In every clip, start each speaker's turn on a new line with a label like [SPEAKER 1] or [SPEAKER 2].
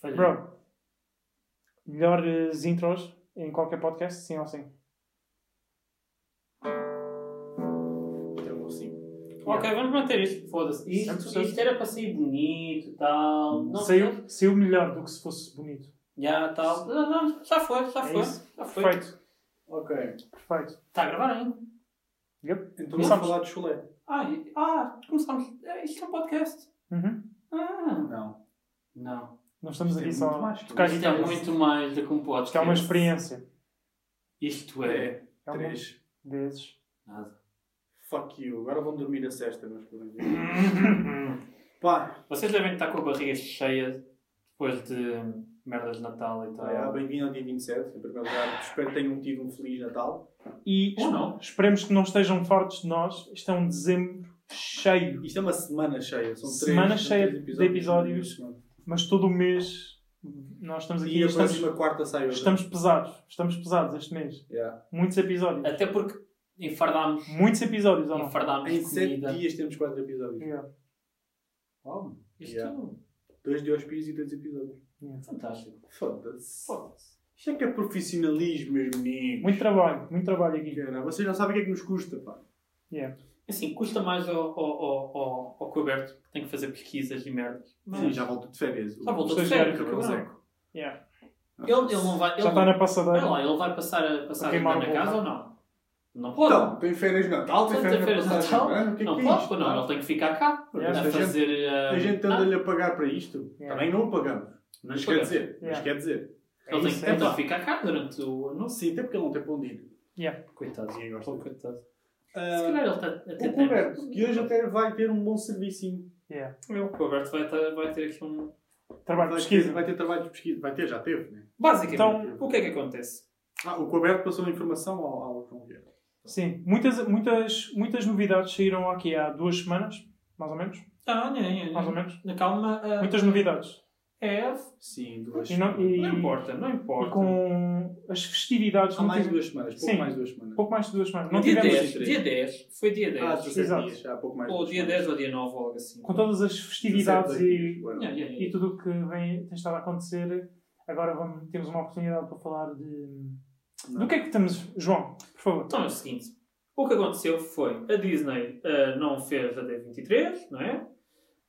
[SPEAKER 1] Falhei.
[SPEAKER 2] Bro, melhores intros em qualquer podcast, sim ou sim.
[SPEAKER 1] Então, assim.
[SPEAKER 3] Ok, vamos manter isto, foda-se.
[SPEAKER 1] Certo,
[SPEAKER 3] Isto,
[SPEAKER 1] certo.
[SPEAKER 3] isto era para sair bonito e tal. Não
[SPEAKER 2] Saiu, saiu melhor do que se fosse bonito.
[SPEAKER 3] Já, tal. Não, não, já foi, já
[SPEAKER 2] É
[SPEAKER 3] foi.
[SPEAKER 2] isso.
[SPEAKER 3] Já foi.
[SPEAKER 2] Perfeito,
[SPEAKER 1] Ok.
[SPEAKER 2] perfeito.
[SPEAKER 3] Está a gravar ainda?
[SPEAKER 2] Yep.
[SPEAKER 1] Então vamos
[SPEAKER 2] Começamos.
[SPEAKER 1] falar de chulé.
[SPEAKER 3] Ah, e- ah, começamos. É, isto é um podcast.
[SPEAKER 2] Uhum.
[SPEAKER 3] Ah.
[SPEAKER 1] Não.
[SPEAKER 3] Não.
[SPEAKER 2] Nós estamos
[SPEAKER 1] Isto é
[SPEAKER 2] aqui
[SPEAKER 1] muito
[SPEAKER 2] só a
[SPEAKER 1] mais que
[SPEAKER 2] tocar
[SPEAKER 3] Isto é
[SPEAKER 2] guitarras.
[SPEAKER 3] muito mais do que um podcast.
[SPEAKER 2] Isto é uma experiência.
[SPEAKER 3] Isto é.
[SPEAKER 1] É.
[SPEAKER 2] É uma
[SPEAKER 1] Três.
[SPEAKER 2] vezes.
[SPEAKER 3] Nada.
[SPEAKER 1] Fuck you. Agora vão dormir a cesta, meus colegas. Pá.
[SPEAKER 3] Vocês devem estar com a barriga cheia depois de merdas de Natal e
[SPEAKER 2] Tá.
[SPEAKER 3] tal.
[SPEAKER 1] Ah, Bem-vindo ao dia 27. Em primeiro lugar, espero que tenham tido um feliz Natal.
[SPEAKER 2] E
[SPEAKER 3] Ou não.
[SPEAKER 2] esperemos que não estejam fortes de nós. Isto é um dezembro cheio.
[SPEAKER 1] Isto é uma semana cheia. São três,
[SPEAKER 2] Semana
[SPEAKER 1] são
[SPEAKER 2] cheia
[SPEAKER 1] três
[SPEAKER 2] de episódios.
[SPEAKER 1] semana.
[SPEAKER 2] Mas todo o mês nós estamos aqui
[SPEAKER 1] E
[SPEAKER 2] e
[SPEAKER 1] a
[SPEAKER 2] estamos,
[SPEAKER 1] próxima quarta sai
[SPEAKER 3] né?
[SPEAKER 1] hoje.
[SPEAKER 2] estamos pesados. Estamos pesados este mês.
[SPEAKER 1] Yeah.
[SPEAKER 2] Muitos episódios.
[SPEAKER 3] Até porque enfardámos,
[SPEAKER 2] Muitos episódios, ou É. não?
[SPEAKER 3] enfardámos
[SPEAKER 1] Em sete
[SPEAKER 3] comida.
[SPEAKER 1] dias temos quatro episódios.
[SPEAKER 2] Yeah.
[SPEAKER 3] Uau, isto
[SPEAKER 1] Yeah. Dois de hospício e dois episódios.
[SPEAKER 3] é fantástico.
[SPEAKER 1] Foda-se.
[SPEAKER 3] Foda-se.
[SPEAKER 1] Isto é que é profissionalismo, meus meninos.
[SPEAKER 2] Muito trabalho, muito trabalho aqui.
[SPEAKER 1] Cara, Vocês não sabem o que é que nos custa, pá.
[SPEAKER 2] Yeah.
[SPEAKER 3] Assim, custa mais ao, ao, ao, ao, ao Coberto, que tem que fazer pesquisas e merdas. Mas
[SPEAKER 1] Sim, já voltou de férias.
[SPEAKER 3] Já voltou de
[SPEAKER 1] O
[SPEAKER 2] férias,
[SPEAKER 1] Cabelo
[SPEAKER 3] cabrão.
[SPEAKER 1] seco.
[SPEAKER 2] Yeah.
[SPEAKER 3] ele, ele não vai. Ele
[SPEAKER 2] Já está na
[SPEAKER 3] não, olha
[SPEAKER 2] passadeira.
[SPEAKER 3] lá, ele vai passar a, passar a
[SPEAKER 2] Queimar
[SPEAKER 3] vida na
[SPEAKER 2] o bolo.
[SPEAKER 3] casa ou não? Não pode.
[SPEAKER 1] Então, tem férias de Natal, tem
[SPEAKER 3] Tem
[SPEAKER 1] férias de
[SPEAKER 3] férias de
[SPEAKER 1] passagem
[SPEAKER 3] Natal?
[SPEAKER 1] de ano, o que é
[SPEAKER 3] não
[SPEAKER 1] que é
[SPEAKER 3] pode,
[SPEAKER 1] isto?
[SPEAKER 3] não. Ele tem que ficar cá.
[SPEAKER 1] Porque
[SPEAKER 2] Yeah.
[SPEAKER 3] A
[SPEAKER 1] esta gente-
[SPEAKER 3] fazer. É. ah,
[SPEAKER 1] A gente
[SPEAKER 3] ah,
[SPEAKER 1] anda-lhe a pagar para isto.
[SPEAKER 2] Yeah.
[SPEAKER 1] Também não o pagamos. Mas
[SPEAKER 3] Não
[SPEAKER 1] quer
[SPEAKER 3] pagamos.
[SPEAKER 1] dizer, mas
[SPEAKER 2] Yeah.
[SPEAKER 1] quer dizer.
[SPEAKER 2] É
[SPEAKER 3] ele tem
[SPEAKER 2] isso,
[SPEAKER 3] que
[SPEAKER 2] é
[SPEAKER 3] tentar
[SPEAKER 2] isso.
[SPEAKER 3] ficar cá durante o ano.
[SPEAKER 1] Sim, até porque ele não tem para onde ir.
[SPEAKER 3] Coitado.
[SPEAKER 1] Ninguém gosta.
[SPEAKER 3] Pô, coitado. Se
[SPEAKER 1] Ah,
[SPEAKER 3] calhar ele está até
[SPEAKER 1] O Roberto, que hoje até vai ter um bom servicinho.
[SPEAKER 2] Yeah.
[SPEAKER 3] O Coberto vai, ter- vai ter aqui um.
[SPEAKER 2] Trabalho de
[SPEAKER 1] vai,
[SPEAKER 2] pesquisa.
[SPEAKER 1] ter, vai ter trabalho de pesquisa. Vai ter, já teve, né?
[SPEAKER 3] Basicamente,
[SPEAKER 2] Então-
[SPEAKER 3] o que é que acontece?
[SPEAKER 1] Ah, o Roberto passou a informação ao, ao João Vieira.
[SPEAKER 2] Sim, muitas, muitas, muitas novidades saíram aqui há duas semanas, mais ou menos.
[SPEAKER 1] Uhum.
[SPEAKER 3] Ah, não, não,
[SPEAKER 2] Mais ou
[SPEAKER 3] não.
[SPEAKER 2] menos.
[SPEAKER 3] Na calma. ah,
[SPEAKER 2] Muitas novidades.
[SPEAKER 3] É.
[SPEAKER 1] Sim, duas
[SPEAKER 2] E não,
[SPEAKER 1] semanas.
[SPEAKER 2] e,
[SPEAKER 3] Não importa, não importa.
[SPEAKER 2] e com as festividades.
[SPEAKER 1] Há mais
[SPEAKER 2] muitas-
[SPEAKER 1] duas semanas, pouco
[SPEAKER 2] Sim.
[SPEAKER 1] mais duas semanas.
[SPEAKER 2] Pouco mais de duas semanas. Não
[SPEAKER 3] dia,
[SPEAKER 2] tivemos,
[SPEAKER 3] 10,
[SPEAKER 1] esse
[SPEAKER 3] dia 10, foi dia 10.
[SPEAKER 1] Ah, 17
[SPEAKER 2] Exato.
[SPEAKER 1] dias, já há pouco mais.
[SPEAKER 3] ou
[SPEAKER 1] duas
[SPEAKER 3] dia
[SPEAKER 1] semanas.
[SPEAKER 3] 10 ou dia 9 ou algo assim.
[SPEAKER 2] com todas as
[SPEAKER 1] 17
[SPEAKER 2] festividades
[SPEAKER 1] dias,
[SPEAKER 2] e,
[SPEAKER 1] bueno.
[SPEAKER 3] Yeah, yeah,
[SPEAKER 2] e
[SPEAKER 3] yeah.
[SPEAKER 2] tudo o que vem, tem estado a acontecer, agora vamos, temos uma oportunidade para falar de.
[SPEAKER 1] Não.
[SPEAKER 2] Do que é que estamos, João? Por favor.
[SPEAKER 3] Então é o seguinte: o que aconteceu foi a Disney ah, não fez a D23, não é?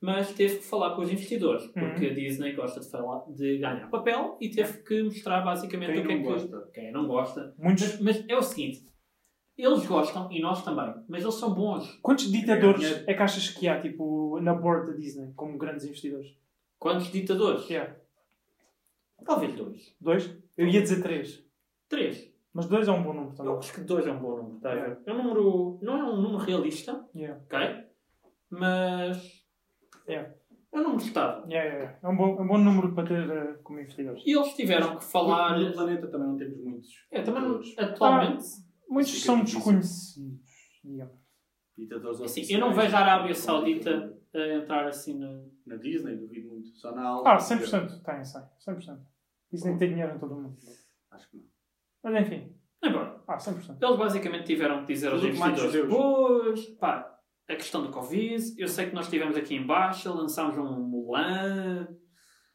[SPEAKER 3] Mas teve que falar com os investidores, porque a Disney gosta de, falar, de ganhar papel e teve que mostrar basicamente
[SPEAKER 1] Quem
[SPEAKER 3] o que é
[SPEAKER 1] não
[SPEAKER 3] que.
[SPEAKER 1] gosta?
[SPEAKER 3] Quem não gosta.
[SPEAKER 2] Muitos,
[SPEAKER 3] Mas, mas é o seguinte: eles gostam e nós também, mas eles são bons.
[SPEAKER 2] quantos ditadores
[SPEAKER 1] Ganhar dinheiro.
[SPEAKER 2] é que achas que há, tipo, na board da Disney, como grandes investidores?
[SPEAKER 3] Quantos ditadores?
[SPEAKER 2] Yeah.
[SPEAKER 3] Talvez dois.
[SPEAKER 2] é? Dois? Eu ia dizer três.
[SPEAKER 3] Três.
[SPEAKER 2] Mas dois é um bom número
[SPEAKER 3] Eu
[SPEAKER 2] também.
[SPEAKER 3] acho que 2 é um bom número, tá a
[SPEAKER 2] É.
[SPEAKER 3] ver? É um número. Não é um número realista,
[SPEAKER 2] Yeah.
[SPEAKER 3] ok? Mas.
[SPEAKER 2] É.
[SPEAKER 3] É um número estável.
[SPEAKER 2] Yeah, yeah, yeah. É, um bom, é um bom número para ter eh, como investidores.
[SPEAKER 3] E eles tiveram que falar.
[SPEAKER 1] No planeta também não temos muitos.
[SPEAKER 3] É, também não-
[SPEAKER 1] ditadores.
[SPEAKER 3] atualmente.
[SPEAKER 2] Muitos
[SPEAKER 1] Fica
[SPEAKER 2] são
[SPEAKER 1] difícil.
[SPEAKER 2] desconhecidos, digamos.
[SPEAKER 1] Ditadores
[SPEAKER 3] Assim,
[SPEAKER 1] oficiais.
[SPEAKER 3] eu não vejo a Arábia Saudita a entrar assim no.
[SPEAKER 1] Na Disney, duvido muito. Só na aula.
[SPEAKER 2] Ah, 100%. Tem, 100%. 100%. Isso nem tem dinheiro em todo o mundo.
[SPEAKER 1] Acho que não.
[SPEAKER 2] Mas enfim.
[SPEAKER 3] Agora,
[SPEAKER 2] Ah, 100%.
[SPEAKER 3] eles basicamente tiveram que dizer aos
[SPEAKER 1] Tudo que mais
[SPEAKER 3] investidores:
[SPEAKER 1] judeus.
[SPEAKER 3] Pois, pá, a questão do Covid, eu sei que nós estivemos aqui em baixa, lançámos um Mulan,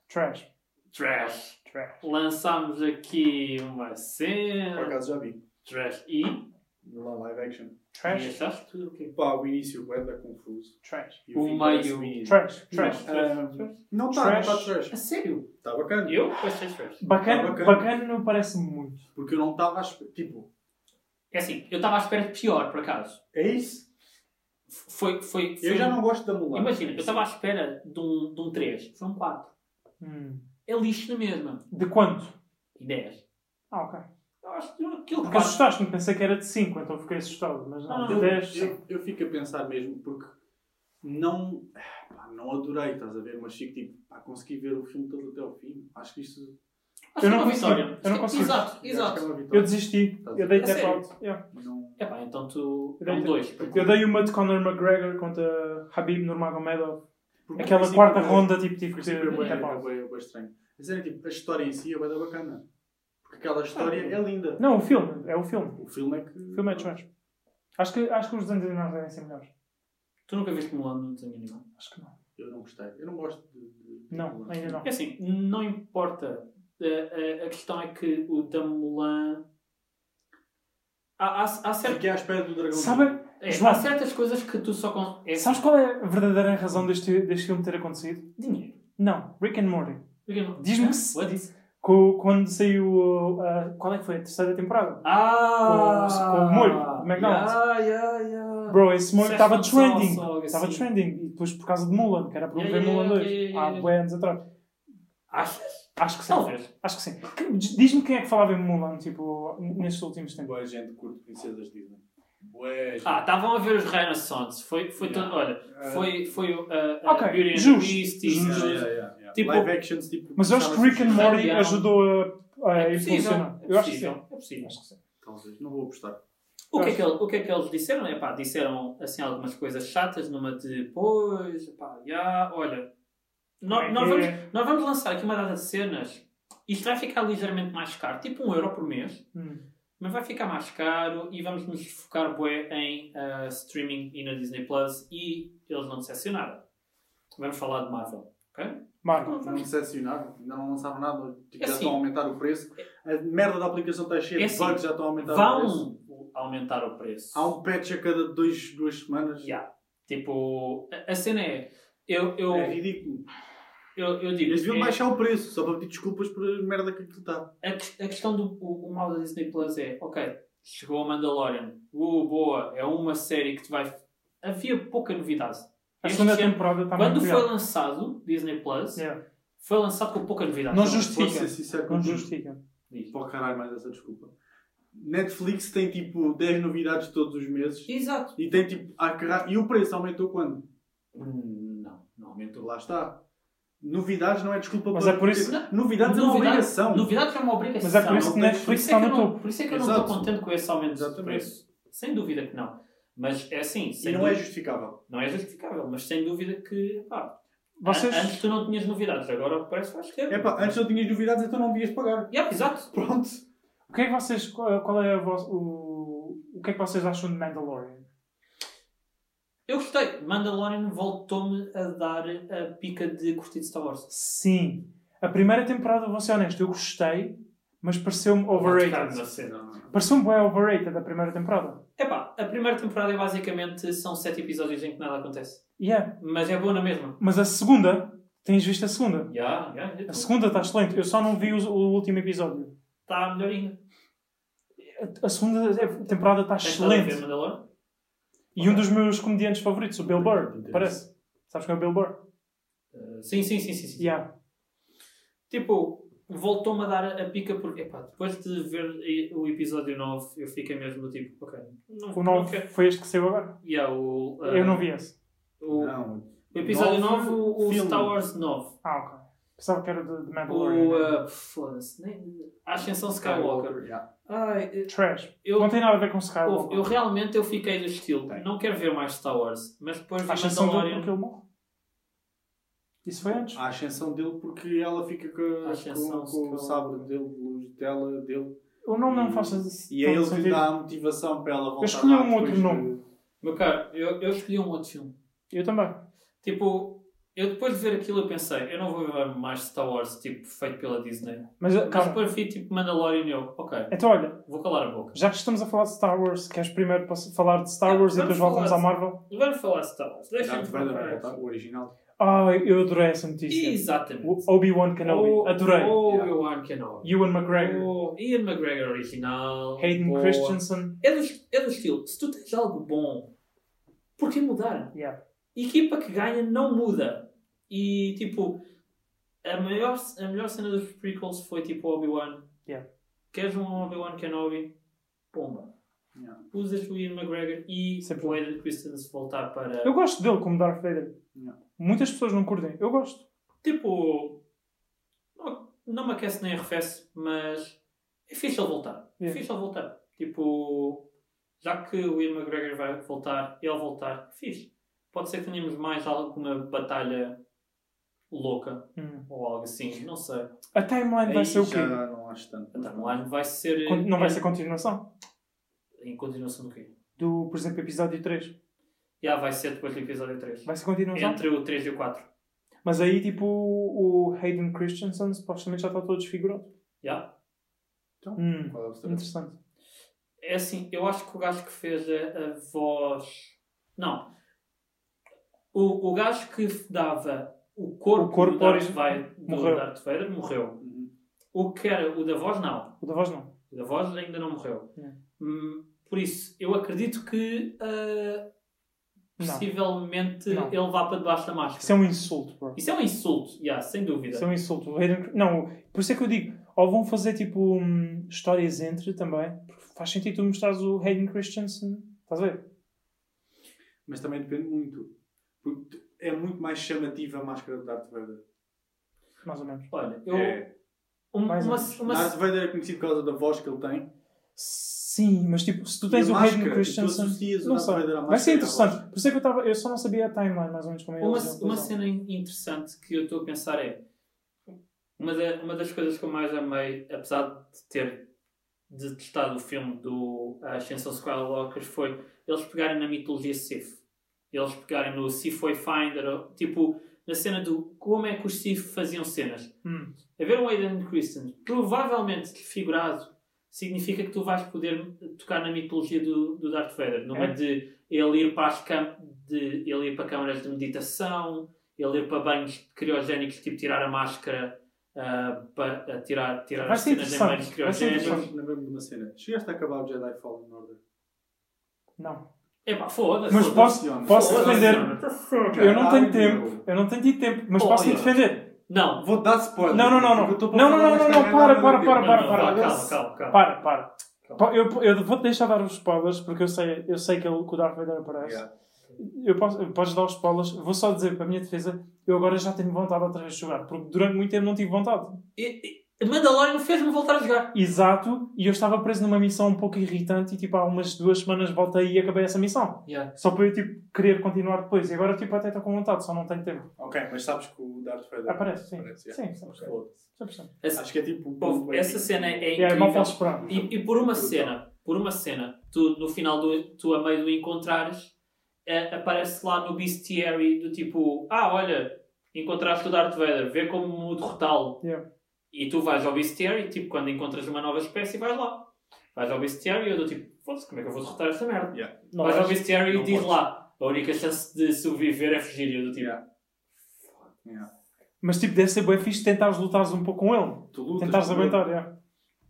[SPEAKER 2] Trash.
[SPEAKER 3] trash,
[SPEAKER 2] Trash.
[SPEAKER 3] lançámos aqui uma
[SPEAKER 1] Por
[SPEAKER 3] cena,
[SPEAKER 1] acaso já vi.
[SPEAKER 3] trash, e.
[SPEAKER 1] Lá live action.
[SPEAKER 3] E
[SPEAKER 2] Trash.
[SPEAKER 3] achaste tudo o quê?
[SPEAKER 1] Pá, o início é da confuso.
[SPEAKER 2] Trash.
[SPEAKER 1] E fim
[SPEAKER 3] O
[SPEAKER 1] parece
[SPEAKER 3] meio-
[SPEAKER 1] menino.
[SPEAKER 2] Trash. Trash.
[SPEAKER 1] Ah,
[SPEAKER 2] Trash.
[SPEAKER 1] Não está, não
[SPEAKER 2] Trash.
[SPEAKER 1] está trash.
[SPEAKER 3] A sério?
[SPEAKER 1] Está bacana.
[SPEAKER 3] Eu achei trash.
[SPEAKER 2] Bacana,
[SPEAKER 1] Ah, bacana.
[SPEAKER 2] bacana não parece muito.
[SPEAKER 1] Porque eu não estava à espera. Tipo,
[SPEAKER 3] É assim, eu estava à espera de pior, por acaso.
[SPEAKER 1] é isso?
[SPEAKER 3] F- Foi, foi, foi
[SPEAKER 1] Eu já
[SPEAKER 3] um-
[SPEAKER 1] não gosto da Mulan.
[SPEAKER 3] Imagina, eu estava à espera de um, de um 3, foi um 4.
[SPEAKER 2] Hum.
[SPEAKER 3] É lixo na mesma.
[SPEAKER 2] De quanto?
[SPEAKER 3] E 10.
[SPEAKER 2] Ah, ok.
[SPEAKER 3] Eu acho que aquilo
[SPEAKER 2] Porque
[SPEAKER 3] 4.
[SPEAKER 2] assustaste-me, pensei que era de 5, então fiquei assustado. Mas não,
[SPEAKER 3] Ah,
[SPEAKER 2] de
[SPEAKER 1] Eu,
[SPEAKER 2] 10, sim.
[SPEAKER 1] eu, eu fico a pensar mesmo porque não, pá, não adorei, estás a ver? Mas fico tipo, pá, consegui ver o filme todo até ao fim. Acho que isto
[SPEAKER 3] Acho
[SPEAKER 2] eu
[SPEAKER 3] que é
[SPEAKER 2] não
[SPEAKER 3] uma
[SPEAKER 2] consigo,
[SPEAKER 3] vitória.
[SPEAKER 2] eu não consigo.
[SPEAKER 3] Exato,
[SPEAKER 1] acho que é
[SPEAKER 3] exato.
[SPEAKER 1] uma vitória.
[SPEAKER 2] Eu desisti,
[SPEAKER 1] Estás a
[SPEAKER 2] eu
[SPEAKER 1] ver?
[SPEAKER 2] dei
[SPEAKER 3] A
[SPEAKER 2] tap
[SPEAKER 3] sério?
[SPEAKER 2] out. Yeah.
[SPEAKER 1] Não-
[SPEAKER 3] É pá, então tu.
[SPEAKER 2] Eu
[SPEAKER 3] É um
[SPEAKER 2] dei-
[SPEAKER 3] 2.
[SPEAKER 2] Eu dei uma de Conor McGregor contra Habib Nurmagomedov.
[SPEAKER 1] porque no
[SPEAKER 2] Aquela
[SPEAKER 1] princípio
[SPEAKER 2] quarta
[SPEAKER 1] é-
[SPEAKER 2] ronda, tipo,
[SPEAKER 1] No
[SPEAKER 2] tive que
[SPEAKER 1] princípio é
[SPEAKER 2] ter
[SPEAKER 1] bem,
[SPEAKER 2] tap
[SPEAKER 1] é
[SPEAKER 2] out.
[SPEAKER 1] bem, é bem estranho. Mas é tipo, a história em si é bem bacana. Porque aquela história é linda.
[SPEAKER 2] Não, o filme, é o filme.
[SPEAKER 1] O filme é que.
[SPEAKER 2] Ah. O filme é trash. Acho que, acho que os desenhos animados devem ser melhores.
[SPEAKER 3] Tu nunca viste Mulan no desenho animado?
[SPEAKER 2] Acho que não.
[SPEAKER 1] Eu não gostei. Eu não gosto de. de- de
[SPEAKER 2] Não,
[SPEAKER 1] Mulan.
[SPEAKER 2] ainda não.
[SPEAKER 3] É assim, não importa. A, a- a questão é que o da Mulan. Há, há, há, certas,
[SPEAKER 1] Fiquei à espera do dragão.
[SPEAKER 2] Sabe,
[SPEAKER 3] é,
[SPEAKER 2] João.
[SPEAKER 3] há certas coisas que tu só. Con... É
[SPEAKER 2] sabes qual é a verdadeira razão deste, deste filme ter acontecido?
[SPEAKER 3] dinheiro.
[SPEAKER 2] Não, Rick and Morty. Diz-me se-
[SPEAKER 3] What is-
[SPEAKER 2] Co- Quando saiu. uh, qual é que foi? A terceira temporada?
[SPEAKER 3] Ah!
[SPEAKER 2] Com- com o molho do McDonald's.
[SPEAKER 3] Yeah, yeah, yeah.
[SPEAKER 2] Bro, esse molho
[SPEAKER 3] Sérgio
[SPEAKER 2] estava
[SPEAKER 3] Gonçalves,
[SPEAKER 2] trending.
[SPEAKER 3] ou algo
[SPEAKER 2] Estava
[SPEAKER 3] assim.
[SPEAKER 2] trending. E depois por causa de Mulan, que era para
[SPEAKER 3] Yeah,
[SPEAKER 2] ver
[SPEAKER 3] yeah,
[SPEAKER 2] Mulan
[SPEAKER 3] yeah,
[SPEAKER 2] 2.
[SPEAKER 3] yeah, yeah,
[SPEAKER 2] Há
[SPEAKER 3] yeah.
[SPEAKER 2] bué anos atrás.
[SPEAKER 3] Achas?
[SPEAKER 2] Acho que sim.
[SPEAKER 3] Talvez.
[SPEAKER 2] Acho que sim. Que- Diz-me quem é que falava em Mulan, tipo, nestes últimos tempos.
[SPEAKER 1] Boa gente curte princesas Disney. Boa gente.
[SPEAKER 3] Ah, estavam a ver os Renaissance. Foi, foi
[SPEAKER 1] Yeah.
[SPEAKER 3] todo. Olha,
[SPEAKER 1] Ah,
[SPEAKER 3] foi, foi uh, uh,
[SPEAKER 2] Ok,
[SPEAKER 3] Beauty and
[SPEAKER 2] justo,
[SPEAKER 3] the Beast e
[SPEAKER 1] yeah,
[SPEAKER 2] justo.
[SPEAKER 3] tudo.
[SPEAKER 1] yeah, yeah, yeah.
[SPEAKER 3] Tipo-
[SPEAKER 1] Live actions, tipo.
[SPEAKER 2] Mas eu acho que
[SPEAKER 1] começaram
[SPEAKER 2] Rick and
[SPEAKER 1] a-
[SPEAKER 2] Morty
[SPEAKER 3] Cambiaram.
[SPEAKER 2] ajudou a, a
[SPEAKER 3] É possível.
[SPEAKER 2] impulsionar.
[SPEAKER 3] É
[SPEAKER 2] Eu acho que sim.
[SPEAKER 3] possível, É possível.
[SPEAKER 2] Acho que sim.
[SPEAKER 1] Talvez, não vou apostar.
[SPEAKER 3] O que, é que ele- o que é que eles disseram? Epá, disseram assim, algumas coisas chatas numa de pois, epá, já, olha, nó-
[SPEAKER 2] Como é
[SPEAKER 3] nós,
[SPEAKER 2] que
[SPEAKER 3] vamos,
[SPEAKER 2] é?
[SPEAKER 3] nós vamos lançar aqui uma data de cenas, isto vai ficar ligeiramente mais caro, tipo um euro por mês,
[SPEAKER 2] Hum.
[SPEAKER 3] mas vai ficar mais caro e vamos nos focar bué, em ah, streaming e na Disney Plus e eles não decepcionaram. Vamos falar de Marvel, ok?
[SPEAKER 2] Marco,
[SPEAKER 1] Não me decepcionaram, ainda não lançaram nada, tipo,
[SPEAKER 3] É
[SPEAKER 1] já
[SPEAKER 3] assim.
[SPEAKER 1] estão a aumentar o preço. A merda da aplicação está
[SPEAKER 3] É
[SPEAKER 1] cheia de
[SPEAKER 3] assim.
[SPEAKER 1] bugs, já estão a aumentar o preço.
[SPEAKER 3] Vão aumentar o preço.
[SPEAKER 1] Há um patch a cada dois, duas semanas.
[SPEAKER 3] Yeah. Tipo, a, a cena é, eu, eu,
[SPEAKER 1] É ridículo.
[SPEAKER 3] eu, eu digo...
[SPEAKER 1] Eles deviam
[SPEAKER 3] é-
[SPEAKER 1] baixar o preço, só para pedir desculpas por a merda que aquilo tá. está.
[SPEAKER 3] a, ques- a questão do o, o mal da Disney Plus é, ok, chegou a Mandalorian, uh, boa, é uma série que te vai. Havia pouca novidade.
[SPEAKER 2] a
[SPEAKER 3] Este
[SPEAKER 2] segunda
[SPEAKER 3] ano,
[SPEAKER 2] temporada está
[SPEAKER 3] Quando
[SPEAKER 2] muito
[SPEAKER 3] foi
[SPEAKER 2] melhor.
[SPEAKER 3] lançado Disney Plus,
[SPEAKER 2] Yeah.
[SPEAKER 3] foi lançado com pouca novidade.
[SPEAKER 2] Não
[SPEAKER 3] Então,
[SPEAKER 2] justi-
[SPEAKER 1] Vou
[SPEAKER 2] Justifica.
[SPEAKER 1] ser sincero
[SPEAKER 2] Não
[SPEAKER 1] contigo.
[SPEAKER 2] justifica.
[SPEAKER 3] diz.
[SPEAKER 1] Para o caralho mais essa desculpa. Netflix tem tipo 10 novidades todos os meses.
[SPEAKER 3] Exato.
[SPEAKER 1] E tem tipo. a caralho- E o preço aumentou quando?
[SPEAKER 3] Hum, Não, não aumentou.
[SPEAKER 1] Lá está. Novidades não é desculpa
[SPEAKER 2] Mas
[SPEAKER 1] para-
[SPEAKER 2] é por isso-
[SPEAKER 1] Novidades é uma
[SPEAKER 3] Novidade-
[SPEAKER 1] obrigação.
[SPEAKER 3] Novidades é uma obrigação.
[SPEAKER 2] Mas é por isso que
[SPEAKER 1] não tem-
[SPEAKER 2] Netflix
[SPEAKER 3] Por isso é
[SPEAKER 2] está
[SPEAKER 3] que
[SPEAKER 2] no
[SPEAKER 3] eu não-
[SPEAKER 2] topo.
[SPEAKER 3] Por isso é que eu não
[SPEAKER 1] Exato.
[SPEAKER 3] estou contente com esse aumento de
[SPEAKER 1] Exatamente.
[SPEAKER 3] preço. Sem dúvida que não. Mas é assim,
[SPEAKER 1] E
[SPEAKER 3] sem
[SPEAKER 1] não é
[SPEAKER 3] dúvida-
[SPEAKER 1] justificável.
[SPEAKER 3] não é justificável, mas sem dúvida que. pá,
[SPEAKER 2] Vocês.
[SPEAKER 3] an- Antes tu não tinhas novidades, agora parece que vais ter.
[SPEAKER 1] É pá, antes não tinhas novidades, então não devias pagar.
[SPEAKER 3] Yeah, exato.
[SPEAKER 1] Pronto.
[SPEAKER 2] O que é que vocês. Qual qual é a vossa. O, o que é que vocês acham de Mandalorian?
[SPEAKER 3] Eu gostei. Mandalorian voltou-me a dar a pica de curtir de Star Wars.
[SPEAKER 2] Sim. A primeira temporada, vou ser honesto, eu gostei, mas pareceu-me
[SPEAKER 3] Cara, na
[SPEAKER 2] overrated.
[SPEAKER 3] cena.
[SPEAKER 2] Pareceu-me bem overrated a primeira temporada.
[SPEAKER 3] Epá, a primeira temporada é basicamente são sete episódios em que nada acontece.
[SPEAKER 2] Yeah.
[SPEAKER 3] Mas é boa na mesma.
[SPEAKER 2] Mas a segunda, tens visto a segunda?
[SPEAKER 3] Já, já, já.
[SPEAKER 2] A segunda está excelente. Eu só não vi o, o último episódio.
[SPEAKER 3] Está melhor ainda.
[SPEAKER 2] A, a segunda é, temporada está
[SPEAKER 3] Tens estado a ver
[SPEAKER 2] excelente.
[SPEAKER 3] Mandalorian?
[SPEAKER 2] E um dos meus comediantes favoritos, o Bill Burr,
[SPEAKER 1] Entendi.
[SPEAKER 2] parece. Sabes quem é o Bill Burr?
[SPEAKER 3] Uh, sim, sim, sim, sim. sim.
[SPEAKER 2] Yeah.
[SPEAKER 3] Tipo, voltou-me a dar a pica porque, epá, depois de ver e- o episódio 9, eu fiquei mesmo do tipo, ok. Não,
[SPEAKER 2] O nome
[SPEAKER 3] não quero-
[SPEAKER 2] foi este que saiu agora.
[SPEAKER 3] Yeah, o,
[SPEAKER 1] Ah.
[SPEAKER 3] uh,
[SPEAKER 2] Eu não vi esse.
[SPEAKER 3] O,
[SPEAKER 1] Não.
[SPEAKER 3] o episódio 9,
[SPEAKER 1] Nove,
[SPEAKER 3] o, o
[SPEAKER 1] filme.
[SPEAKER 3] Star Wars 9.
[SPEAKER 2] Ah, ok. Pensava que era de, de
[SPEAKER 3] O.
[SPEAKER 2] Mandalorian. né?
[SPEAKER 3] Uh, Foda-se. nem- A Ascensão Skywalker.
[SPEAKER 1] Yeah.
[SPEAKER 3] Ai,
[SPEAKER 1] eh,
[SPEAKER 3] eu-
[SPEAKER 2] Trash.
[SPEAKER 3] eu,
[SPEAKER 2] não tem nada a ver com
[SPEAKER 3] eu,
[SPEAKER 2] Skywalker.
[SPEAKER 3] eu realmente eu fiquei do estilo.
[SPEAKER 1] Tem.
[SPEAKER 3] Não quero ver mais Star Wars. Mas depois vi
[SPEAKER 2] A exceção dele
[SPEAKER 3] Mandalorian.
[SPEAKER 2] porque ele morre. Isso foi antes?
[SPEAKER 1] A ascensão dele, porque ela fica com,
[SPEAKER 3] A ascensão,
[SPEAKER 1] com- com o
[SPEAKER 3] se
[SPEAKER 1] sabre dele, luz dela, dele.
[SPEAKER 2] O nome não faz tanto
[SPEAKER 1] E é ele que lhe
[SPEAKER 2] sentido.
[SPEAKER 1] dá a motivação para ela voltar
[SPEAKER 2] Eu escolhi
[SPEAKER 1] lá
[SPEAKER 2] um outro
[SPEAKER 1] depois de-
[SPEAKER 2] nome.
[SPEAKER 3] Meu caro, eu, eu escolhi um outro filme.
[SPEAKER 2] Eu também.
[SPEAKER 3] Tipo, eu depois de ver aquilo eu pensei, eu não vou ver mais Star Wars, tipo, feito pela Disney.
[SPEAKER 2] Mas
[SPEAKER 3] Mas
[SPEAKER 2] calma.
[SPEAKER 3] depois vi tipo Mandalorian e eu, ok,
[SPEAKER 2] Então olha,
[SPEAKER 3] vou calar a boca.
[SPEAKER 2] já que estamos a falar de Star Wars, queres primeiro posso falar de Star Wars e
[SPEAKER 3] Vamos
[SPEAKER 2] depois voltamos à
[SPEAKER 3] falar
[SPEAKER 2] Marvel?
[SPEAKER 3] Vamos falar de Star Wars. Deixa-me
[SPEAKER 1] Darth Vader,
[SPEAKER 3] falar.
[SPEAKER 1] voltar, o original.
[SPEAKER 2] Ah, eu adorei essa notícia.
[SPEAKER 3] Exatamente.
[SPEAKER 2] O Obi-Wan Kenobi. Adorei.
[SPEAKER 3] Oh,
[SPEAKER 1] Yeah.
[SPEAKER 3] Obi-Wan Kenobi.
[SPEAKER 2] Ewan McGregor.
[SPEAKER 3] Oh, Ian McGregor original.
[SPEAKER 2] Hayden
[SPEAKER 3] Boa.
[SPEAKER 2] Christensen.
[SPEAKER 3] É do, é do estilo, se tu tens algo bom, por que mudar?
[SPEAKER 2] Yeah.
[SPEAKER 3] Equipa que ganha não muda. E tipo, a melhor, a melhor cena dos prequels foi tipo Obi-Wan.
[SPEAKER 2] Yeah.
[SPEAKER 3] Queres um Obi-Wan Kenobi? Pomba.
[SPEAKER 1] Yeah.
[SPEAKER 3] Usas o Ian McGregor e
[SPEAKER 2] Sempre.
[SPEAKER 3] o Hayden Christensen voltar para.
[SPEAKER 2] Eu gosto dele como Darth Vader.
[SPEAKER 1] Yeah.
[SPEAKER 2] Muitas pessoas não curtem. Eu gosto.
[SPEAKER 3] Tipo, não, não me aquece nem arrefece, mas é fixe ele voltar. É
[SPEAKER 2] Yeah.
[SPEAKER 3] fixe ele voltar. Tipo, já que o Ian McGregor vai voltar, ele voltar, é fixe. Pode ser que tenhamos mais alguma batalha louca
[SPEAKER 2] Hum.
[SPEAKER 3] ou algo assim, não sei.
[SPEAKER 2] A timeline vai
[SPEAKER 1] Aí
[SPEAKER 2] ser o
[SPEAKER 1] É já
[SPEAKER 2] quê?
[SPEAKER 1] Então, não acho tanto.
[SPEAKER 3] A timeline vai ser.
[SPEAKER 2] Con- Não vai
[SPEAKER 3] é,
[SPEAKER 2] ser continuação?
[SPEAKER 3] Em continuação do quê?
[SPEAKER 2] Do, por exemplo, episódio 3.
[SPEAKER 3] Já vai ser depois do episódio 3.
[SPEAKER 2] Vai ser um continuação.
[SPEAKER 3] Entre o 3 e o 4.
[SPEAKER 2] Mas aí, tipo, o Hayden Christensen supostamente já está todo desfigurado.
[SPEAKER 3] Já?
[SPEAKER 2] Hum,
[SPEAKER 1] Qual é o segredo?
[SPEAKER 2] interessante.
[SPEAKER 3] É assim, eu acho que o gajo que fez a, a voz. Não. O, o gajo que dava o corpo,
[SPEAKER 2] O corpo
[SPEAKER 3] do, Darth
[SPEAKER 2] ori-
[SPEAKER 3] Vader, do
[SPEAKER 2] morreu.
[SPEAKER 3] Darth Vader morreu.
[SPEAKER 1] Uhum.
[SPEAKER 3] O que era o da voz, não.
[SPEAKER 2] O da voz não.
[SPEAKER 3] A voz ainda não morreu.
[SPEAKER 2] Não.
[SPEAKER 3] Hum, Por isso, eu acredito que ah,
[SPEAKER 2] Não.
[SPEAKER 3] possivelmente
[SPEAKER 2] Não.
[SPEAKER 3] ele vá para debaixo da máscara.
[SPEAKER 2] Isso é um insulto, bro.
[SPEAKER 3] Isso é um insulto, yeah, sem dúvida.
[SPEAKER 2] Isso é um insulto. O Hayden... Não, por isso é que eu digo. Ou vão fazer, tipo, hum, histórias entre também. Porque faz sentido tu mostrares o Hayden Christensen. Estás a ver?
[SPEAKER 1] Mas também depende muito. Porque é muito mais chamativa a máscara do Darth Vader.
[SPEAKER 2] Mais ou menos.
[SPEAKER 3] Olha, eu,
[SPEAKER 1] É.
[SPEAKER 3] um-
[SPEAKER 2] Mais
[SPEAKER 3] uma,
[SPEAKER 2] um.
[SPEAKER 3] uma-
[SPEAKER 1] Darth Vader é conhecido por causa da voz que ele tem.
[SPEAKER 2] Sim, mas tipo, se tu
[SPEAKER 1] E
[SPEAKER 2] tens
[SPEAKER 1] a
[SPEAKER 2] o
[SPEAKER 1] máscara,
[SPEAKER 2] Hayden
[SPEAKER 1] tu associas
[SPEAKER 2] Christensen.
[SPEAKER 1] o
[SPEAKER 2] Não
[SPEAKER 1] Darth
[SPEAKER 2] sei.
[SPEAKER 1] Vader à
[SPEAKER 2] Vai
[SPEAKER 1] máscara e
[SPEAKER 2] ser
[SPEAKER 1] à
[SPEAKER 2] interessante. Por isso é que eu, tava... eu só não sabia a timeline, mais ou menos, como é
[SPEAKER 3] uma,
[SPEAKER 2] eles-
[SPEAKER 3] uma
[SPEAKER 2] eles-
[SPEAKER 3] cena interessante que eu estou a pensar é uma, da- uma das coisas que eu mais amei, apesar de ter detestado o filme do A Ascensão Skywalker, foi eles pegarem na mitologia Sith. Eles pegarem no Sith Wayfinder, ou, tipo, na cena do como é que os Sith faziam cenas.
[SPEAKER 2] Hum.
[SPEAKER 3] Haver um Aiden Christian provavelmente desfigurado significa que tu vais poder tocar na mitologia do, do Darth Vader, não é,
[SPEAKER 2] É.
[SPEAKER 3] de ele ir para as cam de ele ir para câmaras de meditação, ele ir para banhos criogénicos, tipo tirar a máscara ah, para ah, tirar, tirar
[SPEAKER 2] Vai
[SPEAKER 3] as
[SPEAKER 2] ser
[SPEAKER 3] cenas em
[SPEAKER 2] interessante,
[SPEAKER 3] banhos
[SPEAKER 2] vai ser
[SPEAKER 3] criogénicos.
[SPEAKER 2] interessante.
[SPEAKER 1] Lembrei-me de uma É, cena. Chegaste a acabar o Jedi Fallen Order.
[SPEAKER 2] Não.
[SPEAKER 3] É pá, foda-se.
[SPEAKER 2] Mas
[SPEAKER 3] foda-se.
[SPEAKER 2] posso, posso
[SPEAKER 3] Foda-se,
[SPEAKER 2] defender.
[SPEAKER 3] mano.
[SPEAKER 2] Eu não tenho
[SPEAKER 1] Caralho.
[SPEAKER 2] tempo. Eu não tenho tido tempo. Mas
[SPEAKER 3] Oh,
[SPEAKER 2] posso me
[SPEAKER 3] olha.
[SPEAKER 2] defender.
[SPEAKER 3] Não,
[SPEAKER 1] Vou dar spoiler.
[SPEAKER 2] Não, não, não, não.
[SPEAKER 1] Porque eu tô pra
[SPEAKER 2] Não, não,
[SPEAKER 1] falar
[SPEAKER 2] não,
[SPEAKER 1] desta
[SPEAKER 2] não, não, para,
[SPEAKER 1] merda
[SPEAKER 2] para,
[SPEAKER 1] do
[SPEAKER 2] para,
[SPEAKER 1] tempo.
[SPEAKER 3] não,
[SPEAKER 2] para,
[SPEAKER 3] não,
[SPEAKER 2] para.
[SPEAKER 3] vá, calma, calma, calma.
[SPEAKER 2] Para, para. Pa- Eu, eu vou deixar dar os spoilers porque eu sei, eu sei que, ele, que o Darth Vader aparece.
[SPEAKER 1] Yeah.
[SPEAKER 2] Eu posso, podes dar os spoilers. Vou só dizer, para a minha defesa, eu agora já tenho vontade outra vez de jogar porque durante muito tempo não tive vontade.
[SPEAKER 3] E- e- Mandalorian fez-me voltar a jogar.
[SPEAKER 2] Exato, e eu estava preso numa missão um pouco irritante e tipo há umas duas semanas voltei e acabei essa missão.
[SPEAKER 3] Yeah.
[SPEAKER 2] Só para eu tipo querer continuar depois. E agora tipo até estou com vontade, só não tenho tempo.
[SPEAKER 1] Ok, mas sabes que o Darth Vader.
[SPEAKER 2] Aparece, sim.
[SPEAKER 1] Aparece, yeah.
[SPEAKER 2] Sim, sim,
[SPEAKER 1] Ok.
[SPEAKER 2] sim. sim.
[SPEAKER 3] Essa,
[SPEAKER 1] Acho que é tipo.
[SPEAKER 3] Bom, essa cena é
[SPEAKER 2] E aí mal
[SPEAKER 3] incrível.
[SPEAKER 2] posso esperar.
[SPEAKER 3] E, e por uma
[SPEAKER 1] Brutal.
[SPEAKER 3] cena, por uma cena, tu no final do tu a meio do encontrares, eh, aparece lá no bestiary do tipo, ah, olha, encontraste o Darth Vader, vê como o derrotá-lo.
[SPEAKER 2] Yeah.
[SPEAKER 3] E tu vais ao bestiary, tipo, quando encontras uma nova espécie, vais lá. Vais ao bestiary e eu dou tipo, foda-se, como é que eu vou derrotar esta merda?
[SPEAKER 2] Não,
[SPEAKER 3] vais ao
[SPEAKER 2] mas-
[SPEAKER 3] bestiary e
[SPEAKER 1] não
[SPEAKER 3] diz
[SPEAKER 1] podes.
[SPEAKER 3] lá, a única chance de sobreviver é fugir. E eu dou tipo,
[SPEAKER 1] Yeah. Yeah.
[SPEAKER 2] Mas tipo, deve ser bem fixe tentares lutares um pouco com ele.
[SPEAKER 1] Tu lutas.
[SPEAKER 2] Tentares
[SPEAKER 1] com ele.
[SPEAKER 2] aguentar, é.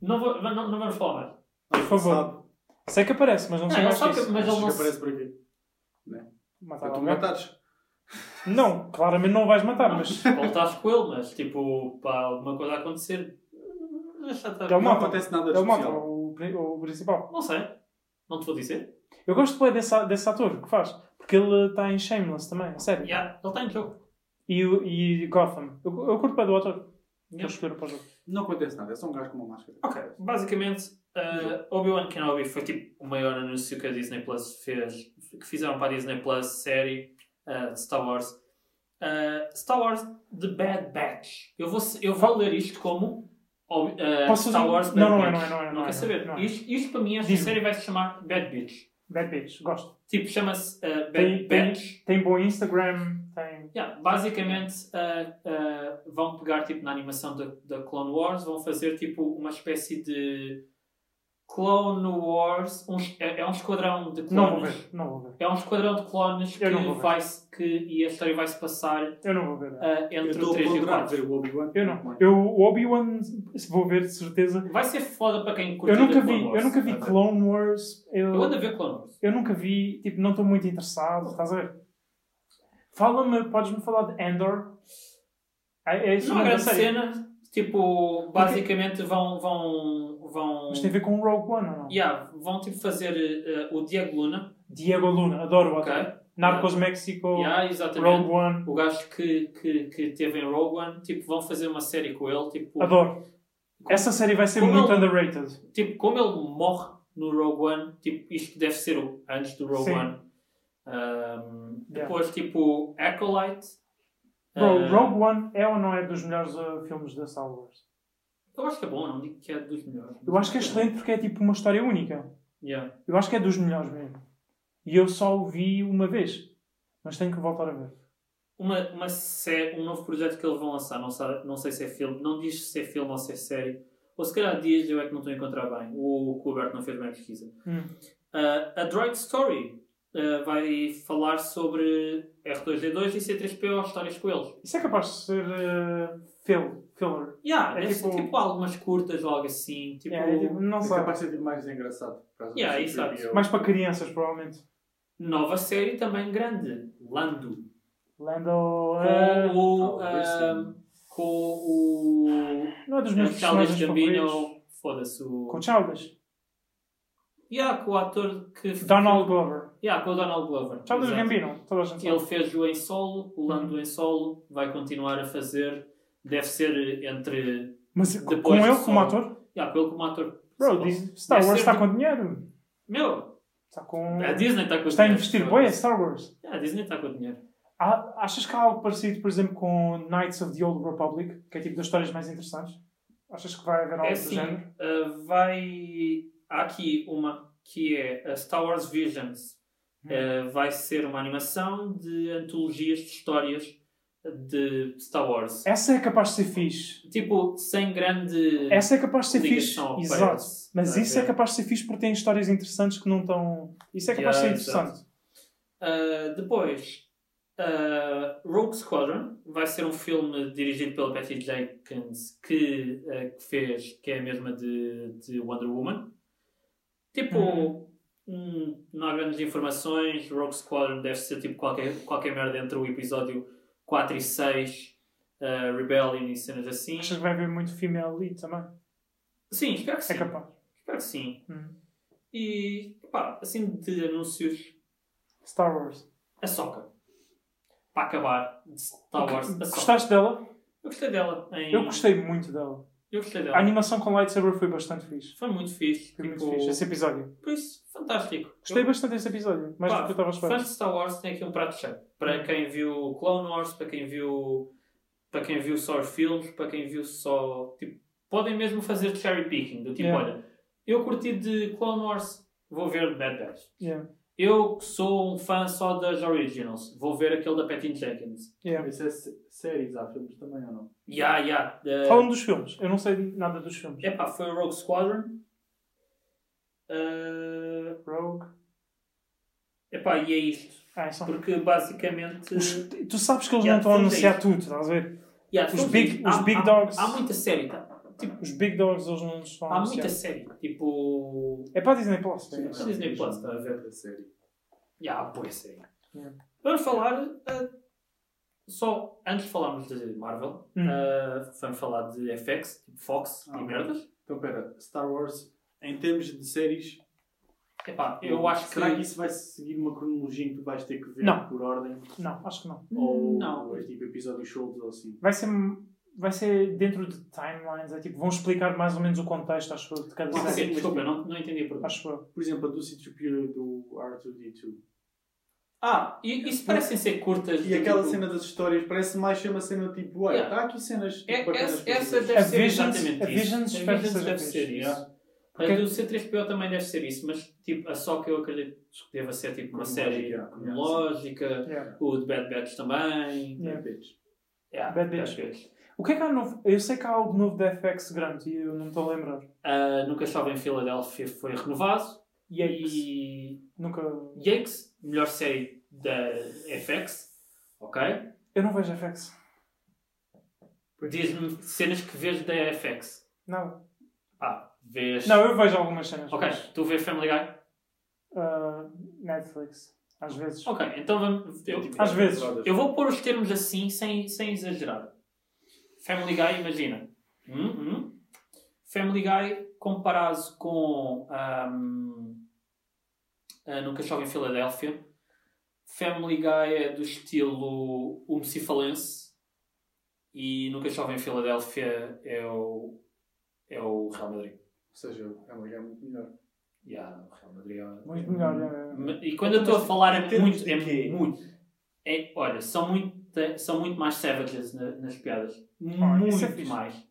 [SPEAKER 3] não, vou, não, não vamos falar mais.
[SPEAKER 1] Não,
[SPEAKER 2] Por favor.
[SPEAKER 1] sabe.
[SPEAKER 2] Sei que aparece, mas não
[SPEAKER 3] Não,
[SPEAKER 2] sei
[SPEAKER 3] ele
[SPEAKER 2] mais
[SPEAKER 3] sabe
[SPEAKER 2] que isso.
[SPEAKER 3] Mas
[SPEAKER 1] Achas
[SPEAKER 3] ele não
[SPEAKER 1] que
[SPEAKER 3] se-
[SPEAKER 1] aparece por aqui. Tá
[SPEAKER 2] Matar
[SPEAKER 1] Para tu me
[SPEAKER 2] alguém?
[SPEAKER 1] matares.
[SPEAKER 2] Não, claramente não o vais matar, mas...
[SPEAKER 3] Voltaste com ele, mas tipo, para alguma coisa acontecer, já está.
[SPEAKER 2] Ele
[SPEAKER 1] Não
[SPEAKER 2] mata.
[SPEAKER 1] acontece nada de
[SPEAKER 2] Ele mata
[SPEAKER 1] especial.
[SPEAKER 2] é o, pri- o principal.
[SPEAKER 3] Não sei. Não te vou dizer.
[SPEAKER 2] Eu gosto bem desse, desse ator que faz. Porque ele está em Shameless também, a sério.
[SPEAKER 3] Yeah, ele está em jogo.
[SPEAKER 2] E, o- e Gotham. Eu, eu curto bem do ator. Vou
[SPEAKER 3] Yeah.
[SPEAKER 2] escolher para o jogo.
[SPEAKER 1] Não acontece nada, é só um gajo com uma máscara.
[SPEAKER 3] Ok. Basicamente, uh, Obi-Wan Kenobi foi tipo o maior anúncio que a Disney Plus fez. Que fizeram para a Disney Plus série uh, de Star Wars. Uh, Star Wars The Bad Batch. Eu vou, se- eu vou ler isto como Obi- uh,
[SPEAKER 2] Posso-
[SPEAKER 3] Star Wars Bad
[SPEAKER 2] Não, não é,
[SPEAKER 3] Batch.
[SPEAKER 2] não é, não é, não é,
[SPEAKER 3] quer saber.
[SPEAKER 2] não é.
[SPEAKER 3] Isto, isto para mim, esta
[SPEAKER 2] Diz-me.
[SPEAKER 3] série vai se chamar Bad Bitch.
[SPEAKER 2] Bad Bitch, gosto.
[SPEAKER 3] Tipo, chama-se uh, Bad
[SPEAKER 2] Tem- tem-
[SPEAKER 3] Batch.
[SPEAKER 2] Tem bom Instagram, tem...
[SPEAKER 3] Yeah, basicamente ah, ah, vão pegar tipo na animação da, da Clone Wars, vão fazer tipo uma espécie de Clone Wars, um es- é, é um esquadrão de
[SPEAKER 2] Não vou
[SPEAKER 3] clones.
[SPEAKER 2] ver, não vou ver.
[SPEAKER 3] É um esquadrão de clones que,
[SPEAKER 2] Eu não vou ver.
[SPEAKER 3] vai -se, que e a história vai se passar
[SPEAKER 2] Eu não vou ver.
[SPEAKER 3] ah, entre o 3 e o 4.
[SPEAKER 1] ver o Obi-Wan.
[SPEAKER 2] Eu não. Eu, o Obi-Wan vou ver, de certeza.
[SPEAKER 3] Vai ser foda para quem curte
[SPEAKER 2] Eu nunca
[SPEAKER 3] Clone
[SPEAKER 2] vi,
[SPEAKER 3] Wars.
[SPEAKER 2] eu nunca vi
[SPEAKER 3] Tá bem?
[SPEAKER 2] Clone Wars. Eu,
[SPEAKER 3] Eu ando a ver Clone Wars.
[SPEAKER 2] eu nunca vi, tipo, não estou muito interessado, estás a ver? Fala-me, podes-me falar de Endor? É, é isso
[SPEAKER 3] Não há grande
[SPEAKER 2] série.
[SPEAKER 3] cena, tipo, basicamente vão, vão, vão,
[SPEAKER 2] Mas tem a ver com Rogue One ou não?
[SPEAKER 3] yeah, vão tipo fazer ah, o Diego Luna,
[SPEAKER 2] Diego Luna, adoro o
[SPEAKER 3] ok?
[SPEAKER 2] ator. Narcos México,
[SPEAKER 3] Yeah, exatamente.
[SPEAKER 2] Rogue One,
[SPEAKER 3] o gajo que, que, que teve em Rogue One, tipo, vão fazer uma série com ele, tipo,
[SPEAKER 2] adoro. Essa série vai ser
[SPEAKER 3] Como
[SPEAKER 2] muito
[SPEAKER 3] ele-
[SPEAKER 2] underrated.
[SPEAKER 3] tipo como ele morre no Rogue One, tipo, isto deve ser o- antes do Rogue
[SPEAKER 2] Sim.
[SPEAKER 3] One. Ahm,
[SPEAKER 2] Yeah.
[SPEAKER 3] Depois, tipo, Acolyte.
[SPEAKER 2] Bro,
[SPEAKER 3] Ah,
[SPEAKER 2] Rogue One é ou não é dos melhores uh, filmes da Star Wars?
[SPEAKER 3] Eu acho que é bom, não digo que é dos melhores.
[SPEAKER 2] Eu acho que é excelente porque é tipo uma história única.
[SPEAKER 3] Yeah.
[SPEAKER 2] Eu acho que é dos melhores mesmo. E eu só o vi uma vez. Mas tenho que voltar a ver.
[SPEAKER 3] Uma, uma sé- um novo projeto que eles vão lançar, não, sabe, não sei se é filme, não diz se é filme ou se é série, ou se calhar diz, eu é que não estou a encontrar bem, o Coberto não fez bem a pesquisa.
[SPEAKER 2] Hum.
[SPEAKER 3] Ah, a Droid Story ah, vai falar sobre R2D2 e C3PO, histórias com eles.
[SPEAKER 2] Isso é capaz de ser eh, fil- filler.
[SPEAKER 3] Yeah,
[SPEAKER 2] É
[SPEAKER 3] deve ser
[SPEAKER 2] tipo-
[SPEAKER 3] tipo algumas curtas ou algo assim, tipo.
[SPEAKER 2] Yeah, é tipo, não
[SPEAKER 1] É
[SPEAKER 2] sei.
[SPEAKER 1] capaz de ser tipo mais engraçado. por causa do
[SPEAKER 3] Yeah, isso
[SPEAKER 1] C-3PO.
[SPEAKER 3] sabe-se.
[SPEAKER 2] Mais para crianças, provavelmente.
[SPEAKER 3] Nova série também grande, Lando.
[SPEAKER 2] Lando. eh,
[SPEAKER 3] Com o.
[SPEAKER 1] talvez
[SPEAKER 3] ah, com o.
[SPEAKER 2] não é dos meus
[SPEAKER 3] o Charles
[SPEAKER 2] personagens favoritos.
[SPEAKER 3] Gambino. Foda-se. O...
[SPEAKER 2] Com Childish.
[SPEAKER 3] Yeah, com o ator que.
[SPEAKER 2] Donald Glover.
[SPEAKER 3] Yeah, com o Donald Glover.
[SPEAKER 2] Childish
[SPEAKER 3] exato.
[SPEAKER 2] Gambino. Toda a gente
[SPEAKER 3] Ele
[SPEAKER 2] sabe.
[SPEAKER 3] fez-o em solo, o Lando em solo, vai continuar a fazer. Deve ser entre.
[SPEAKER 2] Mas
[SPEAKER 3] Depois
[SPEAKER 2] com
[SPEAKER 3] do
[SPEAKER 2] ele
[SPEAKER 3] sol.
[SPEAKER 2] como ator?
[SPEAKER 3] Yeah, pelo como ator.
[SPEAKER 2] Bro, diz- Star
[SPEAKER 3] Deve
[SPEAKER 2] Wars
[SPEAKER 3] ser
[SPEAKER 2] está
[SPEAKER 3] do-
[SPEAKER 2] com dinheiro.
[SPEAKER 3] Meu,
[SPEAKER 2] tipo Está com.
[SPEAKER 3] a Disney está com
[SPEAKER 2] Está a
[SPEAKER 3] dinheiro.
[SPEAKER 2] investir bem a Star Wars.
[SPEAKER 3] Yeah, a Disney está com dinheiro.
[SPEAKER 2] Há- Achas que há algo parecido, por exemplo, com Knights of the Old Republic, que é tipo das histórias mais interessantes? Achas que vai haver algo
[SPEAKER 3] É
[SPEAKER 2] do
[SPEAKER 3] assim,
[SPEAKER 2] género?
[SPEAKER 3] uh, vai. Há aqui uma que é a Star Wars Visions.
[SPEAKER 2] Hum.
[SPEAKER 3] Uh, vai ser uma animação de antologias de histórias de Star Wars.
[SPEAKER 2] Essa é capaz de ser fixe.
[SPEAKER 3] Tipo, sem grande.
[SPEAKER 2] Essa é capaz de ser fixe.
[SPEAKER 3] ligação ao
[SPEAKER 2] Exato.
[SPEAKER 3] parents.
[SPEAKER 2] Mas
[SPEAKER 3] Estás a
[SPEAKER 2] isso é
[SPEAKER 3] ver?
[SPEAKER 2] capaz de ser fixe porque tem histórias interessantes que não estão. Isso é capaz
[SPEAKER 3] Yeah,
[SPEAKER 2] de ser interessante.
[SPEAKER 3] Uh, depois, uh, Rogue Squadron vai ser um filme dirigido pela Patty Jenkins que, uh, que fez, que é a mesma de, de Wonder Woman. Tipo,
[SPEAKER 2] Uhum.
[SPEAKER 3] hum, não há grandes informações. Rogue Squadron deve ser tipo qualquer, qualquer merda entre o episódio 4 e 6, uh, Rebellion e cenas assim.
[SPEAKER 2] Achas que vai haver muito female lead também?
[SPEAKER 3] Sim, espero que sim.
[SPEAKER 2] É capaz.
[SPEAKER 3] Espero que sim.
[SPEAKER 2] Uhum.
[SPEAKER 3] E, pá, assim de anúncios,
[SPEAKER 2] Star Wars.
[SPEAKER 3] a Soca. Para acabar, de Star Wars, é a Sokka.
[SPEAKER 2] Gostaste dela?
[SPEAKER 3] Eu gostei dela. Em...
[SPEAKER 2] Eu gostei muito dela.
[SPEAKER 3] Eu gostei
[SPEAKER 2] A
[SPEAKER 3] dela.
[SPEAKER 2] animação com lightsaber foi bastante fixe.
[SPEAKER 3] Foi muito fixe.
[SPEAKER 2] Foi muito
[SPEAKER 3] tipo,
[SPEAKER 2] fixe esse episódio.
[SPEAKER 3] Por isso, fantástico.
[SPEAKER 2] Gostei
[SPEAKER 3] eu...
[SPEAKER 2] bastante desse episódio. Mais
[SPEAKER 3] Pá,
[SPEAKER 2] do que eu estava a esperar.
[SPEAKER 3] Fãs de Star Wars têm aqui um prato cheio. Para
[SPEAKER 2] Hum.
[SPEAKER 3] quem viu Clone Wars, para quem viu. Para quem viu só os filmes, para quem viu só. Tipo, podem mesmo fazer cherry picking. Do tipo,
[SPEAKER 2] Yeah.
[SPEAKER 3] olha, eu curti de Clone Wars, vou ver Bad Batch.
[SPEAKER 2] Yeah.
[SPEAKER 3] Eu que sou um fã só das Originals, vou ver aquele da Patty Jenkins.
[SPEAKER 2] Yeah.
[SPEAKER 1] Isso é sé- séries, há filmes também ou não?
[SPEAKER 3] Ya, ya. da-
[SPEAKER 2] Falando dos filmes, eu não sei nada dos filmes.
[SPEAKER 3] Epá, foi o Rogue Squadron. Ah,
[SPEAKER 2] Rogue.
[SPEAKER 3] epá, e é isto.
[SPEAKER 2] Ah, é só-
[SPEAKER 3] Porque basicamente.
[SPEAKER 2] Os- Tu sabes que eles
[SPEAKER 3] Yeah,
[SPEAKER 2] não estão
[SPEAKER 3] filmes
[SPEAKER 2] a
[SPEAKER 3] é
[SPEAKER 2] anunciar
[SPEAKER 3] isso.
[SPEAKER 2] tudo, estás a ver?
[SPEAKER 3] Yeah,
[SPEAKER 2] os
[SPEAKER 3] são-
[SPEAKER 2] big- os
[SPEAKER 3] há-
[SPEAKER 2] big
[SPEAKER 3] há-
[SPEAKER 2] dogs. Ah,
[SPEAKER 3] Há muita série, tá? Tipo,
[SPEAKER 2] Os Big Dogs eles não nos estão a
[SPEAKER 3] há muita
[SPEAKER 2] anunciar.
[SPEAKER 3] série. Tipo.
[SPEAKER 2] É para a Disney Plus. é isso.
[SPEAKER 3] Só Disney Plus, está a ver?
[SPEAKER 1] Da série.
[SPEAKER 3] Yeah, há boa série.
[SPEAKER 2] Yeah.
[SPEAKER 3] Vamos falar. ah, só antes de falarmos de Marvel,
[SPEAKER 2] Hum.
[SPEAKER 3] ah, vamos falar de FX, tipo Fox
[SPEAKER 1] Ah,
[SPEAKER 3] e
[SPEAKER 1] ok.
[SPEAKER 3] merdas.
[SPEAKER 1] Então, pera, Star Wars, em termos de séries,
[SPEAKER 3] Epá,
[SPEAKER 2] Hum.
[SPEAKER 3] eu acho que.
[SPEAKER 1] será que... isso vai seguir uma cronologia em que tu vais ter que ver
[SPEAKER 2] Não.
[SPEAKER 1] por ordem?
[SPEAKER 2] Não, acho que não.
[SPEAKER 1] Ou
[SPEAKER 3] Não.
[SPEAKER 1] é tipo episódios soltos ou assim?
[SPEAKER 2] Vai ser, vai ser dentro de timelines, é tipo, vão explicar mais ou menos o contexto, acho eu, de cada
[SPEAKER 3] Pode ser,
[SPEAKER 2] série.
[SPEAKER 3] desculpa, eu não, não entendi a pergunta.
[SPEAKER 2] Acho eu.
[SPEAKER 1] Por exemplo, a do C-3PO e do R2-D2.
[SPEAKER 3] Ah, e isso parecem ser curtas.
[SPEAKER 1] E
[SPEAKER 3] de
[SPEAKER 1] aquela
[SPEAKER 3] tipo-
[SPEAKER 1] cena das histórias parece mais ser uma cena tipo, ué,
[SPEAKER 3] Yeah.
[SPEAKER 1] está aqui cenas tipo,
[SPEAKER 3] É,
[SPEAKER 1] bacanas
[SPEAKER 3] essa,
[SPEAKER 1] para
[SPEAKER 3] essa
[SPEAKER 1] fazer.
[SPEAKER 3] deve
[SPEAKER 2] A
[SPEAKER 3] ser
[SPEAKER 2] Visions-
[SPEAKER 3] exatamente
[SPEAKER 2] a
[SPEAKER 3] isso.
[SPEAKER 2] Visions
[SPEAKER 3] A
[SPEAKER 2] espero que
[SPEAKER 3] Visions
[SPEAKER 2] seja
[SPEAKER 3] deve
[SPEAKER 2] fixe.
[SPEAKER 3] ser isso.
[SPEAKER 1] Yeah.
[SPEAKER 2] Porque-
[SPEAKER 3] A do C3PO também deve ser isso, mas tipo, a só que eu acredito que deva ser tipo uma
[SPEAKER 1] Cronológica,
[SPEAKER 3] série
[SPEAKER 1] yeah.
[SPEAKER 3] cronológica,
[SPEAKER 2] Yeah.
[SPEAKER 3] o de Bad Batch também.
[SPEAKER 2] Yeah.
[SPEAKER 1] Bitch.
[SPEAKER 3] Yeah,
[SPEAKER 2] Bad Batch. O que é que há novo? Eu sei que há algo novo da FX grande e eu não me estou a lembrar.
[SPEAKER 3] Ah, Nunca Estava em Filadélfia foi renovado.
[SPEAKER 2] Yikes.
[SPEAKER 3] E
[SPEAKER 2] é Nunca.
[SPEAKER 3] Yakes, melhor série da FX. Ok?
[SPEAKER 2] Eu não vejo FX.
[SPEAKER 3] Diz-me cenas que vês da FX.
[SPEAKER 2] Não.
[SPEAKER 3] Ah, vês.
[SPEAKER 2] Não, eu vejo algumas cenas.
[SPEAKER 3] Ok,
[SPEAKER 2] mas,
[SPEAKER 3] tu vês Family Guy?
[SPEAKER 2] ah, Netflix. Às vezes.
[SPEAKER 3] Ok, então vamos. eu-
[SPEAKER 1] tipo, é
[SPEAKER 2] Às vezes.
[SPEAKER 3] Eu vou pôr os termos assim, sem, sem exagerar. Family Guy, imagina. Hum, hum. Family Guy comparado com ahm, ah, Nunca Chove em Filadélfia. Family Guy é do estilo umcifalense e Nunca Chove em Filadélfia é o, é o Real Madrid.
[SPEAKER 1] Ou seja, o Family Guy é muito melhor.
[SPEAKER 3] Yeah, o Real Madrid é-
[SPEAKER 2] Muito melhor. é-
[SPEAKER 3] Ma- E quando eu estou a falar
[SPEAKER 1] em
[SPEAKER 3] é
[SPEAKER 1] termos
[SPEAKER 3] muito,
[SPEAKER 1] de
[SPEAKER 3] é
[SPEAKER 1] quê?
[SPEAKER 3] muito. É, olha, são muito, são muito mais savages na- nas piadas.
[SPEAKER 2] isso é
[SPEAKER 3] Muito
[SPEAKER 2] fixe.
[SPEAKER 3] mais.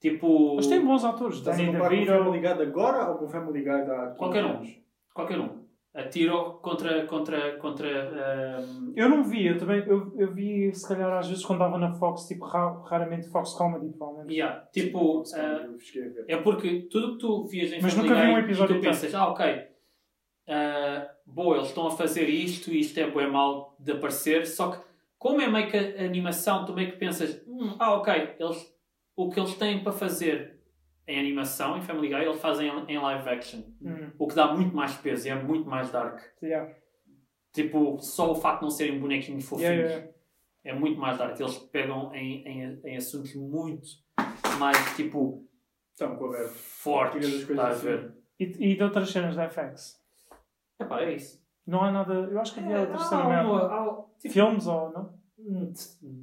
[SPEAKER 3] Tipo.
[SPEAKER 2] Mas tem bons atores.
[SPEAKER 1] Estás a
[SPEAKER 2] Danny
[SPEAKER 1] comparar com o
[SPEAKER 2] DeVito.
[SPEAKER 1] Family Guy de agora ou com o Family Guy da
[SPEAKER 3] Qualquer um. Qualquer um. Atiro contra. contra, contra ah, ahm,
[SPEAKER 2] Eu não vi, eu também eu, eu vi se calhar às vezes quando dava na Fox, tipo ra- raramente Fox Comedy, provavelmente.
[SPEAKER 3] yeah, tipo. ah,
[SPEAKER 1] Eu cheguei a ver.
[SPEAKER 3] É porque tudo que tu vias em
[SPEAKER 2] Mas
[SPEAKER 3] Family
[SPEAKER 2] nunca vi um
[SPEAKER 3] Guy
[SPEAKER 2] episódio
[SPEAKER 3] e tu pensas, ah, ok, ah, boa, eles estão a fazer isto e isto é bem mal de aparecer, só que como é meio que a animação, tu meio que pensas, hum, ah, ok, eles, o que eles têm para fazer em animação, em Family Guy, eles fazem em live action,
[SPEAKER 2] Hum,
[SPEAKER 3] o que dá muito mais peso e é muito mais dark.
[SPEAKER 2] yeah.
[SPEAKER 3] Tipo, só o facto de não serem bonequinhos fofinhos
[SPEAKER 2] Yeah, yeah, yeah.
[SPEAKER 3] é muito mais dark. Eles pegam em, em, em assuntos muito mais, tipo,
[SPEAKER 1] Estão cobertos.
[SPEAKER 3] fortes,
[SPEAKER 1] Tiras as coisas
[SPEAKER 3] estás a
[SPEAKER 1] assim.
[SPEAKER 3] ver?
[SPEAKER 2] E, e de outras cenas da FX.
[SPEAKER 3] Epá, é isso.
[SPEAKER 2] Não há nada. Eu acho que havia outra cena
[SPEAKER 3] É, há
[SPEAKER 2] mesmo.
[SPEAKER 3] uma- há- tipo,
[SPEAKER 2] Filmes ou não?
[SPEAKER 1] Hum.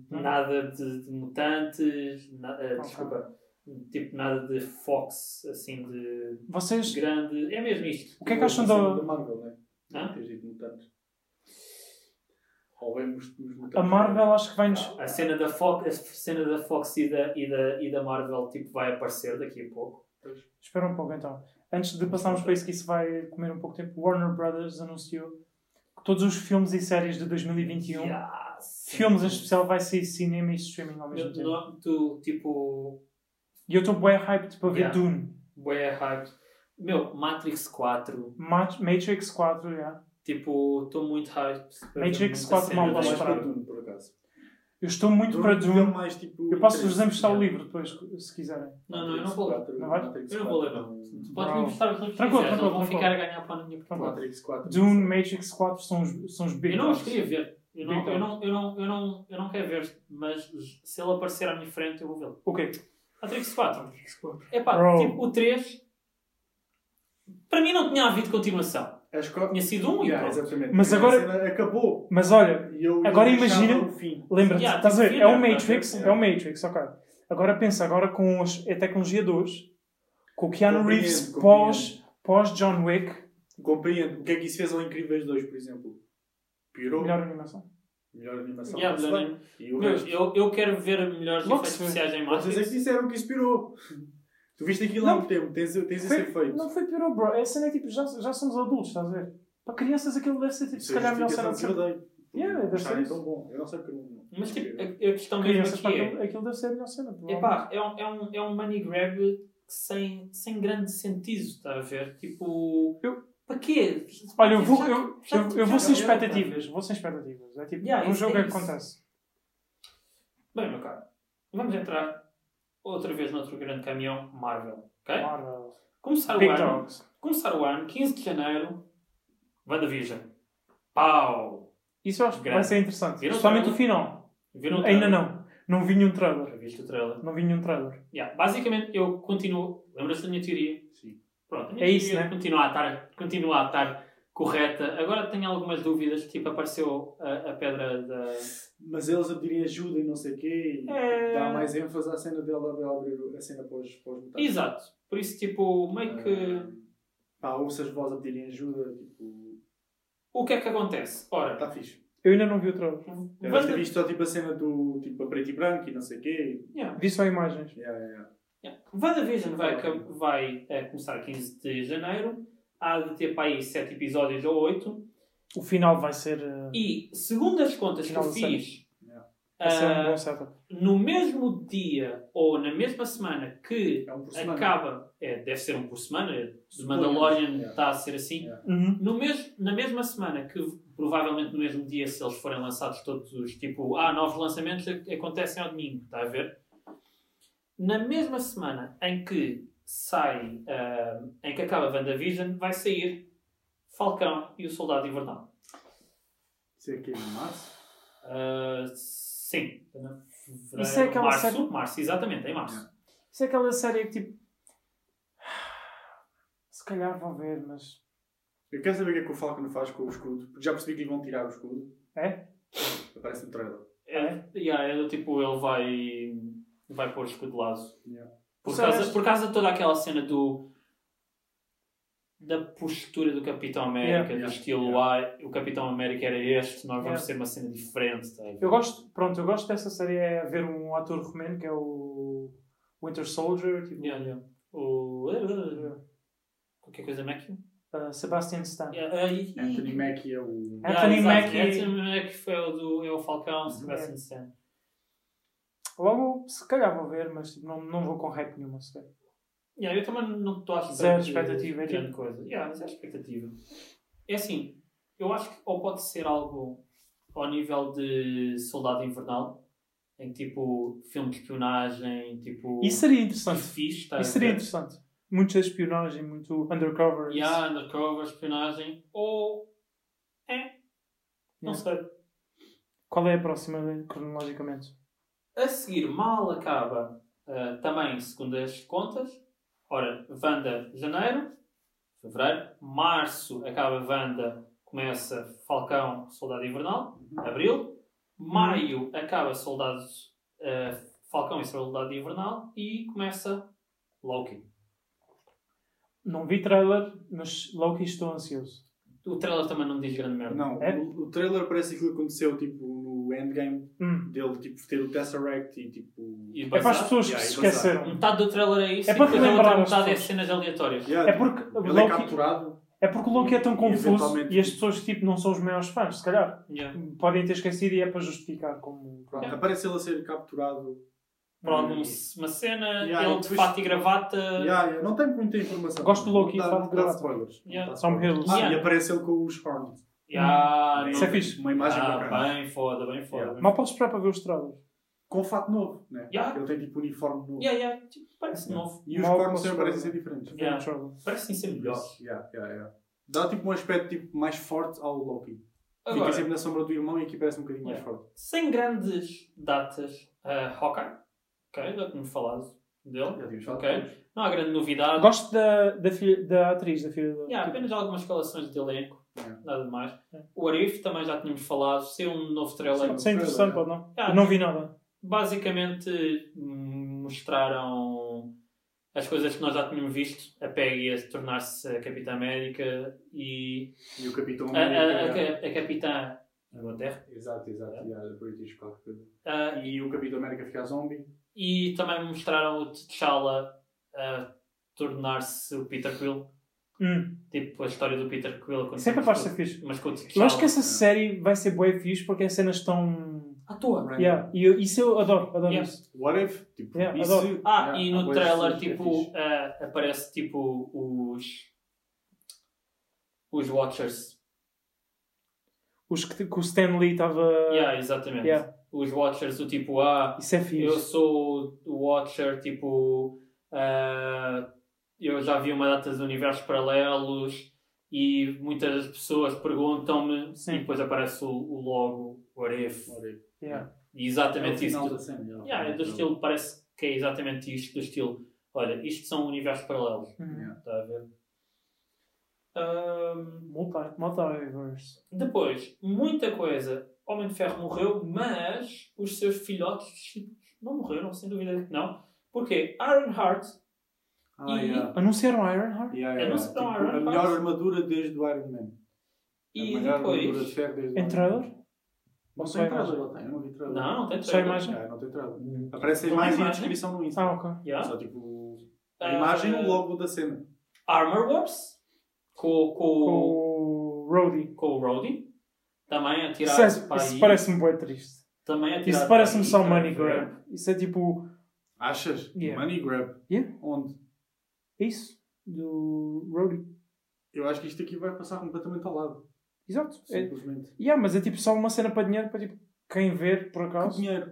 [SPEAKER 3] nada de, de mutantes, na- eh,
[SPEAKER 2] Ok.
[SPEAKER 3] desculpa, tipo nada de Fox, assim, de
[SPEAKER 2] Vocês.
[SPEAKER 3] grande. É mesmo isto.
[SPEAKER 2] O que é que acham da.
[SPEAKER 1] da Marvel, né?
[SPEAKER 3] Hã?
[SPEAKER 1] Tens dito mutantes. Ou é, bem os os mutantes.
[SPEAKER 2] A Marvel acho que vai nos.
[SPEAKER 3] A cena da Fox, a cena da Fox e, da, e, da, e da Marvel tipo, vai aparecer daqui a pouco.
[SPEAKER 2] Espera um pouco então. Antes de passarmos para isso, que isso vai comer um pouco de tempo, Warner Brothers anunciou que todos os filmes e séries de 2021,
[SPEAKER 3] Yeah, sim.
[SPEAKER 2] filmes em especial, vai sair cinema e streaming ao mesmo
[SPEAKER 3] Eu-
[SPEAKER 2] tempo.
[SPEAKER 3] não- Tu, tipo,
[SPEAKER 2] E eu estou bem hyped para ver
[SPEAKER 3] Yeah.
[SPEAKER 2] Dune,
[SPEAKER 3] Boé hype. Meu, Matrix 4.
[SPEAKER 2] Mat- Matrix 4, yeah.
[SPEAKER 3] Tipo, estou muito hype.
[SPEAKER 2] Matrix 4 mal
[SPEAKER 1] Eu
[SPEAKER 2] posso
[SPEAKER 1] mais
[SPEAKER 2] parar.
[SPEAKER 1] para tudo, por acaso.
[SPEAKER 2] eu estou muito
[SPEAKER 1] Tudo
[SPEAKER 2] para
[SPEAKER 1] é
[SPEAKER 2] Dune.
[SPEAKER 1] mais tipo.
[SPEAKER 2] um Eu posso
[SPEAKER 1] três.
[SPEAKER 2] vos emprestar o livro depois, se quiserem.
[SPEAKER 3] Não, não, eu não vou ler.
[SPEAKER 1] Quatro,
[SPEAKER 2] Não vai?
[SPEAKER 1] Matrix
[SPEAKER 3] Eu não vou ler,
[SPEAKER 1] quatro,
[SPEAKER 3] não.
[SPEAKER 1] um,
[SPEAKER 3] Pode
[SPEAKER 2] Bravo.
[SPEAKER 3] me mostrar os livros que
[SPEAKER 2] Tranquilo,
[SPEAKER 3] quiseres, eles
[SPEAKER 2] tranquilo,
[SPEAKER 3] vão
[SPEAKER 2] tranquilo.
[SPEAKER 3] ficar a ganhar para a minha propaganda.
[SPEAKER 1] Matrix 4.
[SPEAKER 2] Dune, Matrix 4 são os, são os big
[SPEAKER 3] Eu não os
[SPEAKER 2] ones.
[SPEAKER 3] queria ver. Eu não,
[SPEAKER 2] Big
[SPEAKER 3] eu, não, eu, não, eu, não, eu não quero ver, mas se ele aparecer à minha frente, eu vou vê-lo.
[SPEAKER 2] Ok.
[SPEAKER 3] Matrix 4.
[SPEAKER 1] quatro.
[SPEAKER 3] É pá,
[SPEAKER 2] Bro.
[SPEAKER 3] tipo, o 3. Para mim não tinha havido continuação.
[SPEAKER 1] As co...
[SPEAKER 3] Tinha sido um e
[SPEAKER 1] Yeah,
[SPEAKER 3] pronto.
[SPEAKER 1] exatamente.
[SPEAKER 2] Mas
[SPEAKER 1] A
[SPEAKER 2] agora-
[SPEAKER 1] cena Acabou.
[SPEAKER 2] Mas olha,
[SPEAKER 1] E eu,
[SPEAKER 2] Agora
[SPEAKER 1] eu
[SPEAKER 2] imagina-
[SPEAKER 1] deixava o fim.
[SPEAKER 2] Lembra-te,
[SPEAKER 3] Yeah,
[SPEAKER 2] estás a ver?
[SPEAKER 3] tipo,
[SPEAKER 2] É o
[SPEAKER 3] yeah,
[SPEAKER 2] Matrix,
[SPEAKER 1] yeah.
[SPEAKER 2] é o Matrix, ok. Agora pensa, agora com os- a tecnologia 2, com o Keanu
[SPEAKER 1] Compreendo,
[SPEAKER 2] Reeves
[SPEAKER 1] compreendo.
[SPEAKER 2] pós, pós John Wick,
[SPEAKER 1] Compreendo. O que é que isso fez ao Incríveis 2, por exemplo? Pirou.
[SPEAKER 2] melhor animação.
[SPEAKER 1] Melhor animação.
[SPEAKER 3] Yeah,
[SPEAKER 1] tá-se
[SPEAKER 3] melhor
[SPEAKER 1] bem. E o
[SPEAKER 3] Meu,
[SPEAKER 1] resto?
[SPEAKER 3] eu, eu quero ver melhores
[SPEAKER 2] Logo
[SPEAKER 3] efeitos
[SPEAKER 2] se vê.
[SPEAKER 3] especiais em
[SPEAKER 1] Vocês é que
[SPEAKER 3] Matrix.
[SPEAKER 1] disseram que inspirou. Tu viste aquilo há
[SPEAKER 2] Não.
[SPEAKER 1] um tempo, tens, tens esse
[SPEAKER 2] Foi-
[SPEAKER 1] efeito.
[SPEAKER 2] Não foi pior, bro. É cena tipo, já, já somos adultos, estás a ver? Para crianças aquilo deve ser tipo,
[SPEAKER 1] Isso
[SPEAKER 2] se
[SPEAKER 1] é
[SPEAKER 2] calhar melhor
[SPEAKER 1] justificação
[SPEAKER 2] cena de sempre.
[SPEAKER 1] que eu dei.
[SPEAKER 2] Yeah, deve
[SPEAKER 1] Acharem
[SPEAKER 2] ser
[SPEAKER 1] tão
[SPEAKER 2] isso.
[SPEAKER 1] bom. Eu não sei porque eu não.
[SPEAKER 3] Mas tipo, a,
[SPEAKER 1] não-
[SPEAKER 3] a questão mesmo
[SPEAKER 2] Crianças,
[SPEAKER 3] aqui
[SPEAKER 2] para
[SPEAKER 3] é.
[SPEAKER 2] aquilo, aquilo deve ser a melhor cena. provavelmente.
[SPEAKER 3] Epá, é um, é um, é um money grab sem, sem grande sentido, está a ver? Tipo,
[SPEAKER 2] Eu-
[SPEAKER 3] para quê?
[SPEAKER 2] Olha, eu vou,
[SPEAKER 3] Já-
[SPEAKER 2] eu,
[SPEAKER 3] já-
[SPEAKER 2] eu, eu
[SPEAKER 3] já
[SPEAKER 2] vou sem
[SPEAKER 3] deu, tá a ver?
[SPEAKER 2] expectativas, vou sem expectativas. É tipo,
[SPEAKER 3] Yeah,
[SPEAKER 2] um
[SPEAKER 3] isso
[SPEAKER 2] jogo
[SPEAKER 3] é
[SPEAKER 2] é que
[SPEAKER 3] isso.
[SPEAKER 2] acontece.
[SPEAKER 3] Bem, meu caro, vamos entrar outra vez noutro grande caminhão Marvel, ok?
[SPEAKER 2] Marvel,
[SPEAKER 3] Começar o
[SPEAKER 2] Big
[SPEAKER 3] ano,
[SPEAKER 2] Dogs.
[SPEAKER 3] começar o ano, 15 de janeiro, WandaVision. Pau!
[SPEAKER 2] Isso eu acho que vai
[SPEAKER 3] Grande.
[SPEAKER 2] ser interessante.
[SPEAKER 3] Viram o
[SPEAKER 2] Principalmente o
[SPEAKER 3] trailer?
[SPEAKER 2] final.
[SPEAKER 3] Viram o
[SPEAKER 2] Ainda
[SPEAKER 3] trailer?
[SPEAKER 2] não. Não vi nenhum trailer.
[SPEAKER 3] Já Viste o trailer?
[SPEAKER 2] Não vi nenhum trailer.
[SPEAKER 3] Yeah, Basicamente, eu continuo, lembras-te da minha teoria?
[SPEAKER 1] Sim.
[SPEAKER 3] Pronto, a
[SPEAKER 2] É
[SPEAKER 3] minha
[SPEAKER 2] isso,
[SPEAKER 3] teoria
[SPEAKER 2] né?
[SPEAKER 3] continua, a estar, continua a estar correta. Agora tenho algumas dúvidas, tipo, apareceu a, a pedra da.
[SPEAKER 1] Mas eles a pedirem ajuda e não sei o quê. E
[SPEAKER 3] É.
[SPEAKER 1] Dá mais ênfase à cena dela de abrir a cena para os, para os mutantes.
[SPEAKER 3] Exato. Por isso, tipo, meio
[SPEAKER 1] Ah.
[SPEAKER 3] que.
[SPEAKER 1] Pá, ouças vós a pedirem ajuda, tipo.
[SPEAKER 3] O que é que acontece? Ora,
[SPEAKER 1] Está fixe.
[SPEAKER 2] Eu ainda não vi o trailer.
[SPEAKER 1] Deves
[SPEAKER 3] Wanda...
[SPEAKER 1] ter visto só tipo a cena do tipo a preto e branco e não sei o quê. é,
[SPEAKER 3] Yeah,
[SPEAKER 2] Vi só imagens.
[SPEAKER 1] Yeah, yeah, yeah.
[SPEAKER 3] yeah. WandaVision vai, acab- vai eh, começar a 15 de janeiro. Há de ter para aí 7 episódios ou 8.
[SPEAKER 2] O final vai ser, uh,
[SPEAKER 3] E, segundo as contas que eu
[SPEAKER 2] Final de série.
[SPEAKER 3] fiz,
[SPEAKER 1] Yeah.
[SPEAKER 2] vai ser um
[SPEAKER 3] ah,
[SPEAKER 2] bom setup.
[SPEAKER 3] no mesmo dia ou na mesma semana que
[SPEAKER 1] É um por
[SPEAKER 2] né?
[SPEAKER 1] semana.
[SPEAKER 3] acaba, é, deve ser um por semana, o
[SPEAKER 1] Pois,
[SPEAKER 3] Mandalorian
[SPEAKER 1] é.
[SPEAKER 3] está a ser assim.
[SPEAKER 1] Yeah.
[SPEAKER 2] Uhum.
[SPEAKER 3] No mes- na mesma semana que provavelmente no mesmo dia, se eles forem lançados todos os tipo, ah, novos lançamentos ac- acontecem ao domingo, está a ver? Na mesma semana em que sai, ah, em que acaba WandaVision, vai sair Falcão e o Soldado Invernal.
[SPEAKER 1] Isso é que é em março.
[SPEAKER 3] Ah, sim, fevereiro,
[SPEAKER 2] Isso é aquela
[SPEAKER 3] março,
[SPEAKER 2] série-
[SPEAKER 3] março, exatamente, em março.
[SPEAKER 2] Isso é aquela série que tipo. Se calhar vão ver, mas.
[SPEAKER 1] Eu quero saber o que é que o Falcon faz com o escudo, porque já percebi que lhe vão tirar o escudo.
[SPEAKER 2] É?
[SPEAKER 1] Aparece no trailer.
[SPEAKER 3] É, yeah, é do tipo, ele vai, vai pôr o escudo de lado.
[SPEAKER 1] Yeah.
[SPEAKER 3] Por
[SPEAKER 2] Sabes-
[SPEAKER 3] causa, por causa de toda aquela cena do. da postura do Capitão América,
[SPEAKER 2] Yeah.
[SPEAKER 3] do
[SPEAKER 1] Yeah.
[SPEAKER 3] estilo "Ai, o Capitão América era este, nós vamos ter uma cena diferente. tá a ver?
[SPEAKER 2] Eu gosto, pronto, eu gosto dessa série é ver um ator romeno que é o Winter Soldier, tipo.
[SPEAKER 3] Yeah, yeah. O. Qualquer coisa Mac?
[SPEAKER 2] uh, Sebastian Stan.
[SPEAKER 3] Yeah, uh, e-
[SPEAKER 1] Anthony Mackie é o.
[SPEAKER 3] Yeah,
[SPEAKER 2] Anthony
[SPEAKER 3] exato.
[SPEAKER 2] Mackie.
[SPEAKER 3] Anthony Mackie foi o do é o Falcão, Sebastian Stan.
[SPEAKER 2] Logo, se calhar vou ver, mas tipo, não, não vou com hype nenhuma sequer.
[SPEAKER 3] Yeah, eu também não estou à espera
[SPEAKER 2] Zero
[SPEAKER 3] de
[SPEAKER 2] expectativa, é
[SPEAKER 3] grande
[SPEAKER 2] tipo-
[SPEAKER 3] coisa. Yeah, zero expectativa. É assim, eu acho que ou pode ser algo ao nível de Soldado Invernal, em tipo filme de espionagem, tipo.
[SPEAKER 2] Isso seria interessante.
[SPEAKER 3] fixe, tá a
[SPEAKER 2] Isso seria
[SPEAKER 3] ver?
[SPEAKER 2] interessante. Muita espionagem, muito undercover.
[SPEAKER 3] Yeah, undercover, espionagem, ou. É. Não
[SPEAKER 2] Yeah.
[SPEAKER 3] sei.
[SPEAKER 2] Qual é a próxima, cronologicamente?
[SPEAKER 3] A seguir, mal acaba, ah, também segundo as contas. Ora, Wanda, janeiro, fevereiro, março acaba Wanda, começa Falcão, Soldado Invernal,
[SPEAKER 2] Uhum.
[SPEAKER 3] abril, maio acaba Soldados, ah, Falcão e Soldado Invernal e começa Loki.
[SPEAKER 2] Não vi trailer, mas Loki estou ansioso.
[SPEAKER 3] O trailer também não diz grande merda.
[SPEAKER 1] Não,
[SPEAKER 2] É?
[SPEAKER 1] o, o trailer parece aquilo que aconteceu tipo, no Endgame
[SPEAKER 2] Hum.
[SPEAKER 1] dele, tipo, ter o Tesseract e tipo.
[SPEAKER 3] E
[SPEAKER 2] É para as
[SPEAKER 3] passar-
[SPEAKER 2] pessoas que
[SPEAKER 1] Yeah,
[SPEAKER 2] se
[SPEAKER 1] e passar.
[SPEAKER 2] esqueceram.
[SPEAKER 3] Metade do trailer é isso
[SPEAKER 2] É
[SPEAKER 3] e
[SPEAKER 2] para
[SPEAKER 3] depois a outra
[SPEAKER 2] relembrar as
[SPEAKER 3] metade é
[SPEAKER 2] pessoas.
[SPEAKER 3] cenas aleatórias.
[SPEAKER 1] Yeah,
[SPEAKER 2] É porque
[SPEAKER 1] ele é
[SPEAKER 2] Loki-
[SPEAKER 1] capturado.
[SPEAKER 2] É porque o Loki é tão
[SPEAKER 1] E
[SPEAKER 2] confuso
[SPEAKER 1] eventualmente-
[SPEAKER 2] e as pessoas tipo, não são os maiores fãs, se calhar.
[SPEAKER 3] Yeah.
[SPEAKER 2] Podem ter esquecido e é para justificar como.
[SPEAKER 1] Pronto,
[SPEAKER 3] Yeah.
[SPEAKER 1] Aparece ele a ser capturado.
[SPEAKER 3] Pronto,
[SPEAKER 1] Hum.
[SPEAKER 3] um- uma cena,
[SPEAKER 1] Yeah,
[SPEAKER 3] ele
[SPEAKER 1] e
[SPEAKER 3] de
[SPEAKER 1] depois-
[SPEAKER 3] fato e gravata.
[SPEAKER 1] Yeah, yeah, não tem muita informação.
[SPEAKER 2] Gosto do Loki,
[SPEAKER 1] Não dá-
[SPEAKER 2] fala
[SPEAKER 1] não
[SPEAKER 2] de
[SPEAKER 1] dá
[SPEAKER 2] graça.
[SPEAKER 1] spoilers. Não
[SPEAKER 3] Yeah.
[SPEAKER 1] dá
[SPEAKER 2] São
[SPEAKER 1] spoilers.
[SPEAKER 2] hills.
[SPEAKER 1] Ah,
[SPEAKER 3] Yeah.
[SPEAKER 1] e aparece ele com os horns. Uhum.
[SPEAKER 3] Yeah,
[SPEAKER 2] Isso é
[SPEAKER 3] não-
[SPEAKER 2] fixe.
[SPEAKER 1] Uma imagem
[SPEAKER 3] Ah,
[SPEAKER 1] bacana.
[SPEAKER 3] bem foda, bem foda.
[SPEAKER 1] Yeah.
[SPEAKER 3] bem
[SPEAKER 2] Mal posso esperar para ver os trailers.
[SPEAKER 1] Com fato novo, né?
[SPEAKER 3] Yeah.
[SPEAKER 1] Ele tem tipo uniforme novo.
[SPEAKER 3] foda. Yeah, yeah, tipo, parece novo.
[SPEAKER 1] E os
[SPEAKER 2] Mal
[SPEAKER 1] cornos
[SPEAKER 2] posso
[SPEAKER 1] sempre parecem ser
[SPEAKER 2] esperar.
[SPEAKER 1] diferentes.
[SPEAKER 2] Ver
[SPEAKER 3] Yeah.
[SPEAKER 2] o trailer.
[SPEAKER 3] Parecem ser melhores.
[SPEAKER 1] Yeah, yeah, yeah. Dá tipo um aspecto tipo, mais forte ao Loki.
[SPEAKER 3] Agora,
[SPEAKER 1] Fica sempre na sombra do irmão e aqui parece um bocadinho mais forte.
[SPEAKER 3] sem grandes datas, uh, Hawkeye, ok, já tínhamos falado dele.
[SPEAKER 1] Já tínhamos falado.
[SPEAKER 3] Ok, não há grande novidade.
[SPEAKER 2] Gosto da, da, filha, da atriz, da filha do. tipo,
[SPEAKER 3] Yeah, apenas algumas escalações de elenco,
[SPEAKER 1] Yeah.
[SPEAKER 3] nada de mais.
[SPEAKER 2] Yeah.
[SPEAKER 3] O Arif também já tínhamos falado, ser um novo trailer.
[SPEAKER 2] Pode ser é interessante, pode não?
[SPEAKER 3] Yeah,
[SPEAKER 2] Não vi nada.
[SPEAKER 3] basicamente hum, mostraram as coisas que nós já tínhamos visto, a Peggy a tornar-se a Capitã América e
[SPEAKER 1] E o Capitão
[SPEAKER 3] a, a- a
[SPEAKER 1] América.
[SPEAKER 3] ca- a Capitã Inglaterra
[SPEAKER 1] Exato, exato.
[SPEAKER 3] Yeah.
[SPEAKER 1] Yeah, British qualquer coisa.
[SPEAKER 3] Ah,
[SPEAKER 1] E o Capitão América fica zombie.
[SPEAKER 3] e também mostraram o T'Challa a tornar-se o Peter Quill,
[SPEAKER 2] Hum.
[SPEAKER 3] tipo a história do Peter Quill quando
[SPEAKER 2] Isso é capaz de ser fixe.
[SPEAKER 3] mas com o
[SPEAKER 2] Eu acho que é
[SPEAKER 3] T'Challa
[SPEAKER 2] essa série vai ser boa e fixe porque as cenas estão.
[SPEAKER 3] à toa.
[SPEAKER 1] Right.
[SPEAKER 2] Yeah. E eu- isso eu adoro, adoro
[SPEAKER 3] Yeah.
[SPEAKER 2] isso.
[SPEAKER 1] What if? Tipo,
[SPEAKER 2] Yeah,
[SPEAKER 1] e
[SPEAKER 2] adoro.
[SPEAKER 1] se-
[SPEAKER 3] Ah,
[SPEAKER 1] Yeah,
[SPEAKER 3] e
[SPEAKER 1] há
[SPEAKER 3] no
[SPEAKER 1] boas
[SPEAKER 3] trailer
[SPEAKER 1] cenas que é
[SPEAKER 3] tipo
[SPEAKER 1] fixe.
[SPEAKER 3] ah, aparece tipo os os Watchers
[SPEAKER 2] Os que, que o Stan Lee estava.
[SPEAKER 3] Yeah, exatamente.
[SPEAKER 2] Ah, Yeah.
[SPEAKER 3] Os Watchers do tipo, ah,
[SPEAKER 2] Isso é
[SPEAKER 3] eu
[SPEAKER 2] fixe.
[SPEAKER 3] sou o Watcher, tipo, ah, eu já vi uma data de universos paralelos e muitas pessoas perguntam-me
[SPEAKER 2] Sim.
[SPEAKER 3] e depois aparece o, o logo, o Aref.
[SPEAKER 1] What if?
[SPEAKER 2] Yeah.
[SPEAKER 3] E
[SPEAKER 1] É o
[SPEAKER 3] exatamente
[SPEAKER 1] final
[SPEAKER 3] isso.
[SPEAKER 1] da
[SPEAKER 3] Do,
[SPEAKER 1] cena, yeah. Então,
[SPEAKER 3] yeah, é do estilo, parece que é exatamente isto, do estilo, olha, isto são universos paralelos.
[SPEAKER 2] Hum.
[SPEAKER 1] Yeah.
[SPEAKER 3] Está a ver? Ahm,
[SPEAKER 2] Multi- Multiverse.
[SPEAKER 3] Depois, muita coisa. Homem de Ferro morreu, mas os seus filhotes não morreram, sem dúvida que não. Porquê? Ironheart
[SPEAKER 1] Ah,
[SPEAKER 3] E- é
[SPEAKER 1] yeah.
[SPEAKER 2] Anunciaram Ironheart?
[SPEAKER 1] Yeah, yeah,
[SPEAKER 3] Eu não
[SPEAKER 1] yeah.
[SPEAKER 3] sei
[SPEAKER 1] Tipo,
[SPEAKER 3] tão Iron
[SPEAKER 1] a
[SPEAKER 3] Man.
[SPEAKER 1] melhor armadura desde o Iron Man.
[SPEAKER 3] e
[SPEAKER 1] É a melhor armadura de
[SPEAKER 3] depois.
[SPEAKER 1] ferro desde o
[SPEAKER 2] Em
[SPEAKER 1] Iron Man.
[SPEAKER 2] trailer?
[SPEAKER 1] Não
[SPEAKER 2] Só
[SPEAKER 1] tem
[SPEAKER 2] imagem.
[SPEAKER 1] trailer, não tem. Eu não vi trailer.
[SPEAKER 3] Não, não tem
[SPEAKER 2] Só a
[SPEAKER 3] trailer.
[SPEAKER 2] imagem?
[SPEAKER 1] Ah, não tem trailer.
[SPEAKER 3] Hum.
[SPEAKER 1] Aparece a
[SPEAKER 3] Não tem
[SPEAKER 1] imagem e a
[SPEAKER 3] imagem?
[SPEAKER 1] descrição no Insta.
[SPEAKER 2] Ah, ok.
[SPEAKER 3] Yeah.
[SPEAKER 1] Só tipo.
[SPEAKER 3] Ah,
[SPEAKER 1] A imagem e o logo da cena.
[SPEAKER 3] Armor Wars com, com,
[SPEAKER 2] Com o Rhodey.
[SPEAKER 3] com o Rhodey. Também a tirar.
[SPEAKER 2] Isso, é-
[SPEAKER 3] para
[SPEAKER 2] isso
[SPEAKER 3] aí.
[SPEAKER 2] parece-me bem triste.
[SPEAKER 3] Também a tirar
[SPEAKER 2] Isso parece-me
[SPEAKER 3] para
[SPEAKER 2] só
[SPEAKER 3] aí,
[SPEAKER 1] um
[SPEAKER 2] money
[SPEAKER 3] tá a ver?
[SPEAKER 2] grab. Isso é tipo.
[SPEAKER 1] Achas?
[SPEAKER 2] Yeah.
[SPEAKER 1] Money grab.
[SPEAKER 2] Yeah.
[SPEAKER 1] Onde?
[SPEAKER 2] É isso. Do Rhodey.
[SPEAKER 1] Eu acho que isto aqui vai passar completamente ao lado.
[SPEAKER 2] Exato. É,
[SPEAKER 1] Simplesmente.
[SPEAKER 2] yeah, mas é tipo só uma cena para dinheiro para tipo. Quem ver, por
[SPEAKER 1] Que
[SPEAKER 2] acaso.
[SPEAKER 1] dinheiro.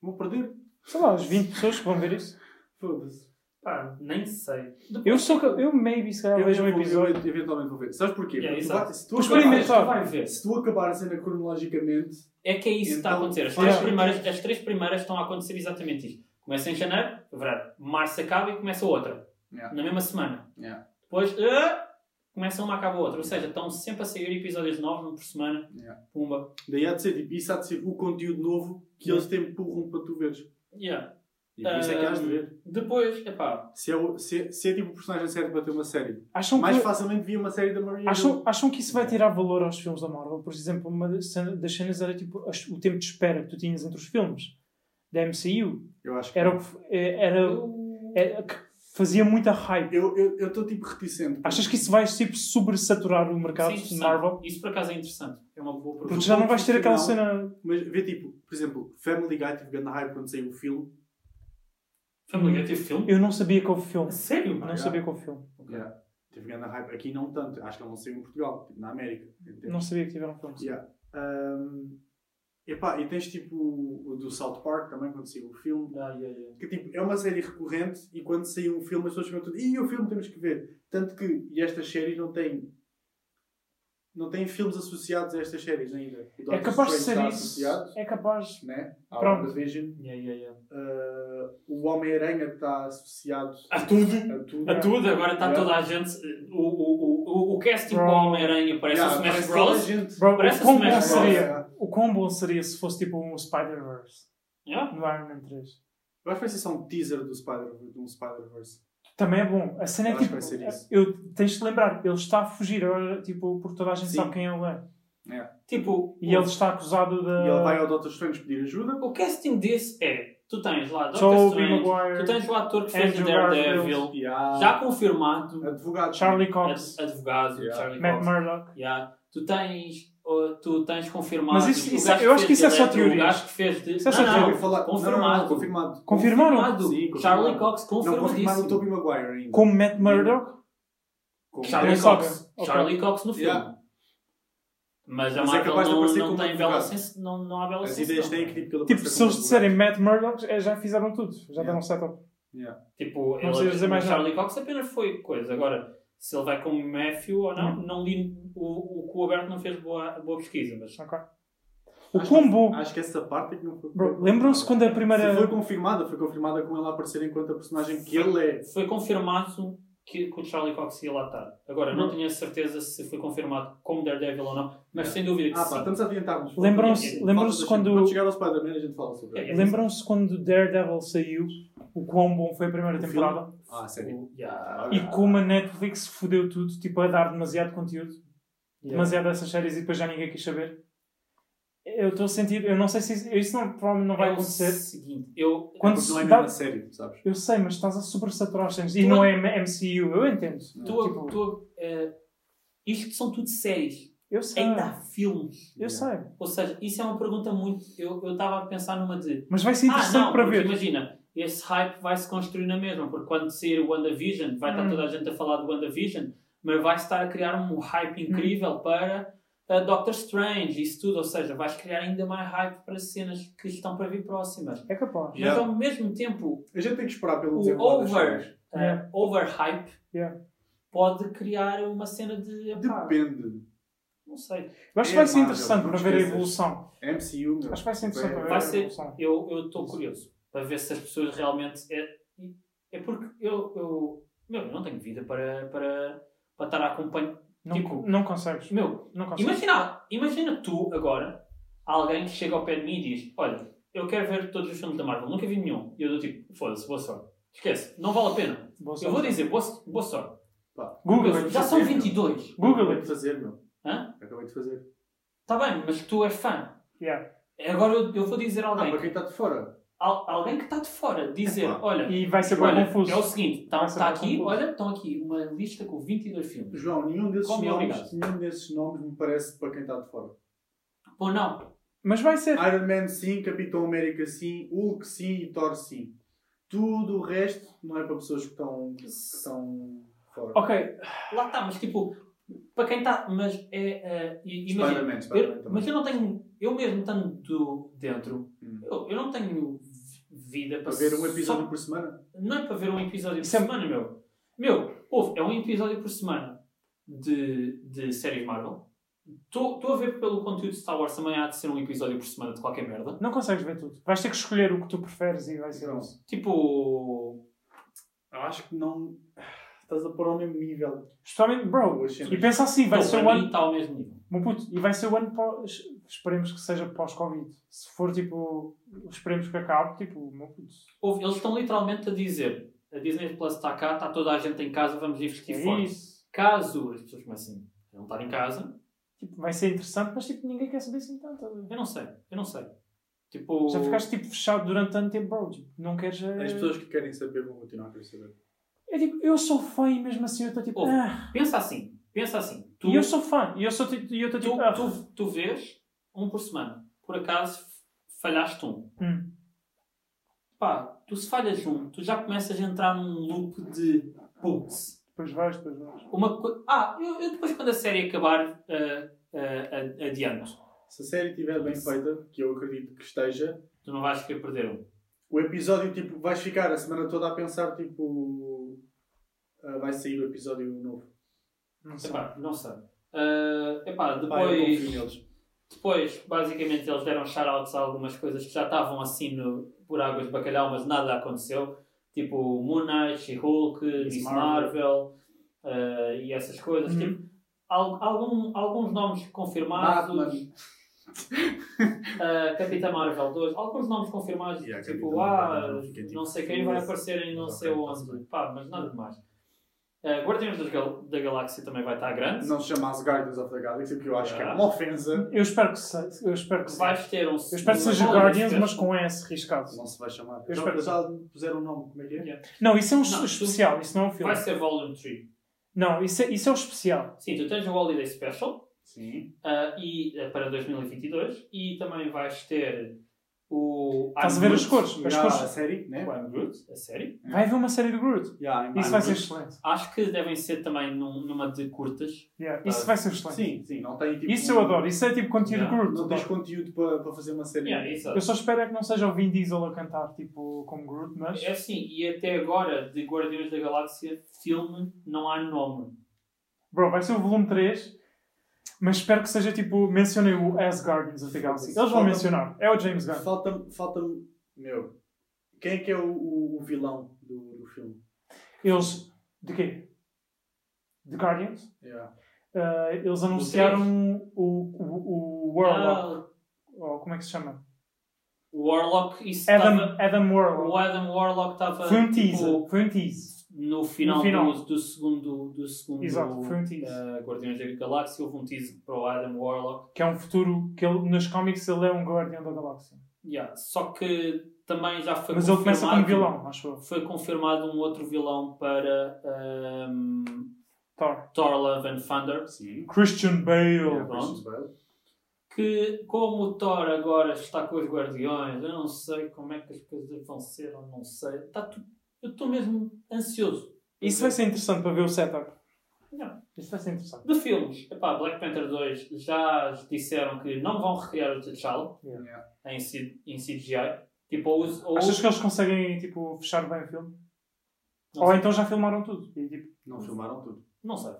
[SPEAKER 1] Vou perder.
[SPEAKER 2] Sei lá, as 20 pessoas que vão ver isso.
[SPEAKER 1] Foda-se.
[SPEAKER 3] Pá, nem sei.
[SPEAKER 2] Eu sou. ca- Eu, maybe, se calhar,
[SPEAKER 1] Eu,
[SPEAKER 2] vejo um
[SPEAKER 1] vou- eu
[SPEAKER 2] episódio.
[SPEAKER 1] eventualmente vou ver. Sabes porquê?
[SPEAKER 3] Yeah,
[SPEAKER 1] Porque tu
[SPEAKER 3] exato.
[SPEAKER 1] vai- se tu
[SPEAKER 2] Os
[SPEAKER 1] acabares-
[SPEAKER 2] primeiros,
[SPEAKER 3] tu vai ver.
[SPEAKER 1] Se tu acabar a cena cronologicamente,
[SPEAKER 3] É que é isso que está a
[SPEAKER 1] Então,
[SPEAKER 3] acontecer. As
[SPEAKER 1] faz
[SPEAKER 3] três,
[SPEAKER 1] sentido.
[SPEAKER 3] primeiras, as três primeiras estão a acontecer exatamente isto. Começa em janeiro, fevereiro, março acaba e começa outra.
[SPEAKER 1] Yeah.
[SPEAKER 3] Na mesma semana.
[SPEAKER 1] Yeah.
[SPEAKER 3] Depois ah, começa uma, acaba a outra. Ou seja, estão sempre a sair episódios novos, um por semana.
[SPEAKER 1] Yeah.
[SPEAKER 3] Pumba.
[SPEAKER 1] daí há de ser tipo, isso há de ser o conteúdo novo que eles te empurram para tu veres.
[SPEAKER 3] Yeah.
[SPEAKER 1] E por isso é que
[SPEAKER 3] Ah,
[SPEAKER 1] has de ver.
[SPEAKER 3] Depois, epá,
[SPEAKER 1] Se é, o- se, é- se é tipo o personagem certo para ter uma série,
[SPEAKER 2] Acham
[SPEAKER 1] mais
[SPEAKER 2] que.
[SPEAKER 1] facilmente via uma série da Maria.
[SPEAKER 2] Acham, acham que isso vai tirar valor aos filmes da Marvel? Por exemplo, uma das cena- das cenas era tipo as- o tempo de espera que tu tinhas entre os filmes da MCU.
[SPEAKER 1] Eu acho que
[SPEAKER 2] Era, o que f- eh, era
[SPEAKER 3] eu...
[SPEAKER 2] É, que fazia muita hype.
[SPEAKER 1] Eu estou tipo reticente.
[SPEAKER 2] Achas que isso vai tipo, sobressaturar o mercado de
[SPEAKER 3] interessante.
[SPEAKER 2] Marvel?
[SPEAKER 3] Isso por acaso é interessante. É uma boa pergunta.
[SPEAKER 2] Porque já não vais ter aquela
[SPEAKER 1] Não.
[SPEAKER 2] cena.
[SPEAKER 1] Mas vê tipo, por exemplo, Family Guy teve grande hype quando saiu o filme.
[SPEAKER 3] Family Guy teve filme?
[SPEAKER 2] Eu não sabia que houve filme.
[SPEAKER 3] A Sério?
[SPEAKER 2] Não
[SPEAKER 1] Ah, yeah.
[SPEAKER 2] sabia que houve filme.
[SPEAKER 3] Ok.
[SPEAKER 1] Yeah. Teve grande hype. Aqui não tanto. Acho que ele não saiu em Portugal, tipo, na América. entende?
[SPEAKER 2] Não sabia que tiveram filme.
[SPEAKER 1] Yeah. Um, epá, e tens tipo o do South Park também, quando saiu o filme.
[SPEAKER 3] Ah, yeah, yeah.
[SPEAKER 1] Que tipo, é uma série recorrente e quando saiu um filme as pessoas ficam tudo, e o filme temos que ver. Tanto que e estas séries não têm. Não têm filmes associados a estas séries ainda. O
[SPEAKER 2] É
[SPEAKER 1] Doctor
[SPEAKER 2] capaz de
[SPEAKER 1] Strange
[SPEAKER 2] ser
[SPEAKER 1] está
[SPEAKER 2] isso.
[SPEAKER 1] associado,
[SPEAKER 2] É capaz.
[SPEAKER 1] Né? Ao
[SPEAKER 2] Pronto.
[SPEAKER 1] WandaVision.
[SPEAKER 3] Yeah, yeah, yeah.
[SPEAKER 1] Uh, o Homem-Aranha está associado
[SPEAKER 3] A tudo!
[SPEAKER 1] a tudo.
[SPEAKER 2] É.
[SPEAKER 3] A tudo, agora está
[SPEAKER 1] Yeah.
[SPEAKER 3] toda a gente. O, o, o, o casting
[SPEAKER 2] Bro.
[SPEAKER 3] com o Homem-Aranha parece
[SPEAKER 1] Yeah,
[SPEAKER 3] o Smash
[SPEAKER 1] parece toda a
[SPEAKER 3] Bros.
[SPEAKER 1] gente.
[SPEAKER 2] Bro,
[SPEAKER 3] Parece
[SPEAKER 2] o quão
[SPEAKER 3] Smash
[SPEAKER 2] bom
[SPEAKER 3] Bros.
[SPEAKER 2] seria? O quão bom seria se fosse tipo um Spider-Verse
[SPEAKER 3] Yeah.
[SPEAKER 2] no Iron Man 3.
[SPEAKER 1] Eu acho que vai ser só um teaser do Spider, de um Spider-Verse.
[SPEAKER 2] Também é bom. A cena é
[SPEAKER 1] Eu acho
[SPEAKER 2] tipo.
[SPEAKER 1] que vai ser isso.
[SPEAKER 2] Eu, tens de lembrar, ele está a fugir agora, tipo, porque toda a gente
[SPEAKER 1] Sim.
[SPEAKER 2] sabe quem ele é.
[SPEAKER 3] Tipo,
[SPEAKER 2] E
[SPEAKER 3] o,
[SPEAKER 2] ele está acusado de.
[SPEAKER 1] E ele vai ao Doctor Strange pedir ajuda.
[SPEAKER 3] o casting desse é: tu tens lá Doctor
[SPEAKER 2] Tobey
[SPEAKER 3] Strange, tu
[SPEAKER 2] Maguire,
[SPEAKER 3] tens o ator que fez o
[SPEAKER 2] Andrew
[SPEAKER 3] Daredevil,
[SPEAKER 1] E há
[SPEAKER 3] já confirmado,
[SPEAKER 1] advogado.
[SPEAKER 2] Charlie
[SPEAKER 3] ad-
[SPEAKER 2] Cox,
[SPEAKER 3] advogado,
[SPEAKER 1] Yeah.
[SPEAKER 3] Charlie
[SPEAKER 2] Matt
[SPEAKER 3] Cox.
[SPEAKER 2] Murdock.
[SPEAKER 3] Yeah. Tu tens. oh, Tu tens confirmado.
[SPEAKER 2] Mas isso-
[SPEAKER 3] o
[SPEAKER 2] isso-
[SPEAKER 3] gajo
[SPEAKER 2] eu
[SPEAKER 3] fez
[SPEAKER 2] acho que isso é
[SPEAKER 3] de
[SPEAKER 2] só
[SPEAKER 3] Electro,
[SPEAKER 2] teorias.
[SPEAKER 3] O gajo que fez de...
[SPEAKER 2] Isso é só
[SPEAKER 3] não, não,
[SPEAKER 1] Eu ia falar-
[SPEAKER 3] confirmado.
[SPEAKER 1] Não, não, não, confirmado.
[SPEAKER 2] Confirmaram?
[SPEAKER 3] confirmado.
[SPEAKER 1] Sim, confirmado.
[SPEAKER 3] Charlie Cox
[SPEAKER 1] Não confirmaram o
[SPEAKER 3] confirmadíssimo.
[SPEAKER 1] Tobey Maguire ainda.
[SPEAKER 2] Como Matt Murdock?
[SPEAKER 1] Como
[SPEAKER 3] Charlie
[SPEAKER 2] Sim.
[SPEAKER 3] Cox.
[SPEAKER 2] Ok.
[SPEAKER 3] Charlie Cox no filme.
[SPEAKER 1] Yeah.
[SPEAKER 3] Mas a
[SPEAKER 1] Mas é
[SPEAKER 3] Marvel
[SPEAKER 1] capaz de
[SPEAKER 3] não,
[SPEAKER 1] aparecer
[SPEAKER 3] não
[SPEAKER 1] como
[SPEAKER 3] tem
[SPEAKER 1] advogado.
[SPEAKER 3] bela senso, não, não é? há bela
[SPEAKER 1] As
[SPEAKER 3] sensação.
[SPEAKER 1] ideias têm que tipo que ele
[SPEAKER 2] Tipo,
[SPEAKER 1] apareça
[SPEAKER 2] se eles
[SPEAKER 1] como
[SPEAKER 2] disserem Matt Murdock, é, já fizeram tudo. Já
[SPEAKER 1] Yeah.
[SPEAKER 2] deram setup.
[SPEAKER 3] Tipo, ele,
[SPEAKER 2] precisa dizer
[SPEAKER 3] o
[SPEAKER 2] mais nada.
[SPEAKER 3] Charlie Cox apenas foi coisa. Agora, se ele vai como Matthew ou não,
[SPEAKER 1] Hum.
[SPEAKER 3] não li. O, o Cu Aberto não fez boa, boa pesquisa, mas.
[SPEAKER 2] Ok. O
[SPEAKER 1] Acho
[SPEAKER 2] combo.
[SPEAKER 1] advogado. Acho que essa parte é que não foi.
[SPEAKER 2] Bro, lembram-se quando a
[SPEAKER 1] Se foi
[SPEAKER 2] primeira.
[SPEAKER 1] confirmada, foi confirmada com ele a aparecer enquanto a personagem que ele é.
[SPEAKER 3] Foi confirmado que, que o Charlie Cox ia lá estar. Agora,
[SPEAKER 1] Hum.
[SPEAKER 3] não tenho a certeza se foi confirmado como Daredevil ou não, mas sem dúvida que
[SPEAKER 1] Ah,
[SPEAKER 3] sim.
[SPEAKER 1] pá, estamos a adiantar-nos.
[SPEAKER 2] Lembram-se-
[SPEAKER 1] Falta
[SPEAKER 2] lembram-se
[SPEAKER 1] das-
[SPEAKER 2] quando-
[SPEAKER 1] Quando chegar ao Spider-Man, a gente fala sobre
[SPEAKER 3] É,
[SPEAKER 1] ele.
[SPEAKER 3] é.
[SPEAKER 2] Lembram-se quando Daredevil saiu, o quão bom foi a primeira
[SPEAKER 1] O filme?
[SPEAKER 2] temporada
[SPEAKER 1] Ah, sério.
[SPEAKER 3] O- yeah.
[SPEAKER 2] e como a Netflix fodeu tudo, tipo a dar demasiado conteúdo, demasiado dessas séries e depois já ninguém quis saber. Eu estou a sentir, eu não sei se isso, isso não, provavelmente não vai
[SPEAKER 3] É o
[SPEAKER 2] acontecer.
[SPEAKER 3] Seguinte, eu.
[SPEAKER 2] Quando
[SPEAKER 1] Porque não é
[SPEAKER 2] se
[SPEAKER 1] mesmo
[SPEAKER 2] dá-
[SPEAKER 1] a sério, sabes?
[SPEAKER 2] Eu sei, mas estás a sobressaturar as cenas.
[SPEAKER 3] Tu
[SPEAKER 2] E não é M- MCU, eu entendo.
[SPEAKER 3] Tu,
[SPEAKER 2] Tipo,
[SPEAKER 3] tu, eh, isto são tudo séries.
[SPEAKER 2] eu sei,
[SPEAKER 3] Ainda há filmes.
[SPEAKER 2] eu sei.
[SPEAKER 3] Ou seja, isso é uma pergunta muito. Eu eu estava a pensar numa de.
[SPEAKER 2] Mas vai ser
[SPEAKER 3] Ah,
[SPEAKER 2] interessante
[SPEAKER 3] não,
[SPEAKER 2] para
[SPEAKER 3] porque
[SPEAKER 2] ver.
[SPEAKER 3] imagina, esse hype vai se construir na mesma, porque quando sair o WandaVision, vai estar
[SPEAKER 2] Hum.
[SPEAKER 3] toda a gente a falar do WandaVision, mas vai estar a criar um
[SPEAKER 2] Hum.
[SPEAKER 3] hype incrível para a Doctor Strange, isso tudo. Ou seja, vais criar ainda mais hype para cenas que estão para vir próximas.
[SPEAKER 2] É capaz.
[SPEAKER 1] Yeah.
[SPEAKER 3] Mas ao mesmo tempo,
[SPEAKER 1] A gente tem que esperar pelo
[SPEAKER 3] O
[SPEAKER 1] desenrolar das
[SPEAKER 3] over.
[SPEAKER 1] séries.
[SPEAKER 3] uh,
[SPEAKER 2] Yeah.
[SPEAKER 3] overhype
[SPEAKER 2] Yeah.
[SPEAKER 3] pode criar uma cena de. epá,
[SPEAKER 1] Depende.
[SPEAKER 3] não sei.
[SPEAKER 2] Eu acho que
[SPEAKER 1] É
[SPEAKER 2] vai ser
[SPEAKER 1] Marvel,
[SPEAKER 2] interessante
[SPEAKER 1] não
[SPEAKER 2] para ver a
[SPEAKER 1] esqueças.
[SPEAKER 2] evolução.
[SPEAKER 1] MCU, meu.
[SPEAKER 2] Acho que vai ser interessante para
[SPEAKER 1] Vai-
[SPEAKER 2] ver
[SPEAKER 3] vai
[SPEAKER 2] a
[SPEAKER 3] ser-
[SPEAKER 2] evolução.
[SPEAKER 3] Eu estou curioso para ver se as pessoas realmente. É, é porque eu, eu, meu, eu não tenho vida para, para, para estar a acompanhar.
[SPEAKER 2] Não,
[SPEAKER 3] Tipo-
[SPEAKER 2] co- não consegues.
[SPEAKER 3] Meu,
[SPEAKER 2] Não consegues.
[SPEAKER 3] imagina, imagina tu agora alguém que chega ao pé de mim e diz: Olha, eu quero ver todos os filmes da Marvel, nunca vi nenhum. E eu dou tipo: Foda-se, boa sorte. Esquece, não vale a pena.
[SPEAKER 2] Boa
[SPEAKER 3] Eu vou
[SPEAKER 2] sorte.
[SPEAKER 3] dizer: Boa, boa sorte.
[SPEAKER 1] Pá,
[SPEAKER 2] Google
[SPEAKER 3] Meu,
[SPEAKER 2] it.
[SPEAKER 3] já são 22.
[SPEAKER 2] Google
[SPEAKER 1] Acabei
[SPEAKER 2] it.
[SPEAKER 1] de fazer, meu.
[SPEAKER 3] Hã?
[SPEAKER 1] Acabei de fazer.
[SPEAKER 3] Tá bem, mas tu és fã.
[SPEAKER 2] Yeah.
[SPEAKER 3] Agora eu, eu vou dizer a
[SPEAKER 1] Ah,
[SPEAKER 3] alguém,
[SPEAKER 1] para quem está de fora.
[SPEAKER 3] al- alguém que está de fora, dizer,
[SPEAKER 1] Epá.
[SPEAKER 3] olha,
[SPEAKER 2] E vai ser bem
[SPEAKER 3] olha,
[SPEAKER 2] confuso.
[SPEAKER 3] é o seguinte, está
[SPEAKER 2] Vai ser
[SPEAKER 3] tá
[SPEAKER 2] bem
[SPEAKER 3] aqui,
[SPEAKER 2] confuso.
[SPEAKER 3] olha, estão aqui uma lista com 22 filmes.
[SPEAKER 1] João, nenhum desses,
[SPEAKER 3] Come,
[SPEAKER 1] nomes,
[SPEAKER 3] obrigado.
[SPEAKER 1] nenhum desses nomes me parece para quem está de fora.
[SPEAKER 3] Ou não,
[SPEAKER 2] Mas vai ser.
[SPEAKER 1] Iron Man sim, Capitão América sim, Hulk sim e Thor sim. Tudo o resto não é para pessoas que estão, que estão fora.
[SPEAKER 2] Ok,
[SPEAKER 3] lá está, mas tipo, para quem está, mas é, é, e- imagina,
[SPEAKER 1] Spider-Man, Spider-Man
[SPEAKER 3] eu, mas
[SPEAKER 1] também.
[SPEAKER 3] eu não tenho, eu mesmo estando do- dentro,
[SPEAKER 1] Hum.
[SPEAKER 3] eu, eu não tenho vi- vida para
[SPEAKER 1] Para ver um
[SPEAKER 3] só-
[SPEAKER 1] episódio por semana?
[SPEAKER 3] não é para ver um episódio por
[SPEAKER 2] Isso é-
[SPEAKER 3] semana, meu. Meu, ouve, é um episódio por semana de, de séries Marvel. Estou a ver pelo conteúdo de Star Wars também há de ser um episódio por semana de qualquer merda.
[SPEAKER 2] não consegues ver tudo. Vais ter que escolher o que tu preferes e vai ser
[SPEAKER 1] Não.
[SPEAKER 2] isso.
[SPEAKER 3] Tipo.
[SPEAKER 1] Eu acho que não. Estás a pôr ao mesmo nível.
[SPEAKER 2] Especialmente, bro.
[SPEAKER 1] Hoje,
[SPEAKER 2] E pensa assim, vai
[SPEAKER 3] não,
[SPEAKER 2] ser
[SPEAKER 3] para
[SPEAKER 2] o
[SPEAKER 3] mim
[SPEAKER 2] ano.
[SPEAKER 3] está ao mesmo nível.
[SPEAKER 2] Meu puto, e vai ser o ano pós. Esperemos que seja pós-Covid. Se for tipo. Esperemos que acabe, tipo, meu puto.
[SPEAKER 3] Ouve, eles estão literalmente a dizer: a Disney Plus está cá, está toda a gente em casa, vamos investir
[SPEAKER 2] É
[SPEAKER 3] forte.
[SPEAKER 2] isso.
[SPEAKER 3] Caso as pessoas comecem a não estar em casa,
[SPEAKER 2] Tipo, vai ser interessante, mas tipo, ninguém quer saber assim tanto.
[SPEAKER 3] eu não sei, eu não sei. Tipo.
[SPEAKER 2] Já ficaste tipo fechado durante tanto tempo, bro. Tipo, não queres. eh,
[SPEAKER 1] As pessoas que querem saber vão continuar a querer saber.
[SPEAKER 2] Eu digo, É tipo, eu sou fã e mesmo assim eu estou tipo.
[SPEAKER 3] Ouve.
[SPEAKER 2] Ah.
[SPEAKER 3] Pensa assim, pensa assim. Tu,
[SPEAKER 2] E eu sou fã. E eu sou tipo. E eu estou
[SPEAKER 3] tu,
[SPEAKER 2] tipo. ah.
[SPEAKER 3] tu, tu vês um por semana. Por acaso falhaste um.
[SPEAKER 2] Hum.
[SPEAKER 3] Pá, tu se falhas um, tu já começas a entrar num loop de putz.
[SPEAKER 2] Depois vais, depois vais.
[SPEAKER 3] Uma coisa. Ah, eu, eu depois quando a série acabar ah, ah, ah, adianto.
[SPEAKER 1] Se a série estiver bem feita, que eu acredito que esteja,
[SPEAKER 3] Tu não vais querer perder um.
[SPEAKER 1] o episódio, tipo, vais ficar a semana toda a pensar, tipo, ah, vai sair o episódio novo.
[SPEAKER 2] Não sei.
[SPEAKER 3] Epá, não sei. Ah, epá,
[SPEAKER 1] Pá, eu confio
[SPEAKER 3] depois.
[SPEAKER 1] neles.
[SPEAKER 3] Depois, basicamente, eles deram shoutouts a algumas coisas que já estavam assim no, por águas de bacalhau, mas nada aconteceu. Tipo Moon Knight, She-Hulk, Miss Marvel, eh, e essas coisas.
[SPEAKER 2] Uhum.
[SPEAKER 3] Tipo, al- algum- alguns nomes confirmados.
[SPEAKER 1] Batman.
[SPEAKER 3] eh, Capitã Marvel 2. Alguns nomes confirmados.
[SPEAKER 4] E a
[SPEAKER 3] tipo,
[SPEAKER 4] Capitã
[SPEAKER 3] ah,
[SPEAKER 4] Marvel não fica, tipo,
[SPEAKER 3] não sei quem vai
[SPEAKER 4] foda-se.
[SPEAKER 3] aparecer em não
[SPEAKER 4] Ok,
[SPEAKER 3] sei
[SPEAKER 4] tá-se
[SPEAKER 3] onde.
[SPEAKER 4] bem.
[SPEAKER 3] Pá, mas nada demais. Eh, Guardiões das Gal- da Galáxia também vai estar grande.
[SPEAKER 1] Não se chama As Guardians of the Galaxy, porque eu acho que é
[SPEAKER 3] Ah.
[SPEAKER 1] uma ofensa.
[SPEAKER 2] Eu espero que seja. Eu espero que seja.
[SPEAKER 3] Vais ter um.
[SPEAKER 2] Eu espero que seja Guardians, mas com S riscado.
[SPEAKER 1] Não se vai chamar.
[SPEAKER 2] Eu
[SPEAKER 1] Não,
[SPEAKER 2] espero-
[SPEAKER 1] já puseram o nome, como é que é?
[SPEAKER 2] Não, isso é um
[SPEAKER 3] Não, tu-
[SPEAKER 2] especial, isso não é um filme.
[SPEAKER 3] Vai ser Volume 3.
[SPEAKER 2] Não, isso é, isso é o especial.
[SPEAKER 3] Sim, tu tens o Holiday Special
[SPEAKER 1] Sim.
[SPEAKER 3] ah, e, ah, para 2022 e também vais ter o.
[SPEAKER 2] Estás a
[SPEAKER 3] I'm
[SPEAKER 2] ver
[SPEAKER 3] Groot,
[SPEAKER 2] as cores? As
[SPEAKER 1] Já a
[SPEAKER 2] cores.
[SPEAKER 1] série, né?
[SPEAKER 3] O I'm Groot, a série.
[SPEAKER 2] Vai haver uma série do Groot.
[SPEAKER 1] Yeah, I'm-
[SPEAKER 2] Isso
[SPEAKER 1] I'm
[SPEAKER 2] vai ser Ah,
[SPEAKER 1] good.
[SPEAKER 2] é excelente.
[SPEAKER 3] Acho que devem ser também num- numa de curtas.
[SPEAKER 2] Yeah, Isso vai ser excelente.
[SPEAKER 1] Sim, sim, não tem tipo.
[SPEAKER 2] Isso eu adoro. Isso é tipo conteúdo
[SPEAKER 3] Yeah.
[SPEAKER 2] Groot.
[SPEAKER 1] Não tens conteúdo para para fazer uma série.
[SPEAKER 3] Yeah, exato.
[SPEAKER 2] Eu só espero é que não seja o Vin Diesel a cantar tipo como Groot, mas.
[SPEAKER 3] É assim, e até agora de Guardiões da Galáxia, filme, não há nome.
[SPEAKER 2] Bro, vai ser o volume 3. Mas espero que seja tipo. Mencionem o As Guardians of the Galaxy. assim. Eles vão
[SPEAKER 1] Falta-
[SPEAKER 2] mencionar. É o James Gunn.
[SPEAKER 1] Falta-me. Falta-me. Meu. Quem é que é o, o, o vilão do, do filme?
[SPEAKER 2] Eles. De quê? The Guardians?
[SPEAKER 1] Yeah.
[SPEAKER 2] Ah, eles anunciaram o, o, o Warlock.
[SPEAKER 3] Ah,
[SPEAKER 2] Ou como é que se chama?
[SPEAKER 3] o Warlock, isso
[SPEAKER 2] Adam,
[SPEAKER 3] estava.
[SPEAKER 2] Adam Warlock.
[SPEAKER 3] O Adam Warlock estava
[SPEAKER 2] Foi um teaser.
[SPEAKER 3] tipo,
[SPEAKER 2] Foi um teaser.
[SPEAKER 3] no final,
[SPEAKER 2] No final.
[SPEAKER 3] Do, do segundo, do segundo
[SPEAKER 2] Exato, foi um teaser.
[SPEAKER 3] ah, Guardiões da Galáxia. Houve um teaser para o Adam Warlock.
[SPEAKER 2] Que é um futuro que ele, nos cómics ele é um guardião da galáxia.
[SPEAKER 3] Yeah, Só que também já foi
[SPEAKER 2] Mas ele começa como
[SPEAKER 3] confirmado-
[SPEAKER 2] vilão, acho eu.
[SPEAKER 3] Foi confirmado um outro vilão para ahm,
[SPEAKER 2] Thor.
[SPEAKER 3] Thor Love and Thunder.
[SPEAKER 1] Sim.
[SPEAKER 2] Christian Bale.
[SPEAKER 3] pronto.
[SPEAKER 1] Bale.
[SPEAKER 3] Que como o Thor agora está com os Guardiões, eu não sei como é que as coisas vão ser, eu não sei. Tá tu- eu estou mesmo ansioso.
[SPEAKER 2] Isso vai ser interessante para ver o setup.
[SPEAKER 3] Não.
[SPEAKER 2] Isso vai ser interessante.
[SPEAKER 3] De filmes, epá, Black Panther 2 já disseram que não vão recriar o T'Challa
[SPEAKER 1] Yeah.
[SPEAKER 3] em, C- em CGI. Tipo, ou, us- ou,
[SPEAKER 2] Achas que eles conseguem tipo, fechar bem o filme?
[SPEAKER 3] não
[SPEAKER 2] Ou
[SPEAKER 3] sei.
[SPEAKER 2] então já filmaram tudo. E, tipo,
[SPEAKER 1] Não filmaram tudo.
[SPEAKER 3] Não sei.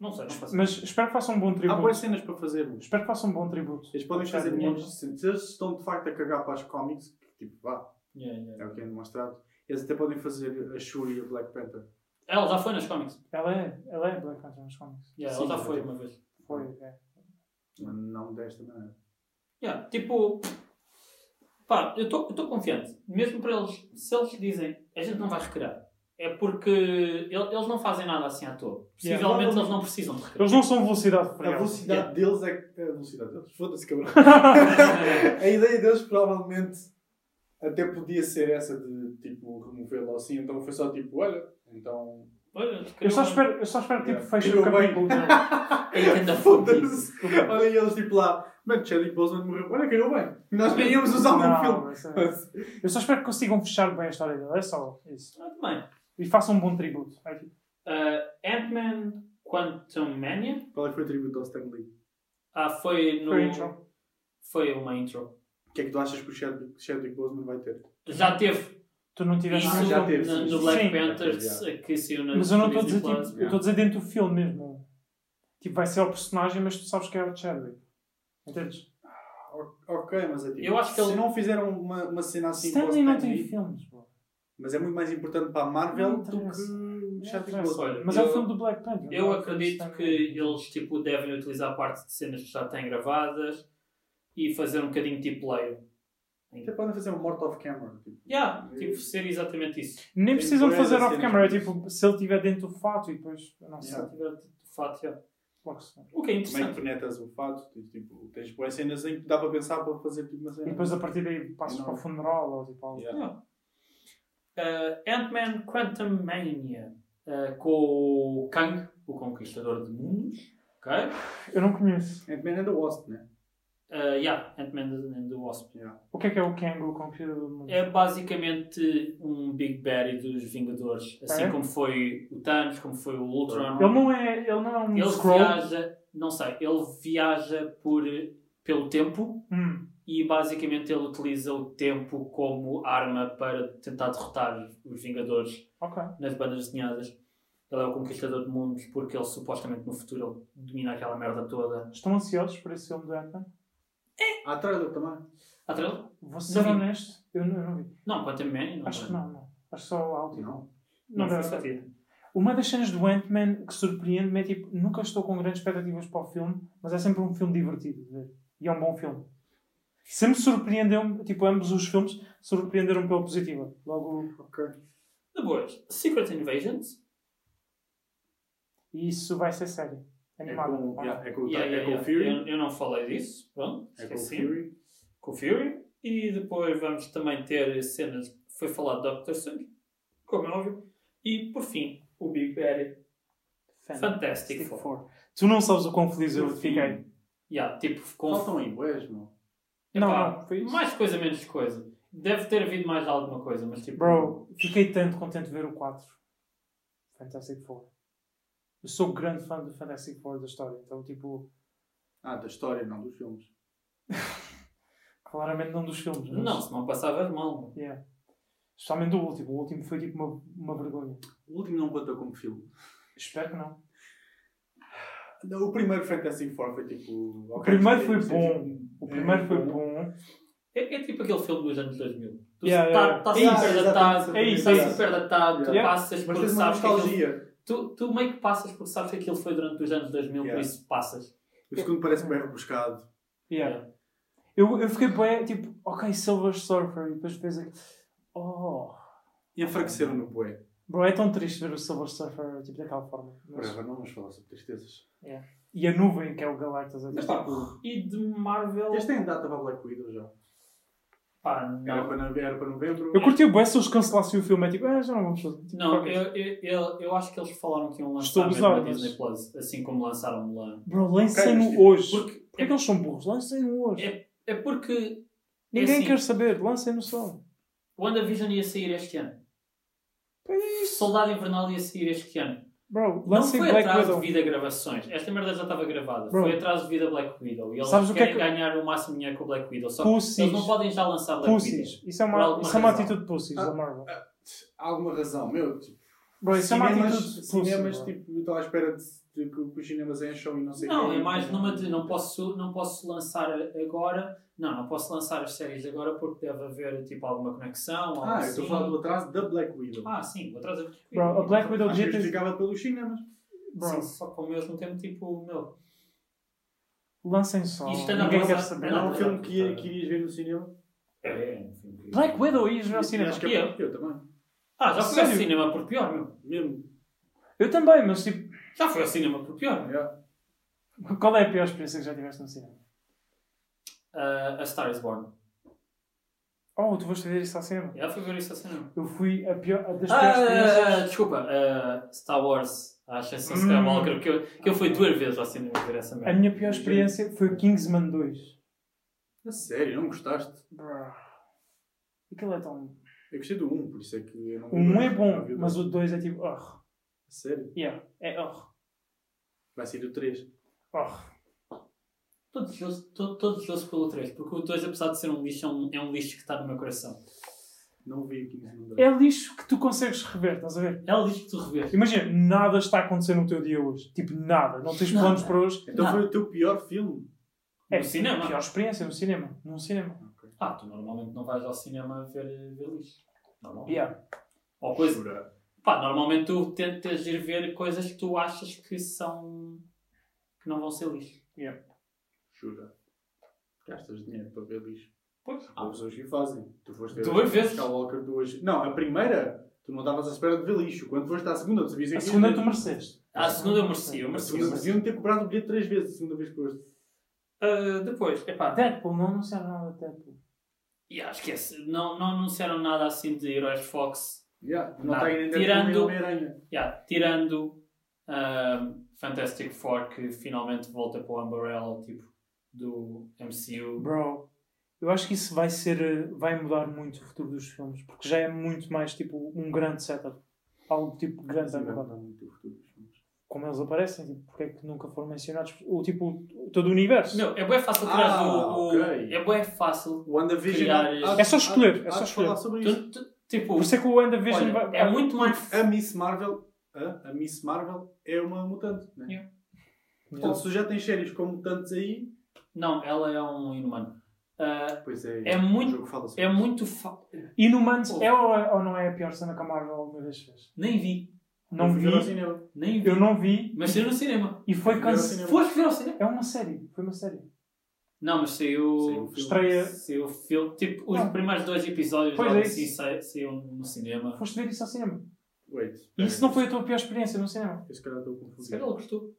[SPEAKER 3] Não sei, não faço.
[SPEAKER 2] mas espero que façam um bom
[SPEAKER 1] Há
[SPEAKER 2] tributo.
[SPEAKER 1] boas cenas para fazermos.
[SPEAKER 2] Espero que façam um bom tributo.
[SPEAKER 1] Ah, Eles podem fazer muitos. Se eles estão de facto a cagar para as cómics, tipo, vá,
[SPEAKER 3] Yeah, yeah.
[SPEAKER 1] é o que é demonstrado. Eles até podem fazer a Shuri e a Black Panther.
[SPEAKER 3] Ela já foi nas comics.
[SPEAKER 2] Ela é, ela é Black Panther nos cómics.
[SPEAKER 3] Yeah,
[SPEAKER 1] Sim,
[SPEAKER 3] ela já
[SPEAKER 1] já
[SPEAKER 3] foi
[SPEAKER 1] teve.
[SPEAKER 3] uma vez.
[SPEAKER 2] Foi, é.
[SPEAKER 1] Mas não desta maneira.
[SPEAKER 3] Yeah, tipo, pá, eu estou confiante. Mesmo para eles, se eles dizem a gente não vai recriar, é porque ele- eles não fazem nada assim à toa.
[SPEAKER 2] Yeah.
[SPEAKER 3] Possivelmente eles não precisam de recriar.
[SPEAKER 2] Eles não são velocidade
[SPEAKER 1] A
[SPEAKER 2] para
[SPEAKER 1] velocidade deles é. que- A velocidade deles. Foda-se, cabrão. A ideia deles provavelmente até podia ser essa de tipo removê-lo assim, então foi só tipo, olha, então.
[SPEAKER 3] Olha, eles
[SPEAKER 2] Eu só
[SPEAKER 3] criam-
[SPEAKER 2] espero, eu só espero que tipo,
[SPEAKER 1] Yeah.
[SPEAKER 2] feche o
[SPEAKER 1] Tirou bem.
[SPEAKER 2] capítulo dele.
[SPEAKER 3] Ei, que anda
[SPEAKER 1] Foda-se! Olha e eles tipo lá, mano, Chadwick Boseman morreu, olha, caiu bem. Nós nem íamos
[SPEAKER 2] Não,
[SPEAKER 1] usar um filme.
[SPEAKER 2] mas é-
[SPEAKER 1] Mas,
[SPEAKER 2] Eu só espero que consigam fechar bem a história dele, é só isso.
[SPEAKER 3] Ah, também.
[SPEAKER 2] E façam um bom tributo. É tipo,
[SPEAKER 3] Ah, Ant-Man Quantum Mania Ah,
[SPEAKER 1] Qual é que foi o tributo ao Stan Lee?
[SPEAKER 3] foi no.
[SPEAKER 2] Foi intro.
[SPEAKER 3] foi uma intro.
[SPEAKER 1] O que é que tu achas que o Chadwick, Chadwick Boseman vai ter?
[SPEAKER 3] Já teve
[SPEAKER 2] Tu não tiveste
[SPEAKER 3] isso
[SPEAKER 1] Ah,
[SPEAKER 2] nada.
[SPEAKER 1] já teve,
[SPEAKER 3] no,
[SPEAKER 1] sim.
[SPEAKER 3] no Black
[SPEAKER 2] Sim.
[SPEAKER 3] Panther
[SPEAKER 1] Já teve,
[SPEAKER 3] que saiu na
[SPEAKER 2] Mas eu não
[SPEAKER 3] no
[SPEAKER 2] estou a dizer,
[SPEAKER 3] Disney
[SPEAKER 2] tipo,
[SPEAKER 3] Plus.
[SPEAKER 2] eu estou a dizer dentro do filme mesmo. Tipo, vai ser o personagem, mas tu sabes que é o Chadwick. Entendes?
[SPEAKER 1] O- Ok, mas é tipo,
[SPEAKER 3] Eu acho que
[SPEAKER 1] se
[SPEAKER 3] ele-
[SPEAKER 1] não fizeram uma, uma
[SPEAKER 3] Ah,
[SPEAKER 1] cena assim com o
[SPEAKER 2] Stanley não
[SPEAKER 1] Stan
[SPEAKER 2] tem
[SPEAKER 1] Lee,
[SPEAKER 2] filmes, bro.
[SPEAKER 1] mas é muito mais importante para a Marvel
[SPEAKER 2] Não
[SPEAKER 1] do
[SPEAKER 2] interessa.
[SPEAKER 1] que o
[SPEAKER 2] Não
[SPEAKER 1] Chadwick
[SPEAKER 2] interessa.
[SPEAKER 1] Boseman.
[SPEAKER 3] Olha,
[SPEAKER 2] Mas é
[SPEAKER 3] eu-
[SPEAKER 2] o filme do Black Panther.
[SPEAKER 3] Eu
[SPEAKER 2] não é o filme do
[SPEAKER 3] acredito
[SPEAKER 2] Stan
[SPEAKER 3] que
[SPEAKER 2] Lee.
[SPEAKER 3] eles tipo, devem utilizar parte de cenas que já têm gravadas e fazer um bocadinho tipo layer.
[SPEAKER 1] Até podem fazer um Mort of Camera. Tipo.
[SPEAKER 3] Yeah, tipo, ser exatamente isso.
[SPEAKER 2] Nem
[SPEAKER 1] Tem
[SPEAKER 2] precisam de
[SPEAKER 1] bué de
[SPEAKER 2] fazer off-camera. É
[SPEAKER 1] cenas.
[SPEAKER 2] tipo, se ele estiver dentro do fato e depois. eu Não sei.
[SPEAKER 1] Yeah.
[SPEAKER 3] Se tiver de fato, yeah.
[SPEAKER 2] logo se vê.
[SPEAKER 3] O que é
[SPEAKER 1] Como é que
[SPEAKER 3] interessante.
[SPEAKER 1] conectas o fato? Tens, tipo, tens boas cenas em que dá para pensar para fazer tipo uma cena.
[SPEAKER 2] E depois a partir daí passas
[SPEAKER 1] Não.
[SPEAKER 2] para o funeral ou tipo algo.
[SPEAKER 1] Yeah.
[SPEAKER 3] Yeah. ah, Ant-Man Quantum Mania com o Kang, o Conquistador de Mundos. Ok?
[SPEAKER 2] Eu não conheço.
[SPEAKER 1] Ant-Man and the Wasp, né?
[SPEAKER 3] Ah, yeah, Ant-Man and the Wasp.
[SPEAKER 2] O que é que é o Kang, o computador do mundo?
[SPEAKER 3] É basicamente um Big Bad dos Vingadores, assim
[SPEAKER 2] É?
[SPEAKER 3] como foi o Thanos, como foi o Ultron.
[SPEAKER 2] Ele não é, ele não é um
[SPEAKER 3] Ele
[SPEAKER 2] scroll.
[SPEAKER 3] viaja, não sei, ele viaja por, pelo tempo
[SPEAKER 2] Hum,
[SPEAKER 3] e basicamente ele utiliza o tempo como arma para tentar derrotar os Vingadores
[SPEAKER 2] ok.
[SPEAKER 3] nas bandas desenhadas. Ele é o conquistador de mundos porque ele supostamente no futuro ele domina aquela merda toda.
[SPEAKER 2] Estão ansiosos por esse filme do Ant-Man?
[SPEAKER 1] Há trailer também.
[SPEAKER 3] Há trailer?
[SPEAKER 2] Vou ser
[SPEAKER 3] Não vi.
[SPEAKER 2] honesto, eu, eu não vi.
[SPEAKER 3] Não, Quantum Man. Não,
[SPEAKER 2] Acho que não, não. Acho só o áudio.
[SPEAKER 1] Não.
[SPEAKER 3] Não,
[SPEAKER 2] dá
[SPEAKER 3] foi
[SPEAKER 2] certo.
[SPEAKER 3] sentido.
[SPEAKER 2] Uma das cenas do Ant-Man que surpreende-me é tipo, nunca estou com grandes expectativas para o filme, mas é sempre um filme divertido de ver. E é um bom filme. Sempre surpreendeu-me, tipo, ambos os filmes surpreenderam-me pela positiva. Logo,
[SPEAKER 1] Ok.
[SPEAKER 3] Depois, Secret Invasions.
[SPEAKER 2] e isso vai ser sério.
[SPEAKER 1] É
[SPEAKER 2] Animado. ou não?
[SPEAKER 1] com, yeah, é com,
[SPEAKER 3] Yeah,
[SPEAKER 1] é
[SPEAKER 3] yeah,
[SPEAKER 1] com
[SPEAKER 3] yeah.
[SPEAKER 1] o Fury.
[SPEAKER 3] Eu, eu não falei disso. Pronto,
[SPEAKER 1] É com o
[SPEAKER 3] esqueci.
[SPEAKER 1] Fury.
[SPEAKER 3] com o Fury. E depois vamos também ter cenas que foi falado de Doctor Strange, como é óbvio. E por fim, o Big Bad Fantastic Four.
[SPEAKER 2] Tu não sabes o quão feliz eu
[SPEAKER 1] No fim.
[SPEAKER 2] fiquei.
[SPEAKER 3] Yeah, tipo, com...
[SPEAKER 1] Faltam aí boés, meu.
[SPEAKER 2] Não,
[SPEAKER 3] Epá,
[SPEAKER 2] não, foi isso.
[SPEAKER 3] Mais coisa, menos coisa. Deve ter havido mais alguma coisa, mas tipo.
[SPEAKER 2] Bro, fiquei tanto contente de ver o 4. Fantastic Four. Eu sou grande fã do Fantastic Four da história, então, tipo,
[SPEAKER 1] Ah, da história, não dos filmes.
[SPEAKER 2] claramente não dos filmes. mas-
[SPEAKER 3] Não, se não passava mal.
[SPEAKER 2] Yeah. Especialmente o último. O último foi tipo uma, uma vergonha.
[SPEAKER 1] O último não conta como filme.
[SPEAKER 2] Espero que não.
[SPEAKER 1] Não, o primeiro Fantastic Four foi tipo.
[SPEAKER 2] O primeiro foi bom.
[SPEAKER 1] É,
[SPEAKER 2] O primeiro foi bom.
[SPEAKER 3] É, é tipo aquele filme dos anos 2000. Tu
[SPEAKER 2] Yeah,
[SPEAKER 3] tá,
[SPEAKER 2] yeah.
[SPEAKER 3] tá
[SPEAKER 1] É isso,
[SPEAKER 3] super datado,
[SPEAKER 1] exatamente.
[SPEAKER 2] É isso,
[SPEAKER 3] tá
[SPEAKER 2] é isso.
[SPEAKER 3] super datado, tu
[SPEAKER 2] Yeah.
[SPEAKER 3] passas
[SPEAKER 1] Mas
[SPEAKER 3] porque
[SPEAKER 1] tens uma
[SPEAKER 3] sabes que é aquilo,
[SPEAKER 1] nostalgia.
[SPEAKER 3] tu, tu meio que passas porque sabes que aquilo foi durante os anos 2000,
[SPEAKER 1] Yeah.
[SPEAKER 3] por isso passas.
[SPEAKER 1] O segundo parece bem rebuscado.
[SPEAKER 2] Yeah. Eu, eu fiquei bem tipo, ok, Silver Surfer. E depois fez aquilo. Oh.
[SPEAKER 1] E enfraqueceram no boé.
[SPEAKER 2] Bro, é tão triste ver o Silver Surfer tipo daquela forma. Mas-
[SPEAKER 1] Agora não vamos falar sobre tristezas.
[SPEAKER 2] E a nuvem que é o Galactus. É,
[SPEAKER 1] Mas
[SPEAKER 2] tipo,
[SPEAKER 1] tá.
[SPEAKER 3] E de Marvel.
[SPEAKER 1] Este tem data para Black Widow já.
[SPEAKER 3] Pá,
[SPEAKER 1] Era
[SPEAKER 3] não.
[SPEAKER 1] para, nove- era para novembro.
[SPEAKER 2] eu curti o bem se eles cancelassem o filme. É tipo, ah, já não vamos fazer. Tipo,
[SPEAKER 3] é- Não,
[SPEAKER 2] ok.
[SPEAKER 3] eu, eu, eu, eu acho que eles falaram que iam
[SPEAKER 2] Estou
[SPEAKER 3] lançar mesmo
[SPEAKER 2] a
[SPEAKER 3] na
[SPEAKER 2] gozar, mas-
[SPEAKER 3] Disney Plus, assim como lançaram lá.
[SPEAKER 2] Bro,
[SPEAKER 1] Ok,
[SPEAKER 2] lancem-no
[SPEAKER 1] mas, tipo,
[SPEAKER 2] hoje. Porquê
[SPEAKER 3] Porque,
[SPEAKER 2] é que eles são burros? Lancem-no hoje.
[SPEAKER 3] é porque
[SPEAKER 2] Ninguém
[SPEAKER 3] assim.
[SPEAKER 2] quer saber. Lancem-no só.
[SPEAKER 3] WandaVision ia sair este ano. Soldado Invernal ia sair este ano.
[SPEAKER 2] É Bro,
[SPEAKER 3] Não
[SPEAKER 2] lancem
[SPEAKER 3] foi
[SPEAKER 2] Black
[SPEAKER 3] atraso
[SPEAKER 2] Widow.
[SPEAKER 3] devido a gravações. Esta merda já estava gravada.
[SPEAKER 2] Bro.
[SPEAKER 3] Foi atraso devido a Black Widow. E eles
[SPEAKER 2] Sabes o que é
[SPEAKER 3] querem
[SPEAKER 2] que-
[SPEAKER 3] ganhar o máximo dinheiro com o Black Widow. Só que eles não
[SPEAKER 2] Pussies.
[SPEAKER 3] podem já lançar Black Widow.
[SPEAKER 2] Pussies. Isso é
[SPEAKER 3] Por
[SPEAKER 2] uma,
[SPEAKER 3] alguma
[SPEAKER 2] isso é uma
[SPEAKER 3] razão.
[SPEAKER 2] atitude de pussies
[SPEAKER 1] Ah,
[SPEAKER 2] da Marvel.
[SPEAKER 1] Há alguma razão, meu. Tipo,
[SPEAKER 2] Bro, isso é uma
[SPEAKER 1] cinemas-
[SPEAKER 2] atitude de
[SPEAKER 1] cinemas,
[SPEAKER 2] pussies. bro.
[SPEAKER 1] tipo, estou à espera de, de que que os cinemas encham e não sei
[SPEAKER 3] Não,
[SPEAKER 1] quê.
[SPEAKER 3] é mais numa de não posso, não posso lançar agora. Não, não posso lançar as séries agora porque deve haver tipo alguma conexão. algo
[SPEAKER 1] Ah, eu
[SPEAKER 3] assim.
[SPEAKER 1] estou a falar do atraso da Black Widow.
[SPEAKER 3] Ah, sim, vou trazer.
[SPEAKER 2] Bro, a Black Widow
[SPEAKER 1] Acho que
[SPEAKER 2] devia ter...
[SPEAKER 1] justificava pelos cinemas.
[SPEAKER 3] Sim,
[SPEAKER 2] Bro,
[SPEAKER 3] só que ao mesmo tempo, tipo, meu.
[SPEAKER 2] lancem só.
[SPEAKER 3] Isto é na
[SPEAKER 2] Ninguém
[SPEAKER 3] nossa-
[SPEAKER 2] quer
[SPEAKER 3] é
[SPEAKER 2] saber.
[SPEAKER 3] na-
[SPEAKER 1] Não, é um filme que, ia-
[SPEAKER 3] claro.
[SPEAKER 1] que irias ver no cinema.
[SPEAKER 3] É, é um filme que-
[SPEAKER 2] Black Widow ia jogar ao cinema.
[SPEAKER 1] Acho que é
[SPEAKER 3] Yeah.
[SPEAKER 1] eu também.
[SPEAKER 3] Ah, já foi ao
[SPEAKER 2] Sério?
[SPEAKER 3] cinema por pior, meu.
[SPEAKER 1] Mesmo.
[SPEAKER 2] Eu também, mas tipo...
[SPEAKER 3] Já foi ao cinema por pior. meu.
[SPEAKER 1] Yeah.
[SPEAKER 2] Qual é a pior experiência que já tiveste no cinema?
[SPEAKER 3] Ah, a Star is Born.
[SPEAKER 2] Oh, tu foste ver isso ao cinema?
[SPEAKER 3] Já fui ver isso ao cinema.
[SPEAKER 2] Eu fui a pior... A das piores
[SPEAKER 3] Ah,
[SPEAKER 2] experiências...
[SPEAKER 3] desculpa, ah, Star Wars, a ascensão
[SPEAKER 2] Hum.
[SPEAKER 3] Skywalker, que eu, que eu fui duas vezes ao cinema ver essa
[SPEAKER 2] Ah, A
[SPEAKER 1] ah.
[SPEAKER 3] merda.
[SPEAKER 2] minha pior experiência foi o Kingsman 2.
[SPEAKER 1] A sério, não gostaste?
[SPEAKER 2] Bro. Aquilo é tão...
[SPEAKER 1] Eu gostei do 1, por isso é que eu não
[SPEAKER 2] O 1 é
[SPEAKER 1] não vi
[SPEAKER 2] bom,
[SPEAKER 1] o
[SPEAKER 2] mas
[SPEAKER 1] dois.
[SPEAKER 2] o 2 é tipo... Oh.
[SPEAKER 1] A sério?
[SPEAKER 2] Yeah, é oh.
[SPEAKER 1] Vai sair o 3.
[SPEAKER 2] Oh.
[SPEAKER 3] Todo desejoso, todo, todo desejoso pelo 3, porque o 2, apesar de ser um lixo, é um, é um lixo que está no meu coração.
[SPEAKER 1] Não vi o 15 não dá.
[SPEAKER 2] É lixo que tu consegues rever, estás a ver?
[SPEAKER 3] É um lixo que tu revês.
[SPEAKER 2] Imagina, nada está a acontecer no teu dia hoje. Tipo, nada. Não tens
[SPEAKER 3] Nada.
[SPEAKER 2] planos para hoje.
[SPEAKER 1] Então
[SPEAKER 3] Não.
[SPEAKER 1] foi o teu pior filme.
[SPEAKER 3] No
[SPEAKER 2] É
[SPEAKER 3] cinema.
[SPEAKER 2] A pior experiência no cinema. Num cinema.
[SPEAKER 1] Ok.
[SPEAKER 3] Ah, tu normalmente não vais ao cinema ver, ver lixo. Normalmente.
[SPEAKER 2] Yeah.
[SPEAKER 3] Ou coisa.
[SPEAKER 1] Jura?
[SPEAKER 3] Pá, normalmente tu tentas ir ver coisas que tu achas que são. que não vão ser lixo.
[SPEAKER 1] Jura. Gastas dinheiro para ver lixo.
[SPEAKER 3] Pois.
[SPEAKER 1] Há pessoas que fazem. Tu foste ver
[SPEAKER 3] Duas
[SPEAKER 1] a
[SPEAKER 3] vezes.
[SPEAKER 1] Skywalker duas. Não, a primeira, tu não estavas à espera de ver lixo. Quando foste à segunda, tu sabias
[SPEAKER 2] A
[SPEAKER 1] que-
[SPEAKER 2] segunda tu mereceste.
[SPEAKER 3] A segunda ah, eu mereci, eu
[SPEAKER 1] A
[SPEAKER 3] mereci.
[SPEAKER 1] segunda
[SPEAKER 3] eu mereci.
[SPEAKER 1] deviam ter cobrado o bilhete três vezes, a segunda vez que foste.
[SPEAKER 3] Ah, depois, epá,
[SPEAKER 2] Deadpool, não anunciaram nada de Deadpool.
[SPEAKER 3] é yeah, esquece, não, não anunciaram nada assim de heróis Fox
[SPEAKER 1] Yeah, não
[SPEAKER 3] Nada.
[SPEAKER 1] tem ainda
[SPEAKER 3] Tirando-
[SPEAKER 1] o Homem-Aranha.
[SPEAKER 3] Yeah, tirando um, Fantastic Four que finalmente volta para o Umbrella tipo, do MCU.
[SPEAKER 2] Bro, eu acho que isso vai ser. eh, vai mudar muito o futuro dos filmes, porque já é muito mais tipo um grande setup. Algo tipo grande a
[SPEAKER 1] Sim, vai
[SPEAKER 2] mudar.
[SPEAKER 3] é.
[SPEAKER 1] mudar muito o futuro dos filmes.
[SPEAKER 2] Como eles aparecem, tipo, porque é que nunca foram mencionados? Ou tipo, todo o universo.
[SPEAKER 3] Meu, é bem fácil tirar
[SPEAKER 1] Ah,
[SPEAKER 3] o, o-
[SPEAKER 1] ok.
[SPEAKER 3] É bem fácil.
[SPEAKER 1] WandaVision.
[SPEAKER 3] Criar-
[SPEAKER 1] há-
[SPEAKER 2] É só
[SPEAKER 1] há-
[SPEAKER 2] escolher, é
[SPEAKER 1] há
[SPEAKER 2] só
[SPEAKER 1] de
[SPEAKER 2] escolher.
[SPEAKER 1] falar sobre
[SPEAKER 3] Tu-
[SPEAKER 1] isso.
[SPEAKER 3] tu- tipo,
[SPEAKER 2] Por isso é que o WandaVision
[SPEAKER 3] olha,
[SPEAKER 2] vai.
[SPEAKER 3] é muito mais.
[SPEAKER 1] A Miss Marvel, a, a Miss Marvel é uma mutante, né?
[SPEAKER 3] Yeah.
[SPEAKER 1] Portanto, se já tens séries com mutantes aí,
[SPEAKER 3] Não, ela é um inumano. Ah,
[SPEAKER 1] pois é.
[SPEAKER 3] É muito-
[SPEAKER 1] O jogo fala sobre
[SPEAKER 3] é
[SPEAKER 1] isso.
[SPEAKER 3] muito fácil.
[SPEAKER 2] Inumanos é ou, é ou não é a pior cena que a Marvel alguma vez fez?
[SPEAKER 3] Nem vi.
[SPEAKER 2] Não
[SPEAKER 1] Eu
[SPEAKER 2] vi,
[SPEAKER 1] fui ver ao cinema.
[SPEAKER 3] Nem vi.
[SPEAKER 2] eu não vi
[SPEAKER 3] Mas saiu no cinema.
[SPEAKER 2] e foi
[SPEAKER 1] Eu fui ver ao
[SPEAKER 2] cancelado.
[SPEAKER 1] cinema.
[SPEAKER 3] Foste ver ao cinema?
[SPEAKER 2] É uma série, foi uma série.
[SPEAKER 3] Não, mas
[SPEAKER 1] Saiu o
[SPEAKER 3] saiu.
[SPEAKER 1] filme.
[SPEAKER 2] Estreia.
[SPEAKER 3] Saiu o filme. Tipo, os
[SPEAKER 2] Não.
[SPEAKER 3] primeiros dois episódios
[SPEAKER 2] Pois
[SPEAKER 3] logo
[SPEAKER 2] é
[SPEAKER 3] assim
[SPEAKER 2] isso.
[SPEAKER 3] sa- saíram no cinema.
[SPEAKER 2] Foste ver isso ao cinema.
[SPEAKER 1] Wait.
[SPEAKER 2] E isso não
[SPEAKER 1] espera.
[SPEAKER 2] foi a tua pior experiência no cinema.
[SPEAKER 1] Eu se calhar estou
[SPEAKER 3] Se
[SPEAKER 1] confundido.
[SPEAKER 3] calhar ele gostou.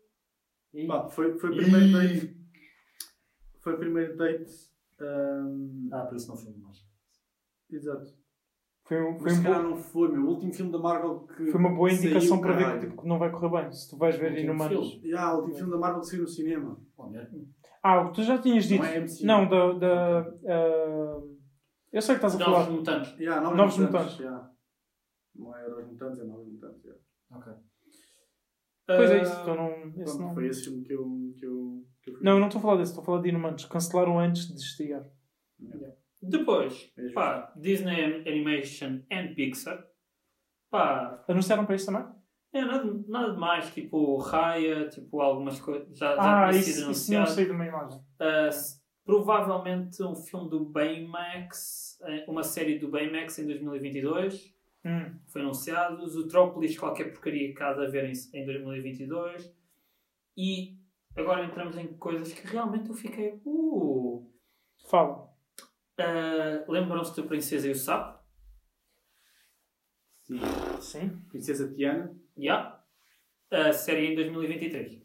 [SPEAKER 2] E-
[SPEAKER 1] Pá, tá foi, foi o
[SPEAKER 3] Ih.
[SPEAKER 1] primeiro date. Foi o primeiro date. ahm,
[SPEAKER 3] Ah, por isso não foi mais.
[SPEAKER 1] exato.
[SPEAKER 2] Foi, um- foi
[SPEAKER 1] Mas
[SPEAKER 2] um
[SPEAKER 1] se
[SPEAKER 2] bom-
[SPEAKER 1] calhar não foi, meu. O último filme da Marvel que.
[SPEAKER 2] Foi uma boa
[SPEAKER 1] saiu,
[SPEAKER 2] indicação para ver
[SPEAKER 1] caralho.
[SPEAKER 2] que, tipo, que não vai correr bem. Se tu vais ver
[SPEAKER 3] Último
[SPEAKER 2] Inumanos.
[SPEAKER 3] filme.
[SPEAKER 1] Yeah, o último filme da Marvel que saiu no cinema.
[SPEAKER 3] Oh, merda.
[SPEAKER 2] Ah, o que tu já tinhas dito.
[SPEAKER 1] Não é MCU.
[SPEAKER 2] Não, da. da ah, eu sei o que estás a
[SPEAKER 3] Novos
[SPEAKER 2] falar.
[SPEAKER 3] mutantes.
[SPEAKER 1] Yeah, novos,
[SPEAKER 2] Novos
[SPEAKER 1] mutantes.
[SPEAKER 2] Mutantes.
[SPEAKER 1] yeah. Não é Heróis Mutantes, é Novos Mutantes. Yeah.
[SPEAKER 3] Ok.
[SPEAKER 2] Pois é,
[SPEAKER 3] Ah,
[SPEAKER 2] isso. Então não, esse
[SPEAKER 1] Pronto,
[SPEAKER 2] não...
[SPEAKER 1] Foi esse filme que eu. Que eu, que eu fui
[SPEAKER 2] não, eu não estou a falar desse. Estou a falar de Inumanos. Cancelaram antes de estigar.
[SPEAKER 3] Ah, Depois,
[SPEAKER 1] É justo.
[SPEAKER 3] pá, Disney Animation and Pixar. Pá,
[SPEAKER 2] Anunciaram para isso também?
[SPEAKER 3] é nada, nada de mais, tipo Raya, tipo algumas coisas já, já
[SPEAKER 2] Ah,
[SPEAKER 3] tinha sido
[SPEAKER 2] isso, isso tinha
[SPEAKER 3] anunciado.
[SPEAKER 2] saído uma imagem.
[SPEAKER 3] Ah, s- provavelmente um filme do Baymax, eh, uma série do Baymax em 2022,
[SPEAKER 2] Hum.
[SPEAKER 3] foi anunciado. Zootrópolis, qualquer porcaria que há de haver em, em 2022. E agora entramos em coisas que realmente eu fiquei. Uh,
[SPEAKER 2] Fala.
[SPEAKER 3] Ah, Lembram-se da Princesa e o Sapo?
[SPEAKER 1] Sim.
[SPEAKER 2] Sim.
[SPEAKER 1] Princesa Tiana.
[SPEAKER 3] Yeah. A série em 2023.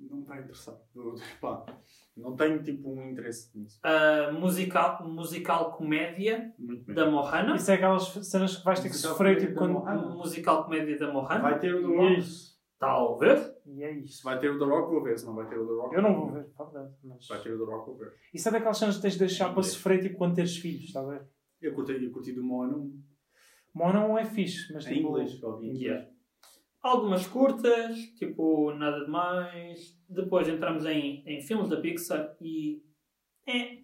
[SPEAKER 1] Não está interessado. Eu, Pá, não tenho tipo um interesse nisso.
[SPEAKER 2] Ah.
[SPEAKER 3] A musical, musical comédia
[SPEAKER 1] Muito bem.
[SPEAKER 3] da Mohana.
[SPEAKER 2] Isso é aquelas cenas que vais ter que
[SPEAKER 1] Musical
[SPEAKER 2] sofrer
[SPEAKER 1] comédia
[SPEAKER 2] tipo
[SPEAKER 1] da
[SPEAKER 2] quando.
[SPEAKER 1] Mohana.
[SPEAKER 3] A musical comédia da Mohana.
[SPEAKER 1] Vai ter o The
[SPEAKER 2] E é
[SPEAKER 1] Rock.
[SPEAKER 2] isso.
[SPEAKER 3] Talvez.
[SPEAKER 2] E é isso.
[SPEAKER 1] Se vai ter o The Rock, vou ver. Se não vai ter o The Rock.
[SPEAKER 2] Eu não vou ver, pá, verdade, mas...
[SPEAKER 1] Vai ter o The Rock, vou ver.
[SPEAKER 2] Isso é daquelas cenas que tens de deixar para sofrer tipo quando teres filhos, está a ver?
[SPEAKER 1] Eu curti, eu curti do Mono
[SPEAKER 2] Mono não é fixe, mas
[SPEAKER 1] em
[SPEAKER 2] tipo.
[SPEAKER 1] inglês. Ouvi em inglês.
[SPEAKER 3] Yeah. Algumas curtas, tipo nada demais. Depois entramos em, em filmes da Pixar e é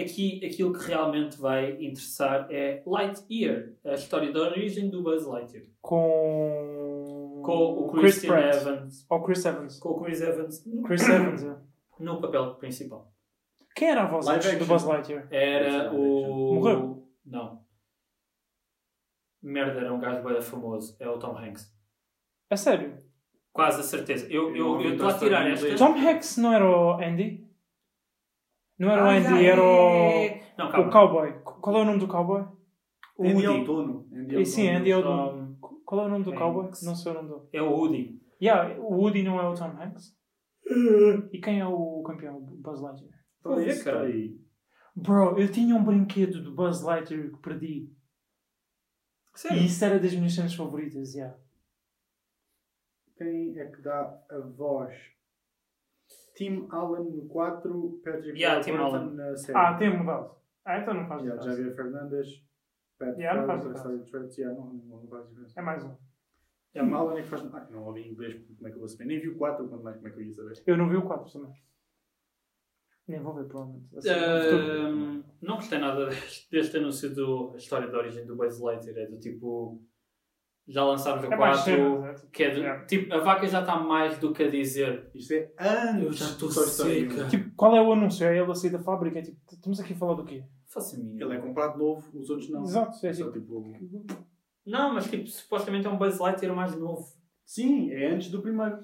[SPEAKER 3] aqui aquilo que realmente vai interessar é Lightyear, a história da origem do Buzz Lightyear,
[SPEAKER 2] Com.
[SPEAKER 3] com o Chris Evans,
[SPEAKER 2] Ou Chris Evans.
[SPEAKER 3] com o Chris Evans
[SPEAKER 2] Chris Evans, é.
[SPEAKER 3] no papel principal.
[SPEAKER 2] Quem era a voz
[SPEAKER 1] Live
[SPEAKER 2] antes do
[SPEAKER 1] action.
[SPEAKER 2] Buzz Lightyear?
[SPEAKER 3] Era o.
[SPEAKER 2] Morreu?
[SPEAKER 3] Não. Merda, era um gajo bem famoso. É o Tom Hanks.
[SPEAKER 2] É sério.
[SPEAKER 3] Quase a certeza. Eu
[SPEAKER 1] Eu não
[SPEAKER 3] eu- eu
[SPEAKER 1] vi
[SPEAKER 3] estou a
[SPEAKER 1] bastante
[SPEAKER 3] tirar
[SPEAKER 1] inglês.
[SPEAKER 3] estas.
[SPEAKER 2] Tom Hanks não era o Andy? Não era o
[SPEAKER 3] Ah,
[SPEAKER 2] Andy,
[SPEAKER 3] é.
[SPEAKER 2] era o.
[SPEAKER 3] Não,
[SPEAKER 2] O
[SPEAKER 3] calma.
[SPEAKER 2] cowboy. Qual é o nome do cowboy?
[SPEAKER 3] O
[SPEAKER 1] Andy
[SPEAKER 3] Woody.
[SPEAKER 1] Outono. Andy
[SPEAKER 2] E sim,
[SPEAKER 1] Outono.
[SPEAKER 2] Andy é o do.
[SPEAKER 3] Tom-
[SPEAKER 2] Qual é o nome do cowboy?
[SPEAKER 3] Hanks.
[SPEAKER 2] Não sei o nome do.
[SPEAKER 3] É o Woody.
[SPEAKER 2] Yeah, o Woody não é o Tom Hanks? E quem é o campeão? O Buzz Lightyear?
[SPEAKER 1] Então é que tá
[SPEAKER 3] Caralho.
[SPEAKER 1] aí.
[SPEAKER 2] Bro, eu tinha um brinquedo do Buzz Lightyear que perdi. E
[SPEAKER 3] Sério?
[SPEAKER 2] isso era das minhas cenas favoritas, yeah.
[SPEAKER 1] Quem é que dá a voz? Tim Allen no 4, Patrick
[SPEAKER 3] Yeah, Tim
[SPEAKER 1] Warburton
[SPEAKER 3] Allen.
[SPEAKER 1] na série.
[SPEAKER 2] Ah, tem mudado. Ah, então não faz
[SPEAKER 1] Yeah,
[SPEAKER 2] diferença.
[SPEAKER 1] Javier Fernandes, Patrick
[SPEAKER 2] Yeah, não faz
[SPEAKER 1] Warburton, Travis yeah, não, não, não faz diferença.
[SPEAKER 2] É mais um.
[SPEAKER 1] Tim Allen é que faz. Ah, não ouvi em inglês, como é que eu vou saber? Nem vi o 4, quanto mais como é que eu ia saber?
[SPEAKER 2] Eu não vi o 4 também. Nem vou ver, provavelmente. Assim,
[SPEAKER 3] Eh,
[SPEAKER 2] no futuro.
[SPEAKER 3] Ahm, ehm, não gostei nada deste, deste anúncio do a história da origem do Buzz Lightyear. É do tipo. Já lançámos a
[SPEAKER 2] é mais
[SPEAKER 3] 4.
[SPEAKER 2] cenas, é tipo-
[SPEAKER 3] Que é do-
[SPEAKER 2] Yeah.
[SPEAKER 3] tipo, a vaca já está mais do que a dizer.
[SPEAKER 1] Isto é anos.
[SPEAKER 3] Eu já tô
[SPEAKER 1] de Toy Story
[SPEAKER 3] seca.
[SPEAKER 1] um.
[SPEAKER 2] Tipo, qual é o anúncio? É ele a sair da fábrica? É tipo, estamos aqui a falar do quê?
[SPEAKER 3] Faça minha.
[SPEAKER 1] Ele é comprado novo, os outros não.
[SPEAKER 2] Exato, é
[SPEAKER 1] Só
[SPEAKER 2] tipo...
[SPEAKER 1] tipo.
[SPEAKER 3] Não, mas tipo, supostamente é um Buzz Lightyear mais novo.
[SPEAKER 1] Sim, é antes do primeiro.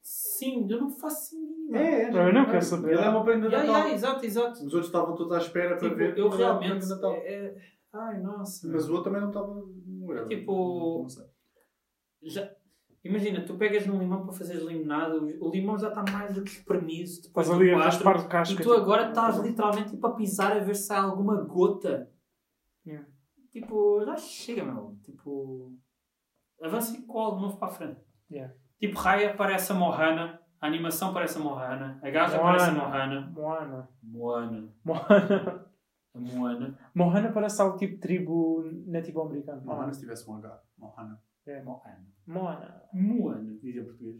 [SPEAKER 3] Sim, eu não faço mínimo.
[SPEAKER 1] É, antes
[SPEAKER 2] Eu
[SPEAKER 1] do
[SPEAKER 2] não
[SPEAKER 1] primeiro.
[SPEAKER 2] quero saber.
[SPEAKER 1] Ele é uma prenda de
[SPEAKER 3] Yeah,
[SPEAKER 1] Natal.
[SPEAKER 3] yeah, exato, exato.
[SPEAKER 1] Os outros estavam todos à espera para
[SPEAKER 3] Tipo,
[SPEAKER 1] ver. tá-
[SPEAKER 3] eu
[SPEAKER 1] qual era a
[SPEAKER 3] realmente.
[SPEAKER 1] prenda de Natal.
[SPEAKER 3] é- é- Ai, nossa.
[SPEAKER 1] Mas o outro também não estava. não era.
[SPEAKER 3] É tipo-
[SPEAKER 1] Não sei.
[SPEAKER 3] Já- Imagina, tu pegas num limão para fazeres limonada, o o limão já está mais do que espremido. depois
[SPEAKER 2] Estás
[SPEAKER 3] do
[SPEAKER 2] ali é a
[SPEAKER 3] quatro,
[SPEAKER 2] raspar de
[SPEAKER 3] E
[SPEAKER 2] casca.
[SPEAKER 3] tipo, tu agora estás literalmente tipo, a pisar a ver se há alguma gota.
[SPEAKER 2] Yeah.
[SPEAKER 3] tipo, já chega, meu. Tipo, avancem com algo novo para a frente.
[SPEAKER 2] Yeah.
[SPEAKER 3] Tipo, Raya parece a Mohana, a animação parece a Mohana, a gaja
[SPEAKER 2] Moana.
[SPEAKER 3] parece a Mohana.
[SPEAKER 2] Moana.
[SPEAKER 3] Moana.
[SPEAKER 2] Moana.
[SPEAKER 3] A Moana.
[SPEAKER 2] Moana parece algo tipo tribo nativo americano.
[SPEAKER 1] Mohana se tivesse um H. Mohana.
[SPEAKER 2] É, Mo-
[SPEAKER 3] Moana.
[SPEAKER 2] Moana.
[SPEAKER 3] Moana.
[SPEAKER 1] Diz em português.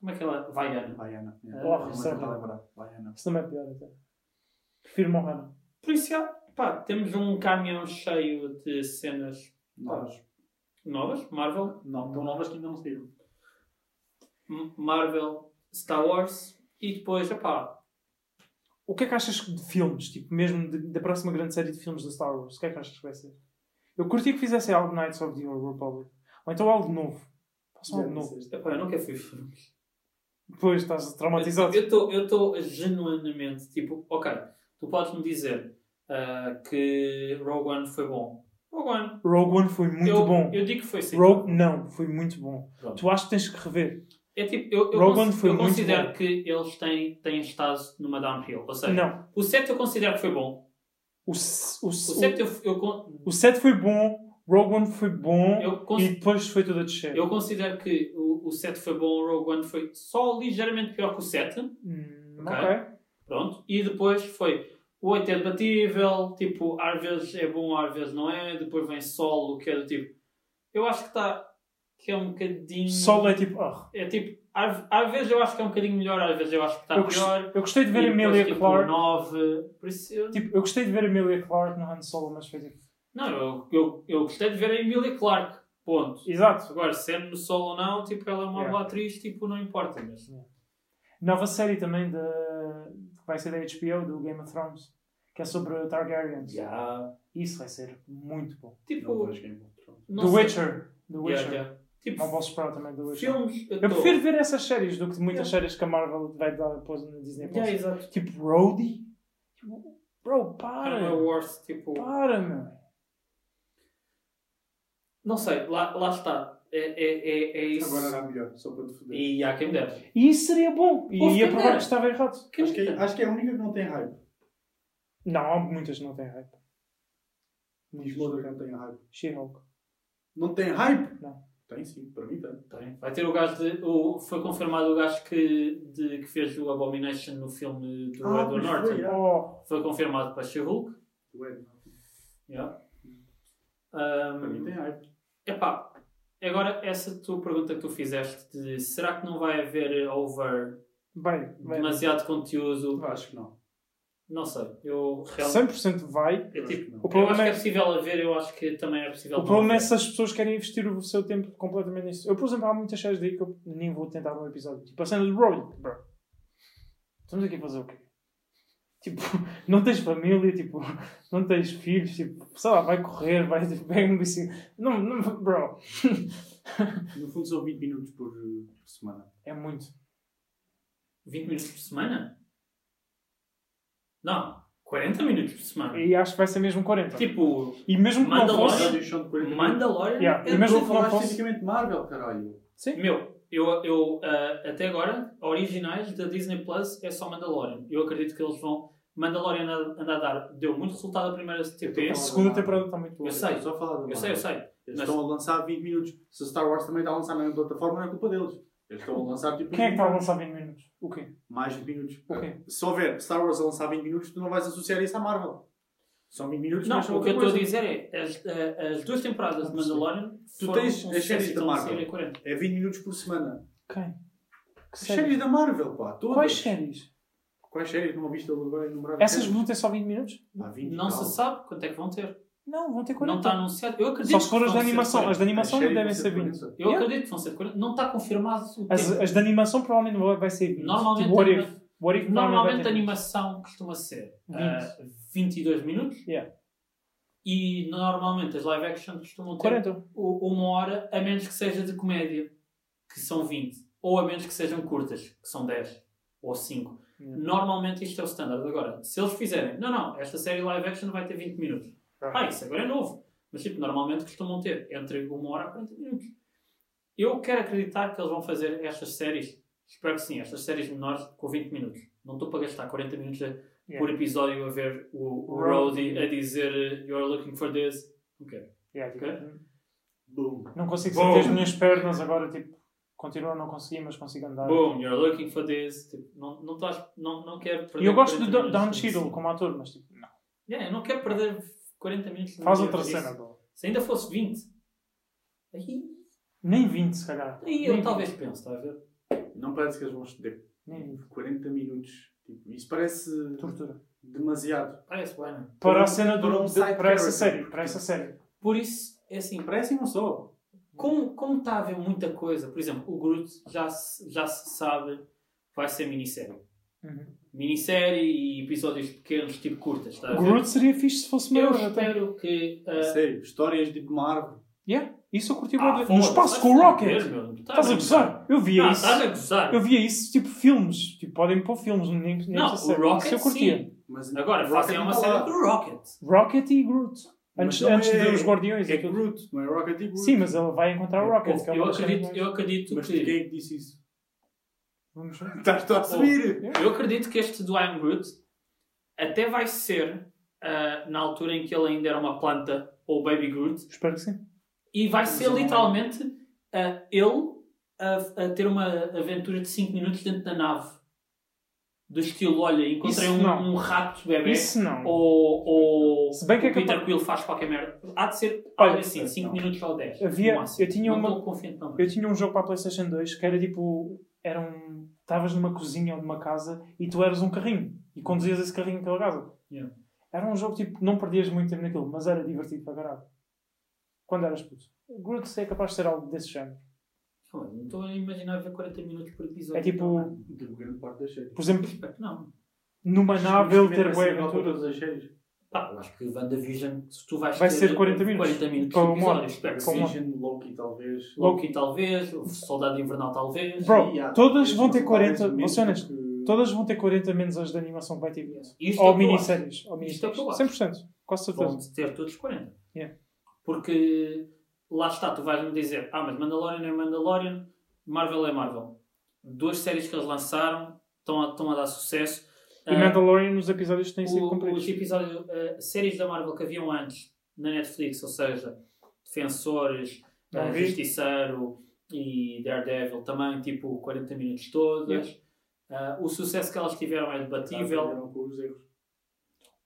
[SPEAKER 3] Como é que ela. Vaiana.
[SPEAKER 1] Baiana.
[SPEAKER 3] Ah,
[SPEAKER 1] Yeah.
[SPEAKER 2] Oh,
[SPEAKER 1] Não
[SPEAKER 2] sei
[SPEAKER 1] estou a
[SPEAKER 2] lá.
[SPEAKER 1] é. lembrar.
[SPEAKER 3] Tá,
[SPEAKER 1] Baiana.
[SPEAKER 2] Isso também é pior até. Prefiro Moana.
[SPEAKER 3] Por isso, já, pá, temos um caminhão cheio de cenas
[SPEAKER 1] Novas.
[SPEAKER 3] novas. Marvel,
[SPEAKER 1] Não, tão novas que ainda não saíram.
[SPEAKER 3] M- Marvel, Star Wars e depois, epá,
[SPEAKER 2] O que é que achas de filmes? Tipo, mesmo de- da próxima grande série de filmes da Star Wars. O que é que achas que vai ser? Eu curti que fizessem algo Knights of the Old Republic. Ou então algo novo. Façam
[SPEAKER 1] Já
[SPEAKER 2] algo um novo.
[SPEAKER 1] disseste.
[SPEAKER 3] epá, eu não quero ver filmes.
[SPEAKER 2] Depois estás traumatizado.
[SPEAKER 3] Eu estou eu tô genuinamente tipo, ok, tu podes-me dizer ah, que Rogue One foi bom. Rogue One.
[SPEAKER 2] Rogue One foi muito
[SPEAKER 3] eu,
[SPEAKER 2] bom.
[SPEAKER 3] Eu digo que foi sim.
[SPEAKER 2] Rogue, não, foi muito bom.
[SPEAKER 3] Pronto.
[SPEAKER 2] Tu achas que tens que rever?
[SPEAKER 3] É tipo, eu, eu,
[SPEAKER 2] Rogue
[SPEAKER 3] cons-
[SPEAKER 2] One foi
[SPEAKER 3] eu
[SPEAKER 2] muito
[SPEAKER 3] considero
[SPEAKER 2] bom.
[SPEAKER 3] que eles têm, têm estado numa downhill. Ou seja,
[SPEAKER 2] Não.
[SPEAKER 3] o 7 eu considero que foi bom.
[SPEAKER 2] O, s- o,
[SPEAKER 3] O
[SPEAKER 2] s-
[SPEAKER 3] 7 eu, eu, con-
[SPEAKER 2] o 7 foi bom, Rogue One foi bom
[SPEAKER 3] eu, cons-
[SPEAKER 2] e depois foi tudo a descer.
[SPEAKER 3] eu considero que o, o 7 foi bom, o Rogue One foi só ligeiramente pior que o 7.
[SPEAKER 2] Hum,
[SPEAKER 3] Ok.
[SPEAKER 2] ok.
[SPEAKER 3] Pronto. E depois foi o 8 é debatível, tipo, às vezes é bom, às vezes não é. Depois vem solo, que é do tipo. Eu acho que está. que é um bocadinho.
[SPEAKER 2] Solo é tipo. ah.
[SPEAKER 3] É tipo. Às, às vezes eu acho que é um bocadinho melhor, às vezes eu acho que está
[SPEAKER 2] eu, gost-
[SPEAKER 3] pior.
[SPEAKER 2] eu gostei de ver
[SPEAKER 3] E
[SPEAKER 2] a
[SPEAKER 3] depois,
[SPEAKER 2] Emilia
[SPEAKER 3] tipo,
[SPEAKER 2] Clarke.
[SPEAKER 3] 9. Por isso eu.
[SPEAKER 2] Tipo, eu gostei de ver a Emilia Clarke no Han Solo, mas foi tipo.
[SPEAKER 3] Não, eu, eu, eu gostei de ver a Emilia Clarke. Ponto.
[SPEAKER 2] Exato.
[SPEAKER 3] Agora, sendo no solo ou não, tipo, ela é uma
[SPEAKER 2] Yeah.
[SPEAKER 3] boa atriz, tipo, não importa. Mas...
[SPEAKER 2] Nova série também da. que vai ser da HBO, do Game of Thrones, que é sobre Targaryens.
[SPEAKER 3] Já.
[SPEAKER 2] Isso vai ser muito bom.
[SPEAKER 1] Não
[SPEAKER 3] Tipo.
[SPEAKER 1] vejo Game of Thrones.
[SPEAKER 3] não
[SPEAKER 2] The
[SPEAKER 3] sei.
[SPEAKER 2] Witcher. The
[SPEAKER 3] Yeah,
[SPEAKER 2] Witcher.
[SPEAKER 3] yeah.
[SPEAKER 2] Não
[SPEAKER 3] Tipo,
[SPEAKER 2] posso esperar também The Witcher.
[SPEAKER 3] filmes.
[SPEAKER 2] Eu
[SPEAKER 3] tô-
[SPEAKER 2] prefiro ver essas séries do que muitas séries que a Marvel vai dar depois no Disney Plus.
[SPEAKER 3] Yeah, exato.
[SPEAKER 2] Tipo Roadie. Tipo, Bro,
[SPEAKER 3] Animal
[SPEAKER 2] para.
[SPEAKER 3] Wars, tipo.
[SPEAKER 2] Para, meu.
[SPEAKER 3] Não sei, lá, lá está. É, é, é, é isso.
[SPEAKER 1] Agora era melhor, só para te foder.
[SPEAKER 3] E há quem me dera.
[SPEAKER 2] E isso seria bom. E
[SPEAKER 3] Ouve,
[SPEAKER 2] ia
[SPEAKER 3] quem
[SPEAKER 2] provar
[SPEAKER 3] dera.
[SPEAKER 2] que estava errado.
[SPEAKER 3] Quem
[SPEAKER 1] Acho que,
[SPEAKER 3] me
[SPEAKER 1] é,
[SPEAKER 3] dera.
[SPEAKER 1] acho que é a única que não tem hype.
[SPEAKER 2] Não, há muitas que não têm hype.
[SPEAKER 1] Diz uma outra que não tem hype.
[SPEAKER 2] She-Hulk.
[SPEAKER 1] Não tem hype?
[SPEAKER 2] Não.
[SPEAKER 1] Tem sim, para mim tem.
[SPEAKER 3] Tem. Vai ter o gajo de. O, foi confirmado o gajo que, de, que fez o Abomination no filme do
[SPEAKER 1] Ah,
[SPEAKER 3] Edward
[SPEAKER 1] pois
[SPEAKER 3] Norton.
[SPEAKER 1] foi, yeah.
[SPEAKER 2] Oh,
[SPEAKER 3] Foi confirmado para She-Hulk.
[SPEAKER 1] Ué, não.
[SPEAKER 3] Yeah.
[SPEAKER 1] Para mim tem
[SPEAKER 3] Um,
[SPEAKER 1] hype.
[SPEAKER 3] epá, agora essa tua pergunta que tu fizeste de será que não vai haver over
[SPEAKER 2] bem, bem.
[SPEAKER 3] demasiado conteúdo?
[SPEAKER 1] Eu acho que não.
[SPEAKER 3] Não sei. Eu realmente.
[SPEAKER 2] 100% vai.
[SPEAKER 3] Eu,
[SPEAKER 1] Eu acho
[SPEAKER 3] tipo,
[SPEAKER 1] que não.
[SPEAKER 3] eu
[SPEAKER 2] O
[SPEAKER 3] acho
[SPEAKER 2] problema
[SPEAKER 3] que
[SPEAKER 2] é,
[SPEAKER 3] é possível haver, eu acho que também é possível.
[SPEAKER 2] o
[SPEAKER 3] não
[SPEAKER 2] problema é
[SPEAKER 3] haver.
[SPEAKER 2] se as pessoas querem investir o seu tempo completamente nisso. Eu, por exemplo, há muitas séries daí que eu nem vou tentar um episódio. Tipo, a cena de Roadie. Bro. Estamos aqui a fazer o quê? Tipo, não tens família, tipo, não tens filhos, tipo, sei lá, vai correr, vai, pega um bicicleta. Não, não, bro.
[SPEAKER 1] No fundo são 20 minutos por, eh, por semana.
[SPEAKER 2] É muito.
[SPEAKER 3] 20 minutos por semana? Não, 40 minutos por semana.
[SPEAKER 2] E acho que vai ser mesmo 40.
[SPEAKER 3] Tipo,
[SPEAKER 2] e mesmo que não
[SPEAKER 3] Mandalorian.
[SPEAKER 2] fosse.
[SPEAKER 1] Episódios são de 40 minutos.
[SPEAKER 3] Mandalorian.
[SPEAKER 2] Uhum. Yeah,
[SPEAKER 3] é-
[SPEAKER 2] e mesmo que
[SPEAKER 1] Tu
[SPEAKER 2] não
[SPEAKER 1] falaste
[SPEAKER 2] fosse-
[SPEAKER 1] especificamente Marvel, caralho.
[SPEAKER 2] Sim.
[SPEAKER 3] Meu, eu, eu ah, até agora, originais da Disney Plus é só Mandalorian. Eu acredito que eles vão. Mandalorian anda- anda a dar. Deu muito resultado a primeira TP.
[SPEAKER 2] A segunda temporada está muito boa.
[SPEAKER 3] Eu sei.
[SPEAKER 1] Só falar da
[SPEAKER 3] Eu sei, eu sei.
[SPEAKER 1] Eles
[SPEAKER 3] Mas-
[SPEAKER 1] estão a lançar 20 minutos. Se o Star Wars também está a lançar na mesma plataforma, não é culpa deles. Eles estão a lançar tipo.
[SPEAKER 2] Quem é que está a lançar 20 minutos? O quê?
[SPEAKER 1] Mais 20 minutos.
[SPEAKER 2] O quê?
[SPEAKER 1] Se houver Star Wars a lançar 20 minutos, tu não vais associar isso à Marvel. São 20 minutos,
[SPEAKER 3] Não,
[SPEAKER 1] mas são
[SPEAKER 3] o que eu
[SPEAKER 1] outra
[SPEAKER 3] estou a
[SPEAKER 1] coisa.
[SPEAKER 3] dizer é as, ah, as duas temporadas de Mandalorian
[SPEAKER 1] Tu
[SPEAKER 3] foram
[SPEAKER 1] tens
[SPEAKER 3] um
[SPEAKER 1] as séries
[SPEAKER 3] sucesso e
[SPEAKER 1] da
[SPEAKER 3] estão a
[SPEAKER 1] Marvel.
[SPEAKER 3] sair em 40.
[SPEAKER 1] É 20 minutos por semana.
[SPEAKER 2] Quem? Que
[SPEAKER 1] As
[SPEAKER 2] séries?
[SPEAKER 1] séries da Marvel, pá. Todas.
[SPEAKER 2] Quais séries?
[SPEAKER 1] Quais séries? Não ouviste ele agora enumerar?
[SPEAKER 2] Essas
[SPEAKER 1] séries?
[SPEAKER 2] vão ter só 20 minutos?
[SPEAKER 1] Pá, 20 e
[SPEAKER 3] Não
[SPEAKER 1] tal.
[SPEAKER 3] se sabe quanto é que vão ter.
[SPEAKER 2] Não, vão ter
[SPEAKER 3] Não tá
[SPEAKER 2] 40.
[SPEAKER 3] está anunciado. Eu acredito
[SPEAKER 2] então, Só se for
[SPEAKER 3] que
[SPEAKER 2] as
[SPEAKER 3] vão
[SPEAKER 2] da
[SPEAKER 3] ser
[SPEAKER 2] animação.
[SPEAKER 3] 40.
[SPEAKER 2] As da animação
[SPEAKER 1] As
[SPEAKER 2] não
[SPEAKER 1] séries
[SPEAKER 2] devem
[SPEAKER 1] vão
[SPEAKER 2] ser 20.
[SPEAKER 1] por isso.
[SPEAKER 3] Eu
[SPEAKER 2] Yeah.
[SPEAKER 3] acredito que vão ser 40. Não está confirmado o tempo.
[SPEAKER 2] As, as de animação provavelmente vai- vai ser 20.
[SPEAKER 3] Normalmente
[SPEAKER 2] tipo, what
[SPEAKER 3] anima-
[SPEAKER 2] if? é What if
[SPEAKER 3] Normalmente a
[SPEAKER 2] provavelmente vai
[SPEAKER 3] animação costuma ser ah, 22 minutos.
[SPEAKER 2] Yeah.
[SPEAKER 3] E normalmente as live action costumam ter
[SPEAKER 2] ter 20. 40.
[SPEAKER 3] u- uma hora, a menos que seja de comédia, que são 20. Ou a menos que sejam curtas, que são 10 ou 5.
[SPEAKER 2] Yeah.
[SPEAKER 3] Normalmente isto é o standard. Agora, se eles fizerem, não, não, esta série live action vai ter 20 minutos. Ah, isso agora é novo. Mas tipo, normalmente costumam ter entre uma hora a 40 minutos. Eu quero acreditar que eles vão fazer estas séries, espero que sim, estas séries menores com 20 minutos. Não estou para gastar 40 minutos a
[SPEAKER 2] Yeah.
[SPEAKER 3] por episódio a ver o, o
[SPEAKER 2] Rhodey.
[SPEAKER 3] Rhodey a dizer You're looking for this. Ok.
[SPEAKER 2] Yeah, tipo,
[SPEAKER 1] Boom.
[SPEAKER 2] Não consigo
[SPEAKER 3] Bom.
[SPEAKER 2] sentir as minhas pernas agora, tipo, continuo a não conseguir, mas consigo andar.
[SPEAKER 3] Boom, you're looking for this. Tipo, não, não, estás, não, não quero perder.
[SPEAKER 2] E eu gosto de
[SPEAKER 3] 40
[SPEAKER 2] Do- Don
[SPEAKER 3] minutos.
[SPEAKER 2] Cheadle como ator, mas tipo, não.
[SPEAKER 3] Yeah, eu não quero perder 40 minutos. do
[SPEAKER 2] Faz
[SPEAKER 3] meu
[SPEAKER 2] outra
[SPEAKER 3] dia para
[SPEAKER 2] cena,
[SPEAKER 3] isso.
[SPEAKER 2] bro.
[SPEAKER 3] Se ainda fosse 20, aí,
[SPEAKER 2] Nem 20, se calhar.
[SPEAKER 3] aí
[SPEAKER 2] Nem
[SPEAKER 3] eu
[SPEAKER 2] 20.
[SPEAKER 3] talvez penso, estás a ver?
[SPEAKER 1] Não parece que eles vão estudar
[SPEAKER 2] Nem 20.
[SPEAKER 1] 40 minutos. Tipo, isso parece
[SPEAKER 2] Tortura.
[SPEAKER 1] demasiado.
[SPEAKER 3] Parece bem, não é?
[SPEAKER 2] Para
[SPEAKER 1] um-
[SPEAKER 2] a cena do.
[SPEAKER 1] para um
[SPEAKER 2] de-
[SPEAKER 1] side
[SPEAKER 2] para essa
[SPEAKER 1] character.
[SPEAKER 2] série. Para essa série.
[SPEAKER 3] Por isso, é assim,
[SPEAKER 1] Parece e não só.
[SPEAKER 3] como, como está a haver muita coisa, por exemplo, o Groot já se, já se sabe que vai ser minissérie.
[SPEAKER 2] Uhum.
[SPEAKER 3] Minissérie e episódios pequenos, tipo curtas, está a ver?
[SPEAKER 2] Groot seria fixe se fosse
[SPEAKER 3] eu
[SPEAKER 2] maior. até.
[SPEAKER 3] espero que. ah,
[SPEAKER 1] Sério, histórias tipo de Marvel.
[SPEAKER 2] Yeah. Isso eu curti
[SPEAKER 3] ah,
[SPEAKER 2] bué de- No
[SPEAKER 3] foda-se,
[SPEAKER 2] um espaço
[SPEAKER 3] vai
[SPEAKER 2] com o
[SPEAKER 3] se
[SPEAKER 2] Rocket.
[SPEAKER 3] fuder, meu, tá
[SPEAKER 2] Estás a gozar? Eu via
[SPEAKER 3] Não,
[SPEAKER 2] isso.
[SPEAKER 3] estás a gozar.
[SPEAKER 2] Eu via isso, tipo, filmes. Tipo, podem pôr filmes, nem, nem
[SPEAKER 3] Não,
[SPEAKER 2] precisa ser.
[SPEAKER 3] o Rocket
[SPEAKER 2] Isso eu curtia.
[SPEAKER 3] sim.
[SPEAKER 1] Mas
[SPEAKER 3] Agora,
[SPEAKER 1] Rocket
[SPEAKER 3] fazem
[SPEAKER 1] não
[SPEAKER 3] uma
[SPEAKER 1] tá
[SPEAKER 3] série
[SPEAKER 1] lá.
[SPEAKER 3] do Rocket.
[SPEAKER 2] Rocket e Groot. Antes,
[SPEAKER 1] Mas não
[SPEAKER 2] antes
[SPEAKER 1] é-
[SPEAKER 2] dos Guardiões. e
[SPEAKER 1] É
[SPEAKER 2] tudo.
[SPEAKER 1] Groot, não é Rocket e Groot.
[SPEAKER 2] Sim, mas ele vai encontrar o Rocket. que é
[SPEAKER 3] eu,
[SPEAKER 2] uma das
[SPEAKER 3] acredito,
[SPEAKER 2] cenas mais-
[SPEAKER 3] eu acredito
[SPEAKER 1] Mas
[SPEAKER 3] que.
[SPEAKER 1] quem é que disse isso?
[SPEAKER 2] Vamos ver.
[SPEAKER 1] Estás tu a assumir!
[SPEAKER 3] Eu acredito que este do I'm Groot até vai ser ah, na altura em que ele ainda era uma planta ou Baby Groot
[SPEAKER 2] Espero que sim.
[SPEAKER 3] e vai ser
[SPEAKER 1] Mas é.
[SPEAKER 3] literalmente ah, ele a, a ter uma aventura de 5 minutos dentro da nave. Do estilo, olha, encontrei
[SPEAKER 2] Isso
[SPEAKER 3] um,
[SPEAKER 2] não.
[SPEAKER 3] um rato bebê
[SPEAKER 2] Isso não.
[SPEAKER 3] ou, ou
[SPEAKER 2] Se bem que é
[SPEAKER 3] o Peter
[SPEAKER 2] capaz-
[SPEAKER 3] Quill faz qualquer merda. Há de ser
[SPEAKER 2] Olha, então,
[SPEAKER 3] algo assim, 5
[SPEAKER 1] não.
[SPEAKER 3] minutos ou 10.
[SPEAKER 2] Havia- eu tinha
[SPEAKER 3] não
[SPEAKER 2] uma-
[SPEAKER 3] estou confiante não.
[SPEAKER 2] Eu tinha um jogo para a Playstation 2 que era tipo... Era um... Estavas numa cozinha ou numa casa e tu eras um carrinho. E conduzias esse carrinho pela casa.
[SPEAKER 3] Yeah.
[SPEAKER 2] Era um jogo tipo... Não perdias muito tempo naquilo, mas era divertido para caralho. Quando eras puto. O Groot é capaz de ser algo desse género.
[SPEAKER 3] Não, eu não estou a imaginar ver 40 minutos por episódio. então,
[SPEAKER 2] É tipo...
[SPEAKER 1] Do grande parte das séries.
[SPEAKER 2] Por exemplo,
[SPEAKER 3] Espero que Não.
[SPEAKER 2] numa nave ele ter
[SPEAKER 1] assim,
[SPEAKER 2] boa aventura.
[SPEAKER 1] todas as séries.
[SPEAKER 3] Pá, eu acho que WandaVision, se tu vais
[SPEAKER 2] Vai
[SPEAKER 3] ter
[SPEAKER 2] ser 40 minutos.
[SPEAKER 3] 40 minutos
[SPEAKER 2] Para
[SPEAKER 3] de
[SPEAKER 2] uma hora.
[SPEAKER 3] episódio, espero que sim.
[SPEAKER 2] Como-
[SPEAKER 1] Vision, Loki talvez.
[SPEAKER 3] Loki talvez, o Soldado Invernal talvez.
[SPEAKER 2] Bro,
[SPEAKER 1] E há-
[SPEAKER 2] todas
[SPEAKER 1] eu
[SPEAKER 2] vão ter
[SPEAKER 1] sinto
[SPEAKER 2] 40,
[SPEAKER 1] talvez
[SPEAKER 2] vou ser honesto,
[SPEAKER 1] que-
[SPEAKER 2] Todas vão ter 40 menos as de animação que vai ter.
[SPEAKER 3] Yes. Isto é
[SPEAKER 2] Ou
[SPEAKER 3] o que eu
[SPEAKER 2] minisséries.
[SPEAKER 3] Isto
[SPEAKER 2] Ou
[SPEAKER 3] é o
[SPEAKER 2] minisséries.
[SPEAKER 3] que eu acho.
[SPEAKER 2] 100%. Quase
[SPEAKER 3] acho. Vão
[SPEAKER 2] certeza.
[SPEAKER 3] ter todos 40.
[SPEAKER 2] Yeah.
[SPEAKER 3] Porque lá está, tu vais-me dizer, ah, mas Mandalorian é Mandalorian, Marvel é Marvel. Duas séries que eles lançaram estão a, estão a dar sucesso.
[SPEAKER 2] E
[SPEAKER 3] Ah,
[SPEAKER 2] Mandalorian, os episódios têm sido
[SPEAKER 3] o- os
[SPEAKER 2] cumpridos.
[SPEAKER 3] episódios, eh, séries da Marvel que haviam antes na Netflix, ou seja, Defensores,
[SPEAKER 2] Não
[SPEAKER 3] eh,
[SPEAKER 2] vi.
[SPEAKER 3] Justiceiro e Daredevil também, tipo 40 minutos todas. Eh, o sucesso que elas tiveram é debatível.
[SPEAKER 1] Aprenderam com os erros.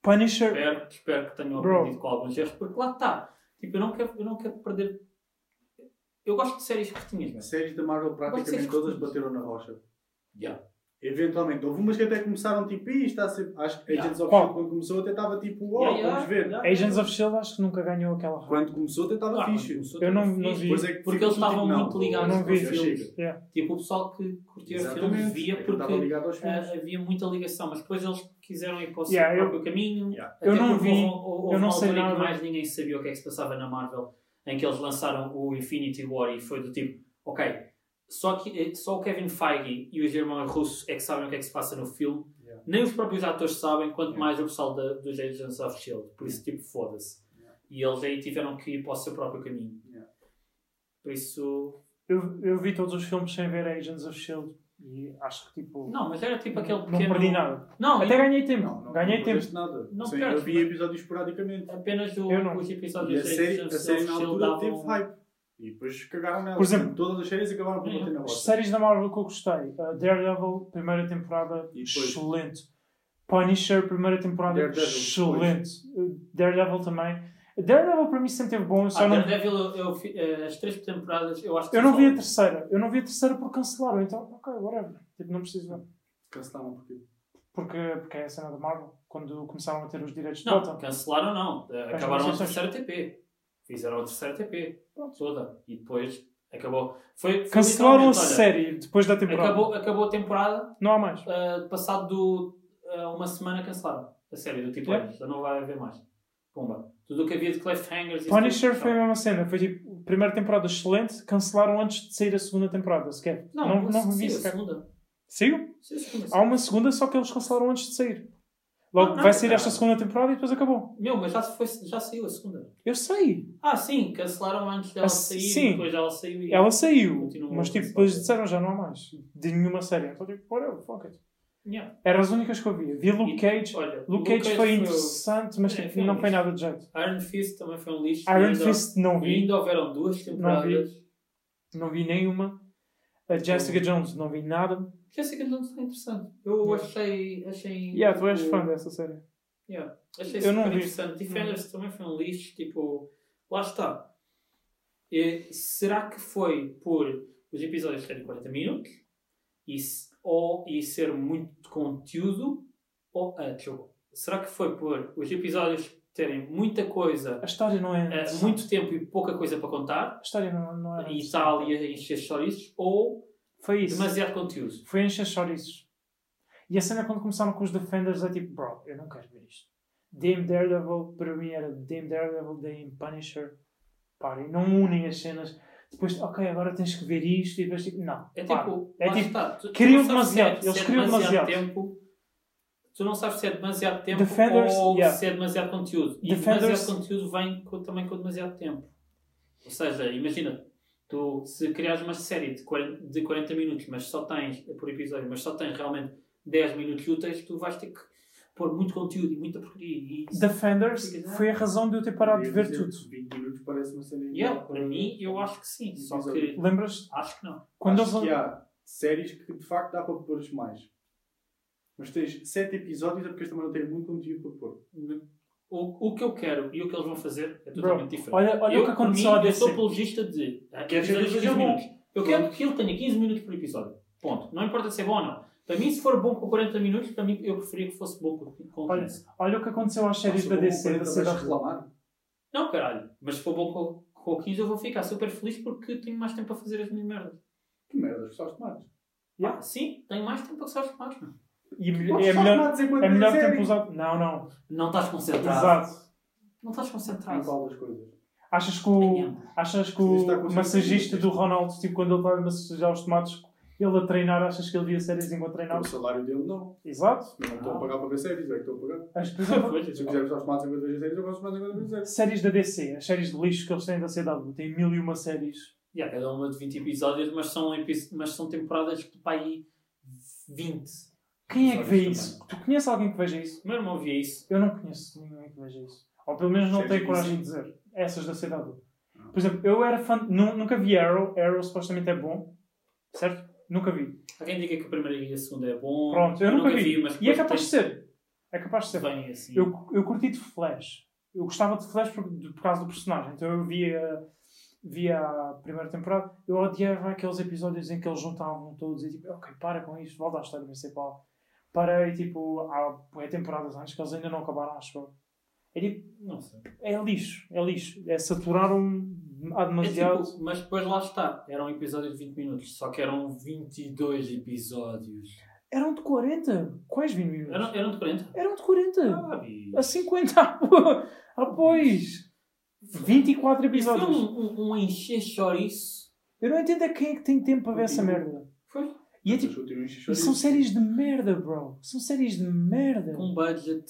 [SPEAKER 2] Punisher.
[SPEAKER 3] Espero, espero que tenham
[SPEAKER 2] Bro.
[SPEAKER 3] aprendido com alguns erros, porque lá está. Tipo, eu não quero, eu não quero perder. Eu gosto de séries curtinhas,
[SPEAKER 1] As
[SPEAKER 3] mas.
[SPEAKER 1] séries da Marvel praticamente
[SPEAKER 3] séries
[SPEAKER 1] todas
[SPEAKER 3] curtas.
[SPEAKER 1] bateram na rocha.
[SPEAKER 3] Yeah.
[SPEAKER 1] Eventualmente. Houve umas que até começaram tipo, "Ih, está a ser... Acho que
[SPEAKER 3] Yeah.
[SPEAKER 1] Agents of
[SPEAKER 2] Qual?
[SPEAKER 1] Shield quando começou até estava tipo, oh,
[SPEAKER 3] Yeah, yeah,
[SPEAKER 1] vamos ver.
[SPEAKER 3] yeah,
[SPEAKER 2] Agents
[SPEAKER 3] yeah.
[SPEAKER 2] of Shield acho que nunca ganhou aquela raiva.
[SPEAKER 1] Quando começou até estava
[SPEAKER 3] Ah, mas
[SPEAKER 1] fixe.
[SPEAKER 3] começou
[SPEAKER 2] Eu não-
[SPEAKER 3] tudo
[SPEAKER 2] não
[SPEAKER 3] fixe.
[SPEAKER 2] vi.
[SPEAKER 1] Depois é que
[SPEAKER 3] Porque
[SPEAKER 1] ficou,
[SPEAKER 3] eles estavam
[SPEAKER 1] tipo, não,
[SPEAKER 3] muito ligados
[SPEAKER 2] eu não
[SPEAKER 3] com
[SPEAKER 2] vi.
[SPEAKER 3] os filmes.
[SPEAKER 1] Chega.
[SPEAKER 2] Yeah.
[SPEAKER 3] Tipo, o pessoal que curtia
[SPEAKER 1] Exatamente.
[SPEAKER 3] filmes via
[SPEAKER 1] É que eu
[SPEAKER 3] porque
[SPEAKER 1] estava ligado aos filmes.
[SPEAKER 3] Ah, havia muita ligação, mas depois eles quiseram ir para o seu
[SPEAKER 2] Yeah, eu-
[SPEAKER 3] próprio caminho.
[SPEAKER 1] Yeah.
[SPEAKER 3] até
[SPEAKER 2] Eu não
[SPEAKER 3] porque
[SPEAKER 2] vi,
[SPEAKER 3] houve- um, houve
[SPEAKER 2] eu não
[SPEAKER 3] uma
[SPEAKER 2] sei
[SPEAKER 3] altura em
[SPEAKER 2] nada.
[SPEAKER 3] que mais ninguém sabia o que é que se passava na Marvel, em que eles lançaram o Infinity War e foi do tipo, ok, só, que, eh, só o Kevin Feige e os irmãos russos é que sabem o que é que se passa no filme,
[SPEAKER 1] Yeah.
[SPEAKER 3] nem os próprios atores sabem, quanto
[SPEAKER 2] É.
[SPEAKER 1] Yeah.
[SPEAKER 3] mais o pessoal da, dos Agents of S.H.I.E.L.D., por isso tipo, foda-se.
[SPEAKER 2] É.
[SPEAKER 1] Yeah.
[SPEAKER 3] E eles aí tiveram que ir para o seu próprio caminho.
[SPEAKER 1] Yeah.
[SPEAKER 3] Por isso...
[SPEAKER 2] Eu, eu vi todos os filmes sem ver Agents of Shield e acho que tipo.
[SPEAKER 3] Não, mas era tipo aquele
[SPEAKER 2] não
[SPEAKER 3] pequeno...
[SPEAKER 2] perdi nada.
[SPEAKER 3] Não,
[SPEAKER 2] Até ganhei tempo.
[SPEAKER 1] Não, não,
[SPEAKER 2] ganhei tempo.
[SPEAKER 1] não perdeste nada.
[SPEAKER 3] Não
[SPEAKER 1] Sim, eu
[SPEAKER 3] perdes,
[SPEAKER 1] vi
[SPEAKER 3] mas-
[SPEAKER 1] episódios esporadicamente.
[SPEAKER 3] apenas o,
[SPEAKER 2] Eu não.
[SPEAKER 3] os
[SPEAKER 1] E
[SPEAKER 3] episódios
[SPEAKER 1] a série, a
[SPEAKER 3] Agents of
[SPEAKER 1] série na
[SPEAKER 3] S.H.I.E.L.D.
[SPEAKER 1] altura teve
[SPEAKER 3] davam-
[SPEAKER 1] hype. E depois cagaram nela.
[SPEAKER 2] Por exemplo,
[SPEAKER 1] todas as séries acabaram por bater na
[SPEAKER 2] As
[SPEAKER 1] rocha.
[SPEAKER 2] séries da Marvel que eu gostei. Uh, Daredevil, primeira temporada,
[SPEAKER 1] E depois?
[SPEAKER 2] excelente. Punisher, primeira temporada,
[SPEAKER 1] Daredevil,
[SPEAKER 2] excelente. Uh, Daredevil também. Daredevil para mim sempre teve bom. eu Só
[SPEAKER 3] Ah,
[SPEAKER 2] não...
[SPEAKER 3] Daredevil, eu, eu, fi- eh, as três temporadas, eu acho que
[SPEAKER 2] Eu não
[SPEAKER 3] só-
[SPEAKER 2] vi a terceira. Eu não vi a terceira porque cancelaram. Então, ok, whatever. Tipo, não preciso ver.
[SPEAKER 1] Cancelaram porque.
[SPEAKER 2] é Porque, porque é a cena da Marvel. Quando começaram a ter os direitos de
[SPEAKER 3] Não,
[SPEAKER 2] volta.
[SPEAKER 3] cancelaram não. Eh, Acabaram a
[SPEAKER 2] concessões.
[SPEAKER 3] terceira TP. Fizeram a terceira TP.
[SPEAKER 2] Pronto.
[SPEAKER 3] Toda. E depois acabou. Foi, foi
[SPEAKER 2] Cancelaram a
[SPEAKER 3] literalmente, olha,
[SPEAKER 2] série depois da temporada.
[SPEAKER 3] Acabou, acabou a temporada,
[SPEAKER 2] Não há mais.
[SPEAKER 3] eh, passado do, eh, uma semana cancelaram a série do tipo,
[SPEAKER 2] Yeah.
[SPEAKER 3] olha, já não vai haver mais. Pumba. Tudo o que havia de cliffhangers e
[SPEAKER 2] Punisher
[SPEAKER 3] tudo,
[SPEAKER 2] foi a
[SPEAKER 3] tchau.
[SPEAKER 2] mesma cena. Foi tipo, primeira temporada excelente. Cancelaram antes de sair a segunda temporada sequer. Não, não, vi
[SPEAKER 3] sim, a
[SPEAKER 2] sequer.
[SPEAKER 3] segunda.
[SPEAKER 2] Saiu?
[SPEAKER 3] Sim, a segunda.
[SPEAKER 2] Há um- uma segunda, só que eles cancelaram antes de sair. Logo,
[SPEAKER 3] Ah, Não, não,
[SPEAKER 2] vai sair
[SPEAKER 3] não.
[SPEAKER 2] esta segunda temporada e depois acabou.
[SPEAKER 3] Meu, mas já, se foi, já saiu a segunda.
[SPEAKER 2] Eu sei.
[SPEAKER 3] Ah, sim, cancelaram antes dela
[SPEAKER 2] Ah,
[SPEAKER 3] sair,
[SPEAKER 2] sim.
[SPEAKER 3] depois ela saiu e.
[SPEAKER 2] Ela saiu.
[SPEAKER 3] Continuam
[SPEAKER 2] mas
[SPEAKER 3] a
[SPEAKER 2] tipo,
[SPEAKER 3] cancelar.
[SPEAKER 2] depois disseram já não há mais. De nenhuma série. Então tipo, whatever, fuck it.
[SPEAKER 3] Yeah.
[SPEAKER 2] Eram as únicas que eu via. Vi Luke
[SPEAKER 3] E-
[SPEAKER 2] Cage.
[SPEAKER 3] Olha,
[SPEAKER 2] Luke Cage foi
[SPEAKER 3] o-
[SPEAKER 2] interessante, mas
[SPEAKER 3] É,
[SPEAKER 2] tipo,
[SPEAKER 3] foi um
[SPEAKER 2] não foi
[SPEAKER 3] lixo.
[SPEAKER 2] nada de jeito.
[SPEAKER 3] Iron Fist também foi um lixo. e
[SPEAKER 2] Iron
[SPEAKER 3] ainda-
[SPEAKER 2] Fist não
[SPEAKER 3] E
[SPEAKER 2] vi.
[SPEAKER 3] ainda houveram duas temporadas.
[SPEAKER 2] Não vi nenhuma. A Jessica Jones, não vi nada.
[SPEAKER 3] Jessica Jones está interessante. Eu
[SPEAKER 2] Yeah.
[SPEAKER 3] achei. achei
[SPEAKER 2] Yeah, tu és
[SPEAKER 3] tipo,
[SPEAKER 2] fã dessa série.
[SPEAKER 3] Yeah. Achei
[SPEAKER 2] Eu
[SPEAKER 3] super
[SPEAKER 2] não vi. Uhum.
[SPEAKER 3] interessante. Defenders também foi um lixo, tipo, lá está. E será que foi por os episódios terem 40 minutos e, se- ou, e ser muito conteúdo ou ah, desculpa. Será que foi por os episódios terem muita coisa
[SPEAKER 2] A história não é.
[SPEAKER 3] ah,
[SPEAKER 2] interessante.
[SPEAKER 3] muito tempo e pouca coisa para contar
[SPEAKER 2] A história não, não é.
[SPEAKER 3] e está ali a encher chouriços ou
[SPEAKER 2] Foi isso.
[SPEAKER 3] demasiado conteúdo?
[SPEAKER 2] Foi encher chouriços. E a cena quando começaram com os Defenders é tipo, bro, eu não quero ver isto. Dame Daredevil, para mim era Dame Daredevil, Dame Punisher. Parem, não unem as cenas. Depois, ok, agora tens que ver isto. E depois, tipo, não.
[SPEAKER 3] É
[SPEAKER 2] parem.
[SPEAKER 3] tipo,
[SPEAKER 2] é
[SPEAKER 3] lá
[SPEAKER 2] tipo,
[SPEAKER 3] está. Tu- tu
[SPEAKER 2] queriam
[SPEAKER 3] não sabes se
[SPEAKER 2] demasiado.
[SPEAKER 3] se
[SPEAKER 2] Eles queriam demasiado.
[SPEAKER 3] tempo. Tu não sabes se é demasiado tempo
[SPEAKER 2] Defenders,
[SPEAKER 3] ou
[SPEAKER 2] yeah.
[SPEAKER 3] se é demasiado conteúdo. E
[SPEAKER 2] Defenders-
[SPEAKER 3] demasiado conteúdo vem com- também com demasiado tempo. Ou seja, imagina, tu se criares uma série de 40, de 40 minutos, mas só tens, é por episódio, mas só tens realmente 10 minutos úteis, tu vais ter que pôr muito conteúdo e muita porcaria. E isso-
[SPEAKER 2] Defenders foi a razão de eu ter parado de ver tudo.
[SPEAKER 1] 20 minutos parece uma série.
[SPEAKER 3] Yeah,
[SPEAKER 1] igual.
[SPEAKER 3] para mim, eu acho que sim. Só que
[SPEAKER 1] Episódio.
[SPEAKER 2] Lembras-te?
[SPEAKER 3] acho que não.
[SPEAKER 2] Quando
[SPEAKER 1] é. Acho que
[SPEAKER 2] eles.
[SPEAKER 1] há séries que de facto dá para pôr mais. Mas tens 7 episódios é porque este também não tem muito conteúdo para pôr.
[SPEAKER 3] O, o que eu quero e o que eles vão fazer é
[SPEAKER 2] Bro,
[SPEAKER 3] totalmente diferente.
[SPEAKER 2] olha, olha
[SPEAKER 3] eu,
[SPEAKER 2] o que
[SPEAKER 3] por
[SPEAKER 2] aconteceu
[SPEAKER 3] mim,
[SPEAKER 2] à
[SPEAKER 3] Eu sou
[SPEAKER 2] DC.
[SPEAKER 3] apologista de.
[SPEAKER 1] Quer dizer,
[SPEAKER 3] episódios de
[SPEAKER 1] seja
[SPEAKER 3] 15
[SPEAKER 1] bom.
[SPEAKER 3] minutos. Eu quero que ele tenha 15 minutos por episódio. Ponto. Não importa se é bom ou não. Para mim, se for bom com 40 minutos, para mim, eu preferia que fosse bom com com
[SPEAKER 2] Olha,
[SPEAKER 3] 15.
[SPEAKER 2] olha o que aconteceu às séries da DC. É Da
[SPEAKER 1] Vais
[SPEAKER 2] Cidade.
[SPEAKER 1] reclamar.
[SPEAKER 3] Não, caralho. Mas se for bom com, com 15, eu vou ficar super feliz porque tenho mais tempo para fazer as minhas merdas.
[SPEAKER 1] Que merda, gostaste mais.
[SPEAKER 2] Yeah.
[SPEAKER 3] Ah, sim, tenho mais tempo para gostar de mais, mano.
[SPEAKER 2] E é melhor, é
[SPEAKER 1] Gostaste
[SPEAKER 2] melhor,
[SPEAKER 1] mais enquanto
[SPEAKER 2] é melhor
[SPEAKER 1] série.
[SPEAKER 2] tempo usado. Não, não.
[SPEAKER 3] Não estás concentrado.
[SPEAKER 2] Exato.
[SPEAKER 3] Não estás
[SPEAKER 1] Em
[SPEAKER 3] concentrado.
[SPEAKER 1] qual das coisas?
[SPEAKER 2] É Achas que o.
[SPEAKER 3] Nenhum.
[SPEAKER 2] Achas que
[SPEAKER 1] Isto está
[SPEAKER 2] o
[SPEAKER 1] com
[SPEAKER 2] massagista
[SPEAKER 1] certeza.
[SPEAKER 2] do Ronaldo, tipo, quando ele vai massagejar os tomates, ele a treinar, achas que ele via séries enquanto
[SPEAKER 1] O
[SPEAKER 2] treinava?
[SPEAKER 1] salário dele não.
[SPEAKER 2] Exato.
[SPEAKER 1] Eu não estou a pagar para ver séries, eu é que estou a pagar.
[SPEAKER 2] As, por exemplo,
[SPEAKER 1] Se eu quiser gostar de tomates enquanto vejo séries, eu gosto mais enquanto vejo séries.
[SPEAKER 2] séries da DC, as séries de lixo que eles têm da CW, tem mil e uma séries.
[SPEAKER 3] Yeah, cada uma de 20 episódios, mas são, epi- mas são temporadas de pá aí 20.
[SPEAKER 2] Quem é que vê
[SPEAKER 3] Episódios
[SPEAKER 2] isso? Tu conheces alguém que veja isso?
[SPEAKER 3] O meu irmão via isso.
[SPEAKER 2] Eu não conheço ninguém que veja isso. Ou pelo menos não
[SPEAKER 1] Séries
[SPEAKER 2] tenho coragem de dizer. Essas da CW. Por exemplo, eu era fã. nu- Nunca vi Arrow. Arrow supostamente é bom. Certo? Nunca vi.
[SPEAKER 3] Há quem diga que a primeira e a segunda é bom.
[SPEAKER 2] Pronto, eu nunca vi.
[SPEAKER 3] mas
[SPEAKER 2] E é capaz de ser. É capaz de ser.
[SPEAKER 3] Bem assim.
[SPEAKER 2] Eu, eu curti de Flash. Eu gostava de Flash por, de- por causa do personagem. Então eu via, via a primeira temporada. Eu odiava aqueles episódios em que eles juntavam todos e tipo, ok, para com isto, volta à história principal. Para e tipo, há é temporadas antes que eles ainda não acabaram, acho eu. É tipo,
[SPEAKER 3] Não sei.
[SPEAKER 2] é lixo, é lixo. É saturaram há
[SPEAKER 3] É
[SPEAKER 2] demasiado.
[SPEAKER 3] tipo, mas depois lá está. Era um episódio de 20 minutos. Só que eram 22 episódios.
[SPEAKER 2] Eram de 40? Quais 20 minutos?
[SPEAKER 3] Eram, eram um, de 40.
[SPEAKER 2] Eram de 40!
[SPEAKER 3] Ah, e-
[SPEAKER 2] A 50! Ah, pois! 24
[SPEAKER 3] Isso foi
[SPEAKER 2] episódios!
[SPEAKER 3] um, um, um encher chouriço.
[SPEAKER 2] Eu não entendo é quem é que tem tempo para ver essa merda.
[SPEAKER 3] Foi
[SPEAKER 2] E é tipo, e são séries de merda, bro. São séries de merda.
[SPEAKER 3] com um budget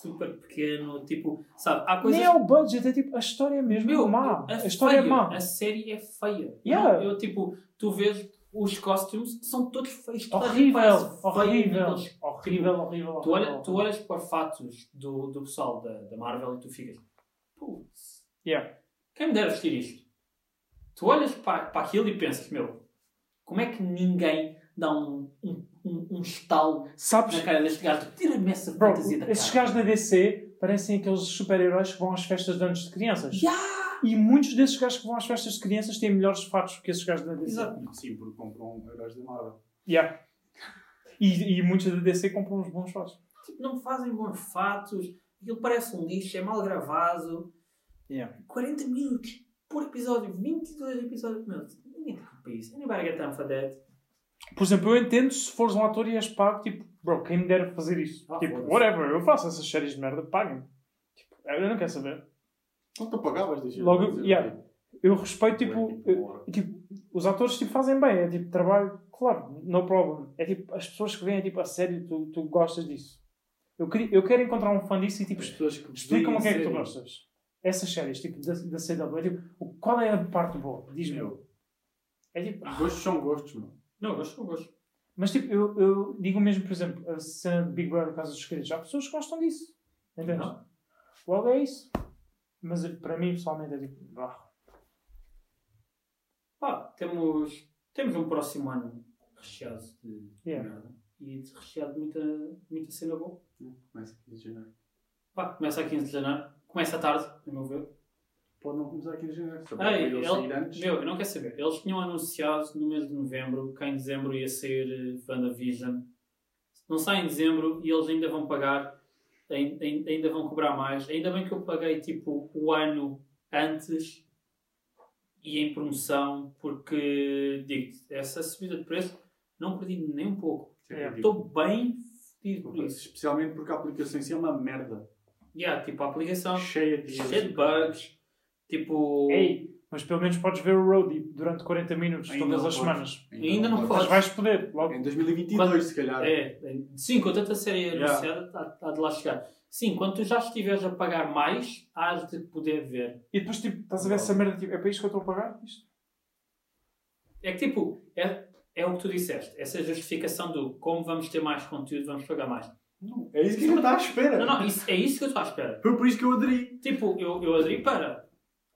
[SPEAKER 3] super pequeno. Tipo, sabe, há coisas
[SPEAKER 2] Nem é o budget, é tipo, a história é mesmo
[SPEAKER 3] Meu,
[SPEAKER 2] má.
[SPEAKER 3] é
[SPEAKER 2] A história é
[SPEAKER 3] feia.
[SPEAKER 2] má.
[SPEAKER 3] A série é feia.
[SPEAKER 2] Yeah.
[SPEAKER 3] Não, eu, tipo, tu vês os costumes, são todos feios. toda a gente
[SPEAKER 2] Horrível,
[SPEAKER 3] parece feio
[SPEAKER 2] horrível,
[SPEAKER 3] naqueles-
[SPEAKER 2] horrível, horrível.
[SPEAKER 3] Tu, olha,
[SPEAKER 2] horrível.
[SPEAKER 3] tu olhas para fatos do, do pessoal da, da Marvel e tu ficas... Putz,
[SPEAKER 2] Yeah.
[SPEAKER 3] quem me dera vestir isto? Tu olhas para, para aquilo e pensas, meu, como é que ninguém dá um, um, um, um estalo
[SPEAKER 2] Sabes,
[SPEAKER 3] na cara deste gajo? Tira-me essa
[SPEAKER 2] bro,
[SPEAKER 3] fantasia da cara.
[SPEAKER 2] esses gajos da DC parecem aqueles super-heróis que vão às festas de anos de crianças.
[SPEAKER 3] Yeah.
[SPEAKER 2] E muitos desses gajos que vão às festas de crianças têm melhores fatos que esses gajos da DC.
[SPEAKER 3] Exato.
[SPEAKER 1] Sim, porque compram heróis da Marvel.
[SPEAKER 2] Yeah. E, e muitos da DC compram uns bons fatos.
[SPEAKER 3] Tipo, não fazem bons fatos. Aquilo parece um lixo, é mal gravado. 40 minutos por episódio, 22 episódios. Meu, ninguém tem culpa isso. Anybody get time for that?
[SPEAKER 2] Por exemplo, eu entendo se fores um ator e és pago, tipo, bro, quem me dera fazer isso?
[SPEAKER 3] Ah,
[SPEAKER 2] tipo,
[SPEAKER 3] foda-se.
[SPEAKER 2] whatever, eu faço essas séries de merda, paguem-me. Tipo, eu não quero saber.
[SPEAKER 1] Não te apagavas, deixa eu
[SPEAKER 2] Logo,
[SPEAKER 1] dizer.
[SPEAKER 2] yeah, eu respeito, tipo,
[SPEAKER 1] Não é tipo uma hora.
[SPEAKER 2] eu- tipo, os atores tipo, fazem bem, é tipo, trabalho, claro, no problem. É tipo, as pessoas que vêm, é tipo, a sério, tu, tu gostas disso. Eu, queria, eu quero encontrar um fã disso e, tipo,
[SPEAKER 1] As pessoas que
[SPEAKER 2] explica-me o que é que tu
[SPEAKER 1] veem
[SPEAKER 2] gostas. Essas séries, tipo, da, da CW, é tipo, o- qual é a parte boa?
[SPEAKER 1] séries-
[SPEAKER 2] Diz-me.
[SPEAKER 1] Meu,
[SPEAKER 2] É tipo,
[SPEAKER 1] Gostos são gostos, mano.
[SPEAKER 3] Não, gosto, não gosto.
[SPEAKER 2] Mas tipo, eu, eu digo mesmo, por exemplo, a cena de Big Brother Casa dos Segredos. Há pessoas que gostam disso. Entendes?
[SPEAKER 3] Não.
[SPEAKER 2] Logo é isso. Mas eh, para mim, pessoalmente, é tipo. ah,
[SPEAKER 3] Pá, temos, temos um próximo ano recheado de
[SPEAKER 2] Yeah.
[SPEAKER 3] merda. E de recheado de muita, muita cena boa.
[SPEAKER 1] Começa aqui em janeiro.
[SPEAKER 3] Pá, começa a 15 de janeiro. Começa à tarde, a meu ver.
[SPEAKER 1] Pode não começar aqui em janeiro. Só para
[SPEAKER 3] Ei,
[SPEAKER 1] ele
[SPEAKER 3] ele-
[SPEAKER 1] sair antes.
[SPEAKER 3] Meu, eu não quero saber. Eles tinham anunciado no mês de novembro que em dezembro ia sair eh, WandaVision. Não sai em dezembro e eles ainda vão pagar, ain- ain- ainda vão cobrar mais. Ainda bem que eu paguei tipo o ano antes e em promoção, porque digo essa subida de preço não perdi nem um pouco.
[SPEAKER 1] Isso é
[SPEAKER 2] Yeah.
[SPEAKER 1] ridículo.
[SPEAKER 3] Estou bem fedido por isso.
[SPEAKER 1] Especialmente porque a aplicação em si é uma merda.
[SPEAKER 3] Yeah, tipo a aplicação
[SPEAKER 1] Cheia de
[SPEAKER 3] cheia de bugs, tipo.
[SPEAKER 2] Ei, mas pelo menos podes ver o Roadie durante 40 minutos
[SPEAKER 1] Ainda
[SPEAKER 2] todas
[SPEAKER 1] não
[SPEAKER 2] as
[SPEAKER 1] podes.
[SPEAKER 2] semanas.
[SPEAKER 3] Ainda não
[SPEAKER 2] Mas
[SPEAKER 3] Podes.
[SPEAKER 2] vais poder. Logo.
[SPEAKER 1] Em 2022,
[SPEAKER 3] Quando-
[SPEAKER 1] se calhar.
[SPEAKER 3] É, sim, com tanta série
[SPEAKER 1] Yeah.
[SPEAKER 3] anunciada, há, há de lá chegar. Sim, quando tu já estiveres a pagar mais, hás de poder ver.
[SPEAKER 2] E depois, tipo, estás a ver essa merda, tipo, é para isto que eu estou a pagar? Isto?
[SPEAKER 3] É que tipo, é, é o que tu disseste, essa justificação do como vamos ter mais conteúdo, vamos pagar mais.
[SPEAKER 1] Não, é isso que eu estava à espera.
[SPEAKER 3] Não, não, isso, é isso que eu estou à espera.
[SPEAKER 1] Foi por isso que eu aderi.
[SPEAKER 3] Tipo, eu, eu aderi para.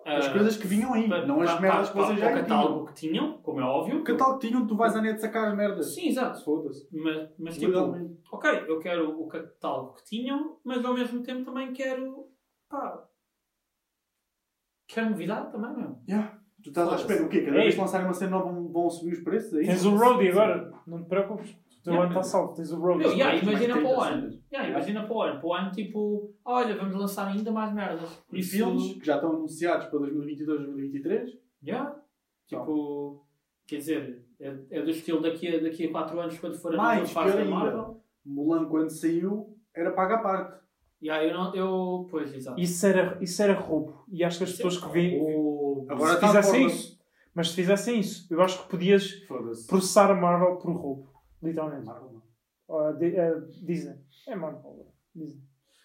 [SPEAKER 1] As
[SPEAKER 3] ah,
[SPEAKER 1] coisas que vinham aí,
[SPEAKER 3] para-
[SPEAKER 1] não as
[SPEAKER 3] para-
[SPEAKER 1] merdas que
[SPEAKER 3] para-
[SPEAKER 1] vocês
[SPEAKER 3] para
[SPEAKER 1] já
[SPEAKER 3] O
[SPEAKER 1] tinham.
[SPEAKER 3] catálogo que tinham, como é óbvio.
[SPEAKER 1] O catálogo que tinham, tu vais à net sacar as merdas.
[SPEAKER 3] Sim, exato.
[SPEAKER 1] Foda-se.
[SPEAKER 3] Mas, mas tipo,
[SPEAKER 1] Legalmente.
[SPEAKER 3] ok, eu quero o catálogo que tinham, mas ao mesmo tempo também quero. pá. Quero novidade também, meu.
[SPEAKER 1] Yeah. Tu estás à
[SPEAKER 3] Foda-se.
[SPEAKER 1] espera o quê? Cada
[SPEAKER 2] Ei.
[SPEAKER 1] vez que lançarem uma cena nova vão- vão subir os preços? É isso?
[SPEAKER 2] Tens o Roadie agora, não te preocupes. O teu
[SPEAKER 3] Yeah.
[SPEAKER 2] ano está salvo, tens o Roadie.
[SPEAKER 3] Meu, yeah,
[SPEAKER 1] Mais
[SPEAKER 3] imagina
[SPEAKER 1] 30
[SPEAKER 3] para o ano.
[SPEAKER 1] cenas.
[SPEAKER 3] Yeah, imagina para o ano. Para o ano, tipo, olha, vamos lançar ainda mais merdas. Por
[SPEAKER 1] E
[SPEAKER 3] isso.
[SPEAKER 1] filmes que já estão anunciados para 2022, 2023.
[SPEAKER 3] Yeah. Tipo, quer dizer, é, é do estilo daqui a 4 daqui a quatro anos, quando for a
[SPEAKER 1] Mais,
[SPEAKER 3] nova fase da
[SPEAKER 1] pior ainda.
[SPEAKER 3] Marvel.
[SPEAKER 1] Mulan, quando saiu, era paga à parte.
[SPEAKER 3] Yeah, eu não. Eu, pois, exato.
[SPEAKER 2] Isso era, isso era roubo. E acho que as
[SPEAKER 3] Isso
[SPEAKER 2] pessoas que vêm. Ah,
[SPEAKER 3] O-
[SPEAKER 1] Agora
[SPEAKER 2] se
[SPEAKER 1] está
[SPEAKER 2] fizessem
[SPEAKER 1] fora.
[SPEAKER 2] isso. Mas se fizessem isso, eu acho que podias
[SPEAKER 1] Foda-se.
[SPEAKER 2] processar a Marvel por roubo. Literalmente.
[SPEAKER 1] Marvel não.
[SPEAKER 2] Ou a Di- a Disney. É Marvel. Disney.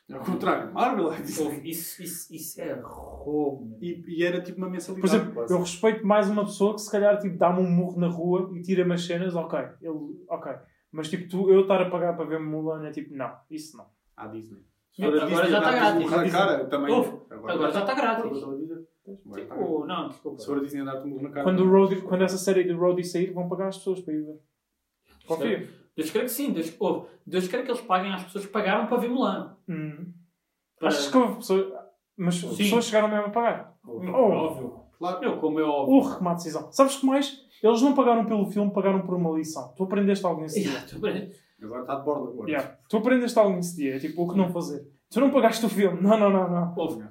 [SPEAKER 1] É o contrário. Marvel é Disney.
[SPEAKER 3] Ouve, Isso, isso, isso é roubo, meu.
[SPEAKER 1] E, e era tipo uma mensalidade.
[SPEAKER 2] Por exemplo,
[SPEAKER 1] quase.
[SPEAKER 2] eu respeito mais uma pessoa que se calhar tipo, dá-me um murro na rua e tira-me as cenas, ok. Ele, ok. Mas tipo, tu, eu estar a pagar para ver Mulan é tipo, não, isso não.
[SPEAKER 1] À Disney.
[SPEAKER 3] Não, agora já está grátis.
[SPEAKER 1] Disney andar-te um burro na cara, também.
[SPEAKER 3] Ouve, agora
[SPEAKER 1] já tá
[SPEAKER 3] já está grátis.
[SPEAKER 1] Agora está grátis.
[SPEAKER 3] Tipo, não, desculpa.
[SPEAKER 1] Se for a Disney andar-te um burro na cara.
[SPEAKER 2] Quando, o Roadie- quando essa série do Roadie sair, vão pagar as pessoas para ir ver. Confio.
[SPEAKER 3] Deus quer que sim, Deus, ouve, Deus quer que eles paguem às pessoas que pagaram para ver Mulan.
[SPEAKER 2] Hum.
[SPEAKER 3] Para-
[SPEAKER 2] Achas que houve pessoas. Mas as
[SPEAKER 3] Sim.
[SPEAKER 2] pessoas chegaram mesmo a pagar.
[SPEAKER 3] Meu,
[SPEAKER 2] Oh.
[SPEAKER 3] óbvio.
[SPEAKER 1] Claro.
[SPEAKER 3] Meu, como é óbvio.
[SPEAKER 2] Urra, que má decisão. Sabes que mais? Eles não pagaram pelo filme, pagaram por uma lição. Tu aprendeste algo nesse dia.
[SPEAKER 3] Yeah, tu-
[SPEAKER 1] Agora está de borda agora.
[SPEAKER 2] Yeah. Tu aprendeste algo nesse dia. É tipo, o que não fazer? Tu não pagaste o filme. Não, não, não, não.
[SPEAKER 3] Ouve,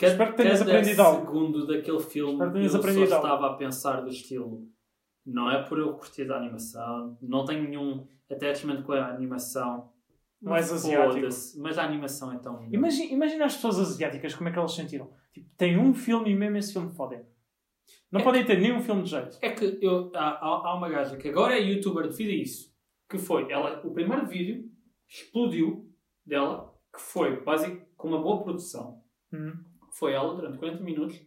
[SPEAKER 2] Espero que tenhas
[SPEAKER 3] cada
[SPEAKER 2] aprendido algo.
[SPEAKER 3] segundo daquele filme,
[SPEAKER 2] Espero que tenhas
[SPEAKER 3] eu
[SPEAKER 2] aprendido
[SPEAKER 3] só
[SPEAKER 2] algo.
[SPEAKER 3] estava a pensar do estilo. Não é por eu curtir da animação, não tenho nenhum attachment com a animação.
[SPEAKER 2] Mais
[SPEAKER 3] Mas
[SPEAKER 2] asiático.
[SPEAKER 3] foda-se, Mas a animação é tão. linda.
[SPEAKER 2] Imagina, imagina as pessoas asiáticas, como é que elas se sentiram. Tipo, tem um filme e mesmo esse filme fodem. Não
[SPEAKER 3] É.
[SPEAKER 2] podem ter nenhum filme de jeito.
[SPEAKER 3] É que eu, há, há- há uma gaja que agora é youtuber devido a isso. Que foi, ela, o primeiro vídeo explodiu dela, que foi básico com uma boa produção. Uhum.
[SPEAKER 2] Hum.
[SPEAKER 3] Foi ela, durante 40 minutos,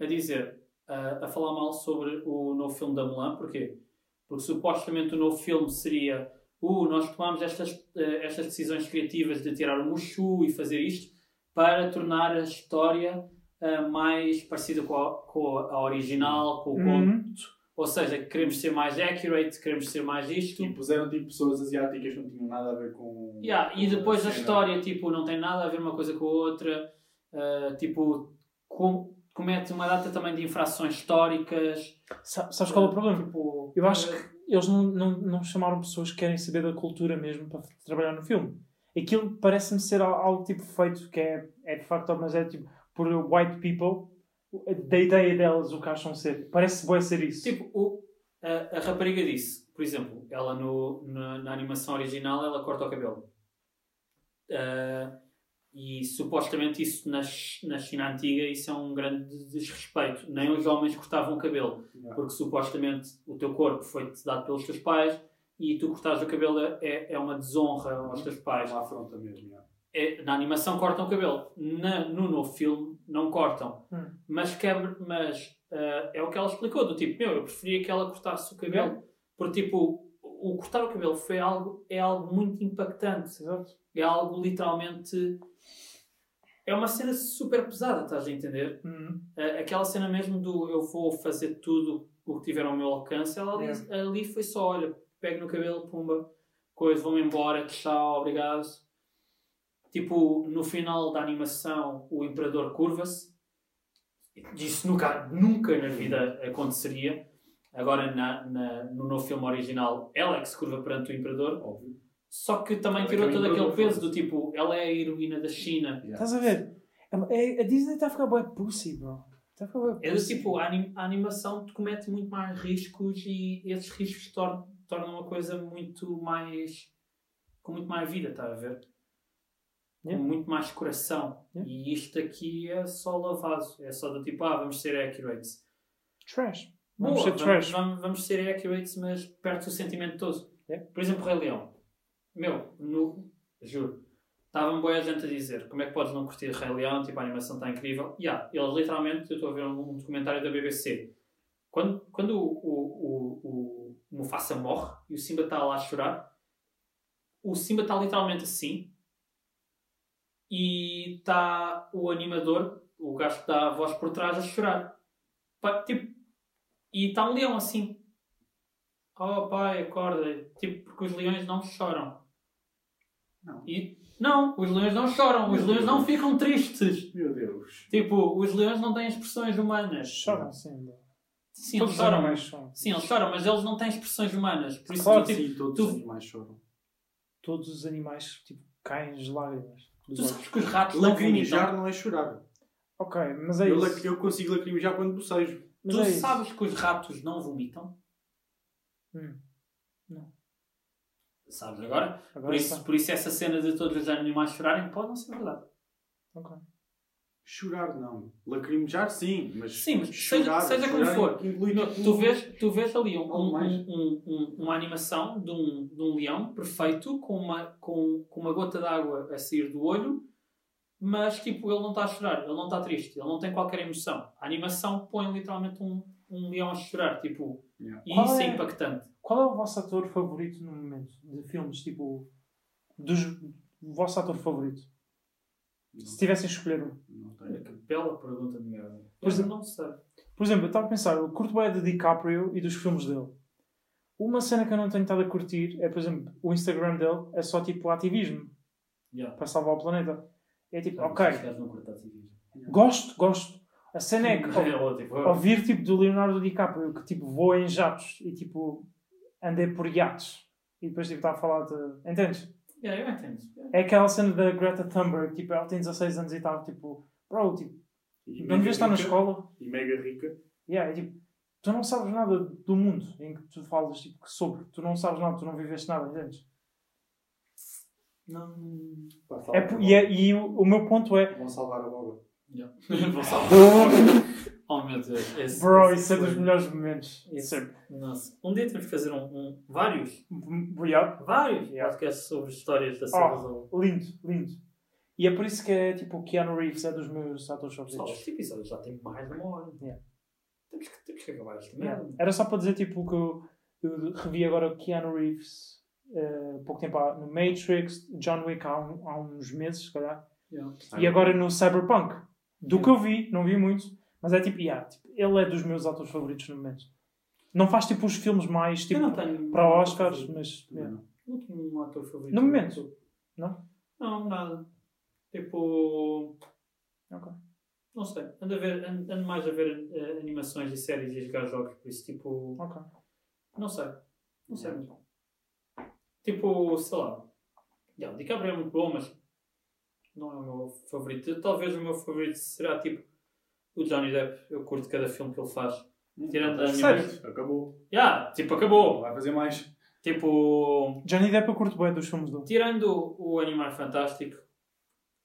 [SPEAKER 3] a dizer, a, a falar mal sobre o novo filme da Mulan. Porquê? Porque supostamente o novo filme seria uh, nós tomamos estas, eh, estas decisões criativas de tirar o Mushu e fazer isto para tornar a história eh, mais parecida com a, com a original, com o conto.
[SPEAKER 2] Uhum.
[SPEAKER 3] Ou seja, queremos ser mais accurate, queremos ser mais isto.
[SPEAKER 1] E puseram tipo pessoas asiáticas que não tinham nada a ver com.
[SPEAKER 3] Yeah, e
[SPEAKER 1] com
[SPEAKER 3] depois a
[SPEAKER 1] cena.
[SPEAKER 3] história, tipo, não tem nada a ver uma coisa com a outra. Ah, tipo, com- comete uma data também de infrações históricas.
[SPEAKER 2] Sa- Sabes qual é o problema?
[SPEAKER 3] Tipo,
[SPEAKER 2] Eu acho Eles não, não, não chamaram pessoas que querem saber da cultura mesmo para trabalhar no filme. Aquilo parece-me ser al- algo tipo feito, que é, é de facto, mas é tipo por white people, da ideia delas, o que acham ser. Parece bom ser isso.
[SPEAKER 3] Tipo, o- a, a rapariga disse, por exemplo, ela no, na, na animação original ela corta o cabelo. Ah, e supostamente isso na, Ch- na China antiga isso é um grande desrespeito. Nem os homens cortavam o cabelo.
[SPEAKER 1] Yeah.
[SPEAKER 3] porque supostamente o teu corpo foi-te dado pelos teus pais e tu cortares o cabelo é, é uma desonra aos teus
[SPEAKER 1] É
[SPEAKER 3] pais.
[SPEAKER 1] uma afronta mesmo. yeah.
[SPEAKER 3] É- na animação cortam o cabelo, Na- no novo filme não cortam,
[SPEAKER 2] Hum.
[SPEAKER 3] mas, quebra,
[SPEAKER 2] Hum.
[SPEAKER 3] mas ah, é o que ela explicou: do tipo, meu, eu preferia que ela cortasse o cabelo, porque tipo, o cortar o cabelo foi algo, é algo muito impactante.
[SPEAKER 2] Exato.
[SPEAKER 3] É algo literalmente. É uma cena super pesada, estás a entender?
[SPEAKER 2] Uhum.
[SPEAKER 3] A- Eh, Aquela cena mesmo do eu vou fazer tudo o que tiver ao meu alcance, ela ali, ali foi só: olha, pego no cabelo, pumba, coisa, vão embora, tchau, obrigado. Tipo, no final da animação, o Imperador curva-se. Isso nunca, nunca na vida aconteceria. Agora, na, na- no novo filme original, ela é que se curva perante o Imperador.
[SPEAKER 1] Óbvio.
[SPEAKER 3] Só que também
[SPEAKER 1] Ela é
[SPEAKER 3] tirou
[SPEAKER 1] que é o
[SPEAKER 3] todo aquele
[SPEAKER 1] Imperador,
[SPEAKER 3] peso
[SPEAKER 1] foda-se.
[SPEAKER 3] do tipo, ela é a heroína da China.
[SPEAKER 2] Estás a ver? A- A, a Disney está a ficar bué pussy, bro. Está a ficar bué
[SPEAKER 3] É do tipo, a, anim- a animação te comete muito mais riscos e esses riscos tor- tornam a coisa muito mais. com muito mais vida, está a ver?
[SPEAKER 2] Yeah.
[SPEAKER 3] Com muito mais coração.
[SPEAKER 2] Yeah.
[SPEAKER 3] E isto aqui é só lavado. É só do tipo, ah, vamos ser accurate.
[SPEAKER 2] trash. Vamos
[SPEAKER 3] Boa,
[SPEAKER 2] ser trash.
[SPEAKER 3] Vamos, vamos ser accurate, mas perto do sentimento todo.
[SPEAKER 2] Yeah.
[SPEAKER 3] Por exemplo, Rei Leão. Meu, no, juro. Estava-me boa a gente a dizer como é que podes não curtir Rei Leão, tipo, a animação está incrível. E yeah, eles literalmente, eu estou a ver um, um documentário da BBC. Quando, quando o, o, o, o Mufasa morre e o Simba está lá a chorar, o Simba está literalmente assim e está o animador, o gajo que dá a voz por trás, a chorar. Pá, tipo, e está um leão assim. Oh pai, acorda. Tipo, porque os leões não choram.
[SPEAKER 1] Não.
[SPEAKER 3] E, não, os leões não choram. Os
[SPEAKER 1] Meu
[SPEAKER 3] leões não
[SPEAKER 1] Deus.
[SPEAKER 3] ficam tristes.
[SPEAKER 1] Meu Deus.
[SPEAKER 3] Tipo, os leões não têm expressões humanas.
[SPEAKER 2] Choram eh, sim, bro.
[SPEAKER 3] Sim, eles
[SPEAKER 2] Todos os
[SPEAKER 3] choram.
[SPEAKER 2] animais choram.
[SPEAKER 3] Sim, eles choram, mas eles não têm expressões humanas. Por isso,
[SPEAKER 2] Claro,
[SPEAKER 3] tu, tipo,
[SPEAKER 1] sim, assim, todos
[SPEAKER 3] tu-
[SPEAKER 1] os animais choram.
[SPEAKER 2] Todos os animais tipo, caem as lágrimas. dos
[SPEAKER 3] tu
[SPEAKER 2] olhos.
[SPEAKER 3] sabes que os ratos não vomitam.
[SPEAKER 1] Lacrimejar não é chorar.
[SPEAKER 2] Ok, mas é
[SPEAKER 1] Eu,
[SPEAKER 2] isso.
[SPEAKER 1] lac- eu consigo lacrimejar quando bocejo.
[SPEAKER 2] Mas
[SPEAKER 3] Tu
[SPEAKER 2] é isso.
[SPEAKER 3] sabes que os ratos não vomitam?
[SPEAKER 2] Hum. Não.
[SPEAKER 3] Sabes agora?
[SPEAKER 2] Agora é
[SPEAKER 3] Por isso,
[SPEAKER 2] está.
[SPEAKER 3] por isso essa cena de todos os animais chorarem pode não ser verdade.
[SPEAKER 2] Ok.
[SPEAKER 1] Chorar não. Lacrimejar sim, mas.
[SPEAKER 3] Sim, mas seja- seja como for.
[SPEAKER 1] inclui
[SPEAKER 3] Não,
[SPEAKER 1] tudo.
[SPEAKER 3] tu, vês, tu vês ali um- um-
[SPEAKER 1] Algo mais?
[SPEAKER 3] um- um- uma animação de um, de um leão perfeito com uma, com, com uma gota d'água a sair do olho, mas tipo, ele não está a chorar, ele não está triste, ele não tem qualquer emoção. A animação põe literalmente um, um leão a chorar, tipo,
[SPEAKER 1] Yeah.
[SPEAKER 3] e
[SPEAKER 2] Qual
[SPEAKER 3] isso é,
[SPEAKER 2] é-
[SPEAKER 3] impactante.
[SPEAKER 2] Qual é o vosso ator favorito no momento? De filmes, tipo. Dos... O vosso ator favorito? Se tivessem de escolher um.
[SPEAKER 1] Não, não
[SPEAKER 3] Olha,
[SPEAKER 1] tenho.
[SPEAKER 3] que bela pergunta de merda.
[SPEAKER 2] Por
[SPEAKER 3] Eu
[SPEAKER 2] exemplo-
[SPEAKER 3] não sei.
[SPEAKER 2] Por exemplo, eu estava a pensar, eu curto bem de DiCaprio e dos filmes dele. Uma cena que eu não tenho estado a curtir é, por exemplo, o Instagram dele é só tipo ativismo
[SPEAKER 3] Yeah.
[SPEAKER 2] para salvar o planeta. É tipo,
[SPEAKER 3] Os
[SPEAKER 2] ok,
[SPEAKER 3] gajos não curtem ativismo.
[SPEAKER 2] gosto, gosto. A cena é que ao-
[SPEAKER 3] É, ou, tipo,
[SPEAKER 2] ouvir tipo do Leonardo DiCaprio que tipo voa em jatos e tipo andei por iates e depois tipo está a falar de. Entendes?
[SPEAKER 3] yeah, eu entendo.
[SPEAKER 2] É aquela cena da Greta Thunberg, tipo, ela tem 16 anos e tal, tipo, bro, tipo,
[SPEAKER 1] E
[SPEAKER 2] não
[SPEAKER 1] mega
[SPEAKER 2] devias estar tá na
[SPEAKER 1] rica-
[SPEAKER 2] escola.
[SPEAKER 1] E mega rica.
[SPEAKER 2] Yeah, é tipo, tu não sabes nada do mundo em que tu falas tipo, que sobre. Tu não sabes nada, tu não viveste nada, entendes?
[SPEAKER 3] Não.
[SPEAKER 1] Pá,
[SPEAKER 2] É,
[SPEAKER 1] salva
[SPEAKER 2] por-
[SPEAKER 1] a
[SPEAKER 2] e é- e o, o meu ponto é.
[SPEAKER 1] bola. Vão salvar a bola.
[SPEAKER 3] Yeah. Vou salvar.
[SPEAKER 2] Bro,
[SPEAKER 3] oh meu Deus. esse-
[SPEAKER 2] isso
[SPEAKER 3] esse
[SPEAKER 2] é dos
[SPEAKER 3] foi-
[SPEAKER 2] melhores momentos.
[SPEAKER 3] Esse-
[SPEAKER 2] Sempre.
[SPEAKER 3] Nossa, um dia temos que fazer um, um- vários,
[SPEAKER 2] M- yeah.
[SPEAKER 3] vários
[SPEAKER 2] Yeah.
[SPEAKER 3] podcasts sobre histórias da série do
[SPEAKER 2] Oh, lindo, lindo. E é por isso que é tipo o Keanu Reeves é dos meus atores
[SPEAKER 3] Pessoal,
[SPEAKER 2] favoritos.
[SPEAKER 3] este episódio já tem mais de uma hora.
[SPEAKER 2] Yeah.
[SPEAKER 3] Temos, que, temos que acabar esta
[SPEAKER 2] Yeah.
[SPEAKER 3] merda.
[SPEAKER 2] Era só para dizer tipo que eu, eu revi agora o Keanu Reeves eh, pouco tempo há- no Matrix, John Wick há, um- há uns meses, se calhar.
[SPEAKER 3] Yeah.
[SPEAKER 2] E agora no Cyberpunk. Do
[SPEAKER 3] Hum.
[SPEAKER 2] que eu vi, não vi muito, mas é tipo, yeah, tipo, ele é dos meus autores favoritos no momento. Não faz tipo os filmes mais tipo,
[SPEAKER 3] eu não tenho.
[SPEAKER 2] para Oscars, mas.
[SPEAKER 1] Também
[SPEAKER 2] yeah.
[SPEAKER 1] não.
[SPEAKER 3] Não tenho um ator favorito.
[SPEAKER 2] No momento? Não?
[SPEAKER 3] Não, nada. Tipo.
[SPEAKER 2] Ok.
[SPEAKER 3] Não sei. Ando, a ver, ando, ando mais a ver eh, animações e séries e a jogar jogos, por isso, tipo.
[SPEAKER 2] Ok.
[SPEAKER 3] Não sei. Não sei muito. Tipo, sei lá. Yeah, o DiCaprio é muito bom, mas não é o meu favorito. Talvez o meu favorito será tipo o Johnny Depp. Eu curto cada filme que ele faz. Tirando as
[SPEAKER 2] Sério?
[SPEAKER 1] Acabou.
[SPEAKER 3] Yeah, tipo,
[SPEAKER 1] Não
[SPEAKER 3] acabou.
[SPEAKER 1] vai fazer mais.
[SPEAKER 3] Tipo,
[SPEAKER 2] Johnny Depp eu curto bem dos filmes dele.
[SPEAKER 3] tirando o Animar Fantástico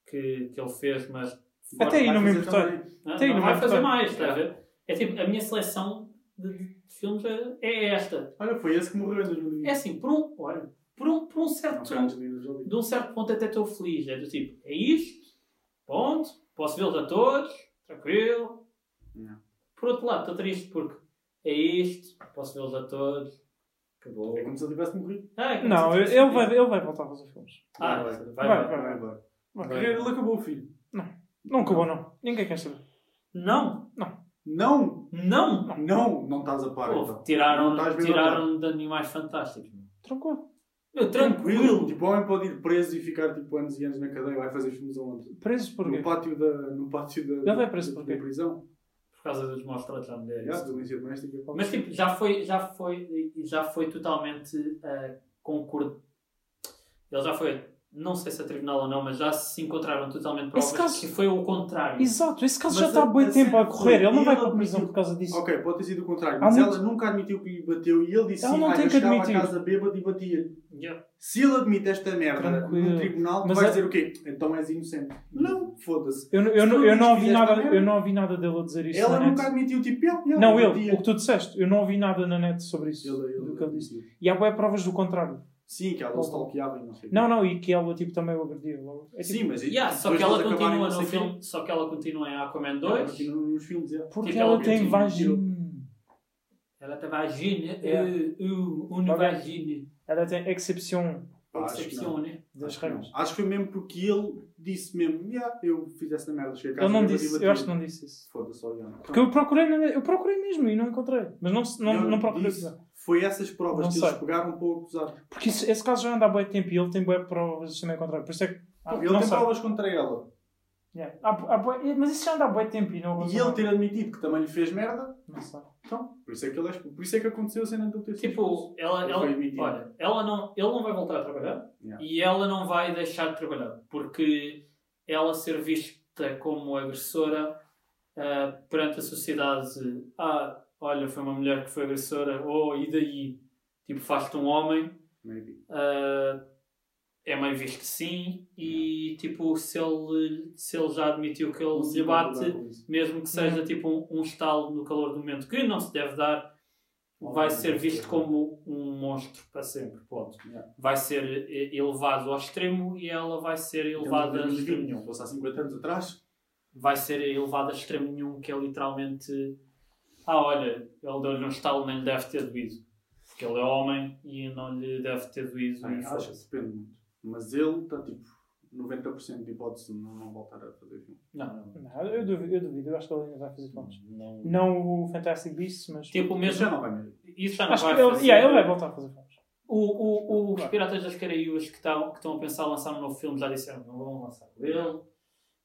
[SPEAKER 3] que, que ele fez, mas.
[SPEAKER 2] Até aí
[SPEAKER 1] Vai
[SPEAKER 2] não me
[SPEAKER 1] fazer
[SPEAKER 2] importei.
[SPEAKER 1] também.
[SPEAKER 3] Não,
[SPEAKER 2] Sim,
[SPEAKER 3] não
[SPEAKER 2] não
[SPEAKER 3] vai
[SPEAKER 2] é
[SPEAKER 3] fazer
[SPEAKER 2] importante.
[SPEAKER 3] mais, estás a ver? É tipo, a minha seleção de, de filmes é, é esta.
[SPEAKER 1] Olha, foi esse que morreu em
[SPEAKER 3] É
[SPEAKER 1] 2020.
[SPEAKER 3] assim, por um, olha, por um, por um
[SPEAKER 1] Não
[SPEAKER 3] certo
[SPEAKER 1] foi Angelina Jolie.
[SPEAKER 3] de um certo ponto até estou feliz. É do tipo, é isto, ponto, posso vê-los a todos, tranquilo.
[SPEAKER 1] Não.
[SPEAKER 3] Por outro lado, estou triste porque é isto, posso vê-los a todos, Acabou.
[SPEAKER 1] É como se ele tivesse morrido.
[SPEAKER 3] Ah, é como
[SPEAKER 2] Não,
[SPEAKER 3] se
[SPEAKER 2] ele
[SPEAKER 3] tivesse-
[SPEAKER 2] ele vai, ele vai voltar a fazer filmes.
[SPEAKER 3] Ah, vai,
[SPEAKER 1] Vai,
[SPEAKER 3] vai.
[SPEAKER 2] vai, vai.
[SPEAKER 1] Vai embora.
[SPEAKER 2] Vai.
[SPEAKER 1] Porque Ele acabou o filho.
[SPEAKER 2] Não acabou, não. Ninguém quer saber.
[SPEAKER 3] Não,
[SPEAKER 1] Não!
[SPEAKER 3] não.
[SPEAKER 1] Não! Não estás a par,
[SPEAKER 3] Pô,
[SPEAKER 1] então.
[SPEAKER 3] tiraram
[SPEAKER 1] Não é? estás bem
[SPEAKER 3] tiraram de animais fantásticos. meu.
[SPEAKER 2] Tranquilo.
[SPEAKER 3] Meu, tranquilo.
[SPEAKER 1] Tipo, o homem pode ir preso e ficar tipo anos e anos na cadeia. Vai fazer filmes aonde?
[SPEAKER 2] Presos porquê?
[SPEAKER 1] No pátio da... No pátio da...
[SPEAKER 2] Ele vai preso
[SPEAKER 1] da-
[SPEAKER 2] porquê?
[SPEAKER 1] Da prisão.
[SPEAKER 3] Por causa dos maus tratos à mulher.
[SPEAKER 1] Já,
[SPEAKER 3] isso.
[SPEAKER 1] violência doméstica. pá.
[SPEAKER 3] Mas tipo, já foi, já foi, já foi totalmente uh, concordado. Ele já foi, não sei se a tribunal ou não, mas já se encontraram totalmente
[SPEAKER 2] Esse
[SPEAKER 3] provas
[SPEAKER 2] caso-
[SPEAKER 3] que foi o contrário.
[SPEAKER 2] Exato, esse caso
[SPEAKER 1] Mas
[SPEAKER 2] já está
[SPEAKER 1] a-
[SPEAKER 2] há bem
[SPEAKER 1] a
[SPEAKER 2] tempo a
[SPEAKER 1] cena
[SPEAKER 2] correr.
[SPEAKER 1] foi,
[SPEAKER 2] Ele não vai
[SPEAKER 1] ele
[SPEAKER 2] para a prisão por causa disso.
[SPEAKER 1] Ok, pode ter sido o contrário.
[SPEAKER 2] Há
[SPEAKER 1] Mas
[SPEAKER 2] muito-
[SPEAKER 1] ela nunca admitiu que lhe bateu e ele disse
[SPEAKER 2] Ela
[SPEAKER 1] sim,
[SPEAKER 2] não
[SPEAKER 1] ah,
[SPEAKER 2] tem
[SPEAKER 1] eu
[SPEAKER 2] que
[SPEAKER 1] chegava
[SPEAKER 2] admitir."
[SPEAKER 1] à casa bêbado e batia
[SPEAKER 3] Yeah.
[SPEAKER 1] Se ele admite esta merda
[SPEAKER 2] Tranquilo.
[SPEAKER 1] no tribunal, tu
[SPEAKER 2] Mas
[SPEAKER 1] vais
[SPEAKER 2] é-
[SPEAKER 1] dizer o quê? Então és inocente. Não, foda-se.
[SPEAKER 2] Eu, eu, eu, eu, não ouvi
[SPEAKER 1] Fizeste
[SPEAKER 2] nada,
[SPEAKER 1] merda.
[SPEAKER 2] eu não ouvi nada dele a dizer isso
[SPEAKER 1] Ela
[SPEAKER 2] na
[SPEAKER 1] nunca
[SPEAKER 2] net.
[SPEAKER 1] admitiu, tipo, ele, ele
[SPEAKER 2] Não, ele,
[SPEAKER 1] batia.
[SPEAKER 2] o que tu disseste. Eu não ouvi nada na net sobre isso.
[SPEAKER 1] Ele- ele
[SPEAKER 2] do que ele disse.
[SPEAKER 1] admitiu.
[SPEAKER 2] E há boas provas do contrário.
[SPEAKER 1] Sim, que ela o stalkeava e não sei o quê.
[SPEAKER 2] Não, não, e que ela tipo, também o agredia. logo. É, tipo,
[SPEAKER 1] Sim, mas...
[SPEAKER 3] Yeah, só
[SPEAKER 1] depois
[SPEAKER 3] que ela
[SPEAKER 1] eles acabarem
[SPEAKER 3] continua
[SPEAKER 1] não
[SPEAKER 3] no
[SPEAKER 1] sei o quê.
[SPEAKER 3] filme, só que ela continua em
[SPEAKER 2] É,
[SPEAKER 3] Aquaman
[SPEAKER 1] Ela
[SPEAKER 3] 2.
[SPEAKER 1] continua nos filmes, é.
[SPEAKER 2] Porque
[SPEAKER 3] Tipo,
[SPEAKER 2] ela
[SPEAKER 3] ela
[SPEAKER 2] tem
[SPEAKER 1] mentiu,
[SPEAKER 2] vagina.
[SPEAKER 3] Ela estava agindo,
[SPEAKER 2] Yeah.
[SPEAKER 3] uh, une vagina,
[SPEAKER 2] Ela tem excepção
[SPEAKER 1] Pá, acho que não.
[SPEAKER 3] excepção, né?
[SPEAKER 2] das
[SPEAKER 1] Acho que não.
[SPEAKER 2] regras.
[SPEAKER 1] Acho que foi mesmo porque ele disse mesmo, yeah, eu fiz essa merda, cheguei a casa
[SPEAKER 2] Ele não
[SPEAKER 1] bêbado e
[SPEAKER 2] disse,
[SPEAKER 1] batia.
[SPEAKER 2] eu acho que não disse isso.
[SPEAKER 1] Foda-se, olha.
[SPEAKER 2] Porque eu procurei, na net- eu procurei mesmo e não encontrei. Mas não, se- não,
[SPEAKER 1] Eu
[SPEAKER 2] não procurei.
[SPEAKER 1] disse, Foi essas provas
[SPEAKER 2] Não
[SPEAKER 1] que eles
[SPEAKER 2] sei.
[SPEAKER 1] pegaram um para o acusar.
[SPEAKER 2] Porque isso- esse caso já anda há bem tempo e ele tem boas provas também contrário. Por isso é que. Ah,
[SPEAKER 1] ele
[SPEAKER 2] não
[SPEAKER 1] tem
[SPEAKER 2] sei.
[SPEAKER 1] provas contra ela.
[SPEAKER 2] Yeah. Há bo- há bué- Mas isso já anda há bem tempo e não.
[SPEAKER 1] E ele ter admitido que também lhe fez merda,
[SPEAKER 2] Não sei.
[SPEAKER 1] então, por isso é que, ele é, expo- por isso é que aconteceu a cena do ter sido expulso.
[SPEAKER 3] Tipo, ela,
[SPEAKER 1] Ele
[SPEAKER 3] ela,
[SPEAKER 1] foi admitido.
[SPEAKER 3] olha, ela não, ele não vai voltar a trabalhar
[SPEAKER 1] Yeah.
[SPEAKER 3] e ela não vai deixar de trabalhar porque ela ser vista como agressora ah, perante a sociedade, ah, olha, foi uma mulher que foi agressora, oh, e daí? Tipo, faz-te um homem,
[SPEAKER 1] Maybe.
[SPEAKER 3] ah, é meio visto que sim, e tipo, se ele, se ele já admitiu que ele lhe bate, mesmo que seja tipo um, um estalo no calor do momento que não se deve dar, vai ser
[SPEAKER 1] é.
[SPEAKER 3] visto como um monstro para sempre. Ponto.
[SPEAKER 1] Yeah.
[SPEAKER 3] Vai ser eh, elevado ao extremo e ela vai ser elevada a extremo
[SPEAKER 1] Se
[SPEAKER 3] nenhum.
[SPEAKER 1] fosse há 50 anos atrás,
[SPEAKER 3] Vai ser elevada a extremo nenhum, que é literalmente. Ah, olha, ele deu-lhe um estalo, nem lhe deve ter doído. Porque ele é homem e não lhe deve ter doído. e
[SPEAKER 1] bem, acho que
[SPEAKER 3] foda-se.
[SPEAKER 1] depende muito. Mas ele está tipo 90% de hipótese de não voltar a fazer filme.
[SPEAKER 3] Não, não.
[SPEAKER 2] Não, eu duvido, eu duvido, eu acho que ele ainda vai fazer filmes.
[SPEAKER 3] não.
[SPEAKER 2] Não o Fantastic Beasts, mas.
[SPEAKER 3] Tipo,
[SPEAKER 1] Mas já
[SPEAKER 3] mesmo.
[SPEAKER 1] não vai mesmo.
[SPEAKER 3] Isso já não
[SPEAKER 2] acho que
[SPEAKER 3] vai
[SPEAKER 2] ele,
[SPEAKER 3] fazer-
[SPEAKER 2] yeah, ele vai voltar a fazer filmes.
[SPEAKER 3] O, o, o, os
[SPEAKER 2] Claro.
[SPEAKER 3] Piratas das Caraíbas que estão que estão a pensar lançar um novo filme já disseram não vão lançar com ele.